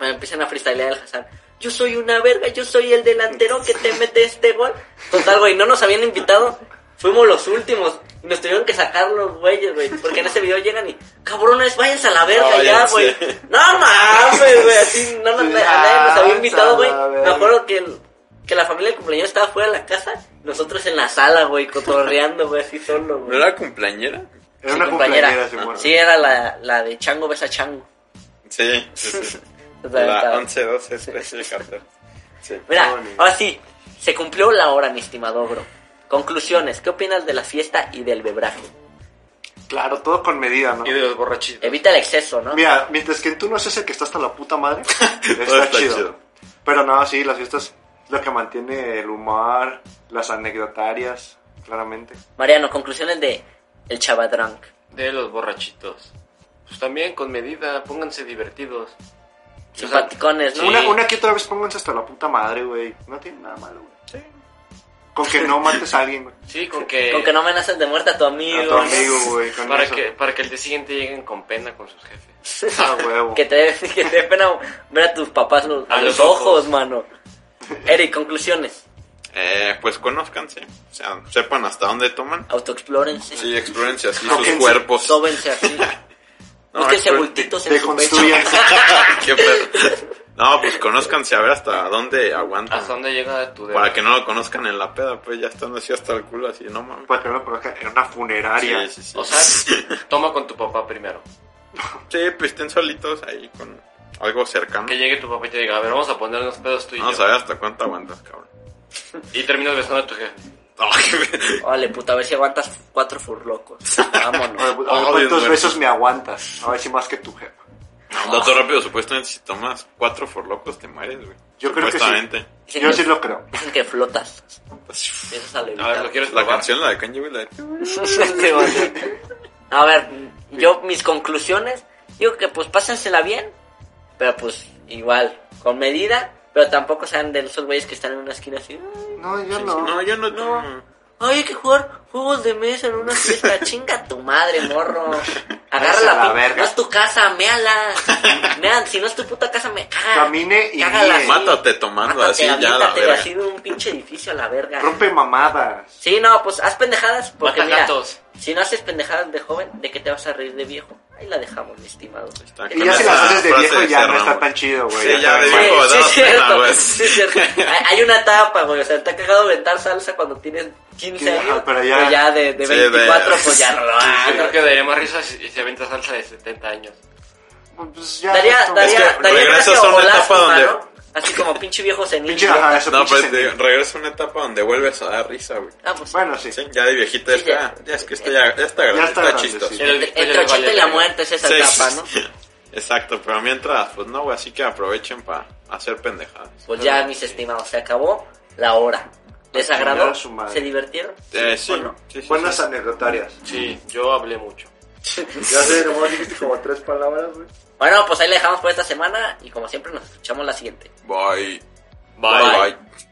Speaker 3: Me empiezan a freestylear el Hassan. Yo soy una verga, yo soy el delantero que te mete este gol. Total, güey, no nos habían invitado. Fuimos los últimos y nos tuvieron que sacar los güeyes, güey. Porque en ese video llegan y, cabrones, váyanse a la verga
Speaker 4: No,
Speaker 3: ya,
Speaker 4: váyanse.
Speaker 3: güey. No mames, güey, así no nos, a nadie nos había invitado, güey. Me acuerdo que, el- que la familia del cumpleaños estaba fuera de la casa, nosotros en la sala, güey, cotorreando, güey, así solo,
Speaker 4: ¿No
Speaker 3: güey.
Speaker 4: era cumpleañera?
Speaker 2: Era
Speaker 3: Sí,
Speaker 2: una
Speaker 3: compañera.
Speaker 2: compañera, sí,
Speaker 3: Sí, era la, la de Chango besa Chango.
Speaker 4: Sí, sí, sí.
Speaker 3: O sea,
Speaker 4: La
Speaker 3: estaba-
Speaker 4: 11, 12, 13, 14. Sí.
Speaker 3: Mira,
Speaker 2: Qué bonito.
Speaker 3: ahora sí, se cumplió la hora, mi estimado bro. Conclusiones, ¿qué opinas de la fiesta y del bebraje?
Speaker 2: Claro, todo con medida, ¿no?
Speaker 1: Y de los borrachitos.
Speaker 3: Evita el exceso, ¿no?
Speaker 2: Mira, mientras que tú no seas el que está hasta la puta madre, está,
Speaker 4: Todo está
Speaker 2: chido.
Speaker 4: chido.
Speaker 2: Pero no, sí, las fiestas es lo que mantiene el humor, las anecdotarias, claramente.
Speaker 3: Mariano, conclusiones de el chavadrunk.
Speaker 1: De los borrachitos. Pues también con medida, pónganse divertidos.
Speaker 3: Simpaticones,
Speaker 1: Sí.
Speaker 3: ¿no?
Speaker 2: Una, una que otra vez pónganse hasta la puta madre, güey. No tiene nada malo, güey. Sí. Con que no mates a alguien, güey.
Speaker 1: Sí, con que.
Speaker 3: Con que no amenaces de muerte a tu amigo.
Speaker 2: A tu
Speaker 3: ¿no?
Speaker 2: amigo, güey. Con
Speaker 1: para,
Speaker 2: eso.
Speaker 1: que, para que el día siguiente lleguen con pena con sus jefes.
Speaker 2: Ah, huevo.
Speaker 3: Que te, dé- que te dé pena ver a tus papás los- a,
Speaker 1: A
Speaker 3: los
Speaker 1: los
Speaker 3: ojos,
Speaker 1: ojos.
Speaker 3: mano. Eric, conclusiones.
Speaker 4: Eh, pues conózcanse. O sea, sepan hasta dónde toman.
Speaker 3: Autoexplórense.
Speaker 4: Sí, explórense así
Speaker 2: No,
Speaker 4: sus
Speaker 2: que-
Speaker 4: cuerpos.
Speaker 3: Sóbense así.
Speaker 4: No,
Speaker 3: Búsquense
Speaker 4: exploren-
Speaker 3: bultitos en su pecho.
Speaker 2: Deconstruyanse.
Speaker 4: Qué pedo. No, pues conózcanse a ver hasta dónde aguantan.
Speaker 1: ¿Hasta dónde llega tu dedo?
Speaker 4: Para que no lo conozcan en la peda, pues ya están así hasta el culo, así, no mames.
Speaker 2: Para que no lo conozcan, en una funeraria.
Speaker 4: Sí, sí, sí.
Speaker 1: Pues, O sea, toma con tu papá primero.
Speaker 4: Sí, pues estén solitos ahí con algo cercano.
Speaker 1: Que llegue tu papá y te diga, a ver, vamos a ponernos pedos tú y
Speaker 4: Vamos
Speaker 1: yo.
Speaker 4: a ver hasta cuánto aguantas, cabrón.
Speaker 1: Y terminas besando a tu jefe.
Speaker 4: Ay,
Speaker 3: Órale, puta, a ver si aguantas cuatro furlocos.
Speaker 2: A ver,
Speaker 4: Ah,
Speaker 3: Vámonos.
Speaker 2: a ver
Speaker 4: Ay,
Speaker 2: cuántos
Speaker 4: Dios mío.
Speaker 2: besos me aguantas. A ver si más que tu jefa.
Speaker 4: Un dato rápido, supuestamente si tomas cuatro forlocos te mueres, güey.
Speaker 2: Yo creo que sí.
Speaker 4: Supuestamente.
Speaker 3: Dicen
Speaker 2: Yo
Speaker 3: que-
Speaker 2: sí lo creo.
Speaker 3: Dicen que flotas.
Speaker 4: Pues,
Speaker 3: Eso es a la
Speaker 1: A ver, ¿lo quieres
Speaker 4: La
Speaker 1: probar?
Speaker 4: canción, la de Kanye West, la de-
Speaker 3: Sí, bueno. A ver, yo mis conclusiones, digo que pues pásensela bien, pero pues igual, con medida, pero tampoco sean de esos güeyes que están en una esquina así. "Ay,
Speaker 2: No, yo
Speaker 4: No,
Speaker 2: no.
Speaker 4: yo no, no.
Speaker 3: Ay, hay que jugar juegos de mesa en una fiesta, chinga tu madre, morro. Agarra
Speaker 2: Váyase
Speaker 3: la,
Speaker 2: a la
Speaker 3: pin-
Speaker 2: verga.
Speaker 3: No es tu casa, méala. Mean, si no es tu puta casa, me ah,
Speaker 2: Camine y
Speaker 3: cágala
Speaker 2: mire.
Speaker 3: así.
Speaker 4: Mátate tomando
Speaker 3: Mátate,
Speaker 4: así, ya a la
Speaker 3: aviéntate
Speaker 4: verga.
Speaker 3: así de un pinche edificio a la verga.
Speaker 2: Rompe mamadas.
Speaker 3: Sí, no, pues haz pendejadas porque
Speaker 1: Mata
Speaker 3: mira,
Speaker 1: gatos.
Speaker 3: si no haces pendejadas de joven, ¿de qué te vas a reír de viejo? Ahí la dejamos, mi estimado.
Speaker 4: Está
Speaker 2: Y
Speaker 4: con
Speaker 2: ya si
Speaker 4: esa
Speaker 2: las haces de
Speaker 4: frase
Speaker 2: viejo ya no
Speaker 4: cerramos.
Speaker 2: está tan chido, güey.
Speaker 4: Sí, ya
Speaker 2: está
Speaker 4: Ah, de
Speaker 2: mal.
Speaker 4: viejo. da
Speaker 3: sí, es
Speaker 4: pena,
Speaker 3: cierto,
Speaker 4: güey.
Speaker 3: sí, es cierto. Hay- Hay una etapa, güey. O sea, te ha cagado aventar salsa cuando tienes 15
Speaker 2: Sí,
Speaker 3: años.
Speaker 2: ah, pero ya-
Speaker 3: pues ya de, de
Speaker 4: Sí,
Speaker 3: 24,
Speaker 4: de-
Speaker 3: pues ya no lo
Speaker 1: Yo creo
Speaker 3: hago.
Speaker 1: que daría más risa si, si avienta salsa de 70 años.
Speaker 2: Pues ya.
Speaker 3: Daría,
Speaker 2: esto-
Speaker 3: daría,
Speaker 4: Es que
Speaker 3: daría
Speaker 4: regresas
Speaker 3: gracia
Speaker 4: a una
Speaker 3: o
Speaker 4: etapa
Speaker 3: lástima,
Speaker 4: donde-
Speaker 3: ¿no? Así como pinche viejo senil.
Speaker 2: Pinche, ajá, eso
Speaker 4: No,
Speaker 2: pinche
Speaker 4: pues
Speaker 2: sentido.
Speaker 4: te- regresa a una etapa donde vuelves a dar risa, güey.
Speaker 3: Ah, pues.
Speaker 2: Bueno, sí.
Speaker 4: Sí, ya de viejita
Speaker 3: Sí,
Speaker 4: está.
Speaker 3: ya.
Speaker 4: Ya, es que está, ya, ya está grande,
Speaker 2: Ya está
Speaker 4: está,
Speaker 2: grande,
Speaker 4: chistoso.
Speaker 2: sí.
Speaker 1: Pero el
Speaker 3: Entre
Speaker 1: después
Speaker 3: el
Speaker 1: ya le
Speaker 3: ochenta y
Speaker 1: vale
Speaker 3: la
Speaker 1: verga.
Speaker 3: muerte es esa
Speaker 4: Sí,
Speaker 3: etapa,
Speaker 4: sí,
Speaker 3: ¿no?
Speaker 4: sí. Exacto, pero mientras, pues no, güey, así que aprovechen para hacer pendejadas.
Speaker 3: Pues ya, mis estimados, se acabó la hora. ¿Les
Speaker 2: Chingar
Speaker 3: agradó?
Speaker 2: a su madre.
Speaker 3: ¿Se divirtieron?
Speaker 4: Eh, sí,
Speaker 3: Bueno,
Speaker 4: sí, sí,
Speaker 2: Buenas
Speaker 4: sí.
Speaker 2: anecdotarias.
Speaker 1: Sí, yo hablé mucho.
Speaker 2: Ya sé, nomás dijiste como tres palabras, güey.
Speaker 3: Bueno, pues ahí la dejamos por esta semana y como siempre nos escuchamos la siguiente.
Speaker 4: Bye.
Speaker 1: Bye.
Speaker 4: Bye.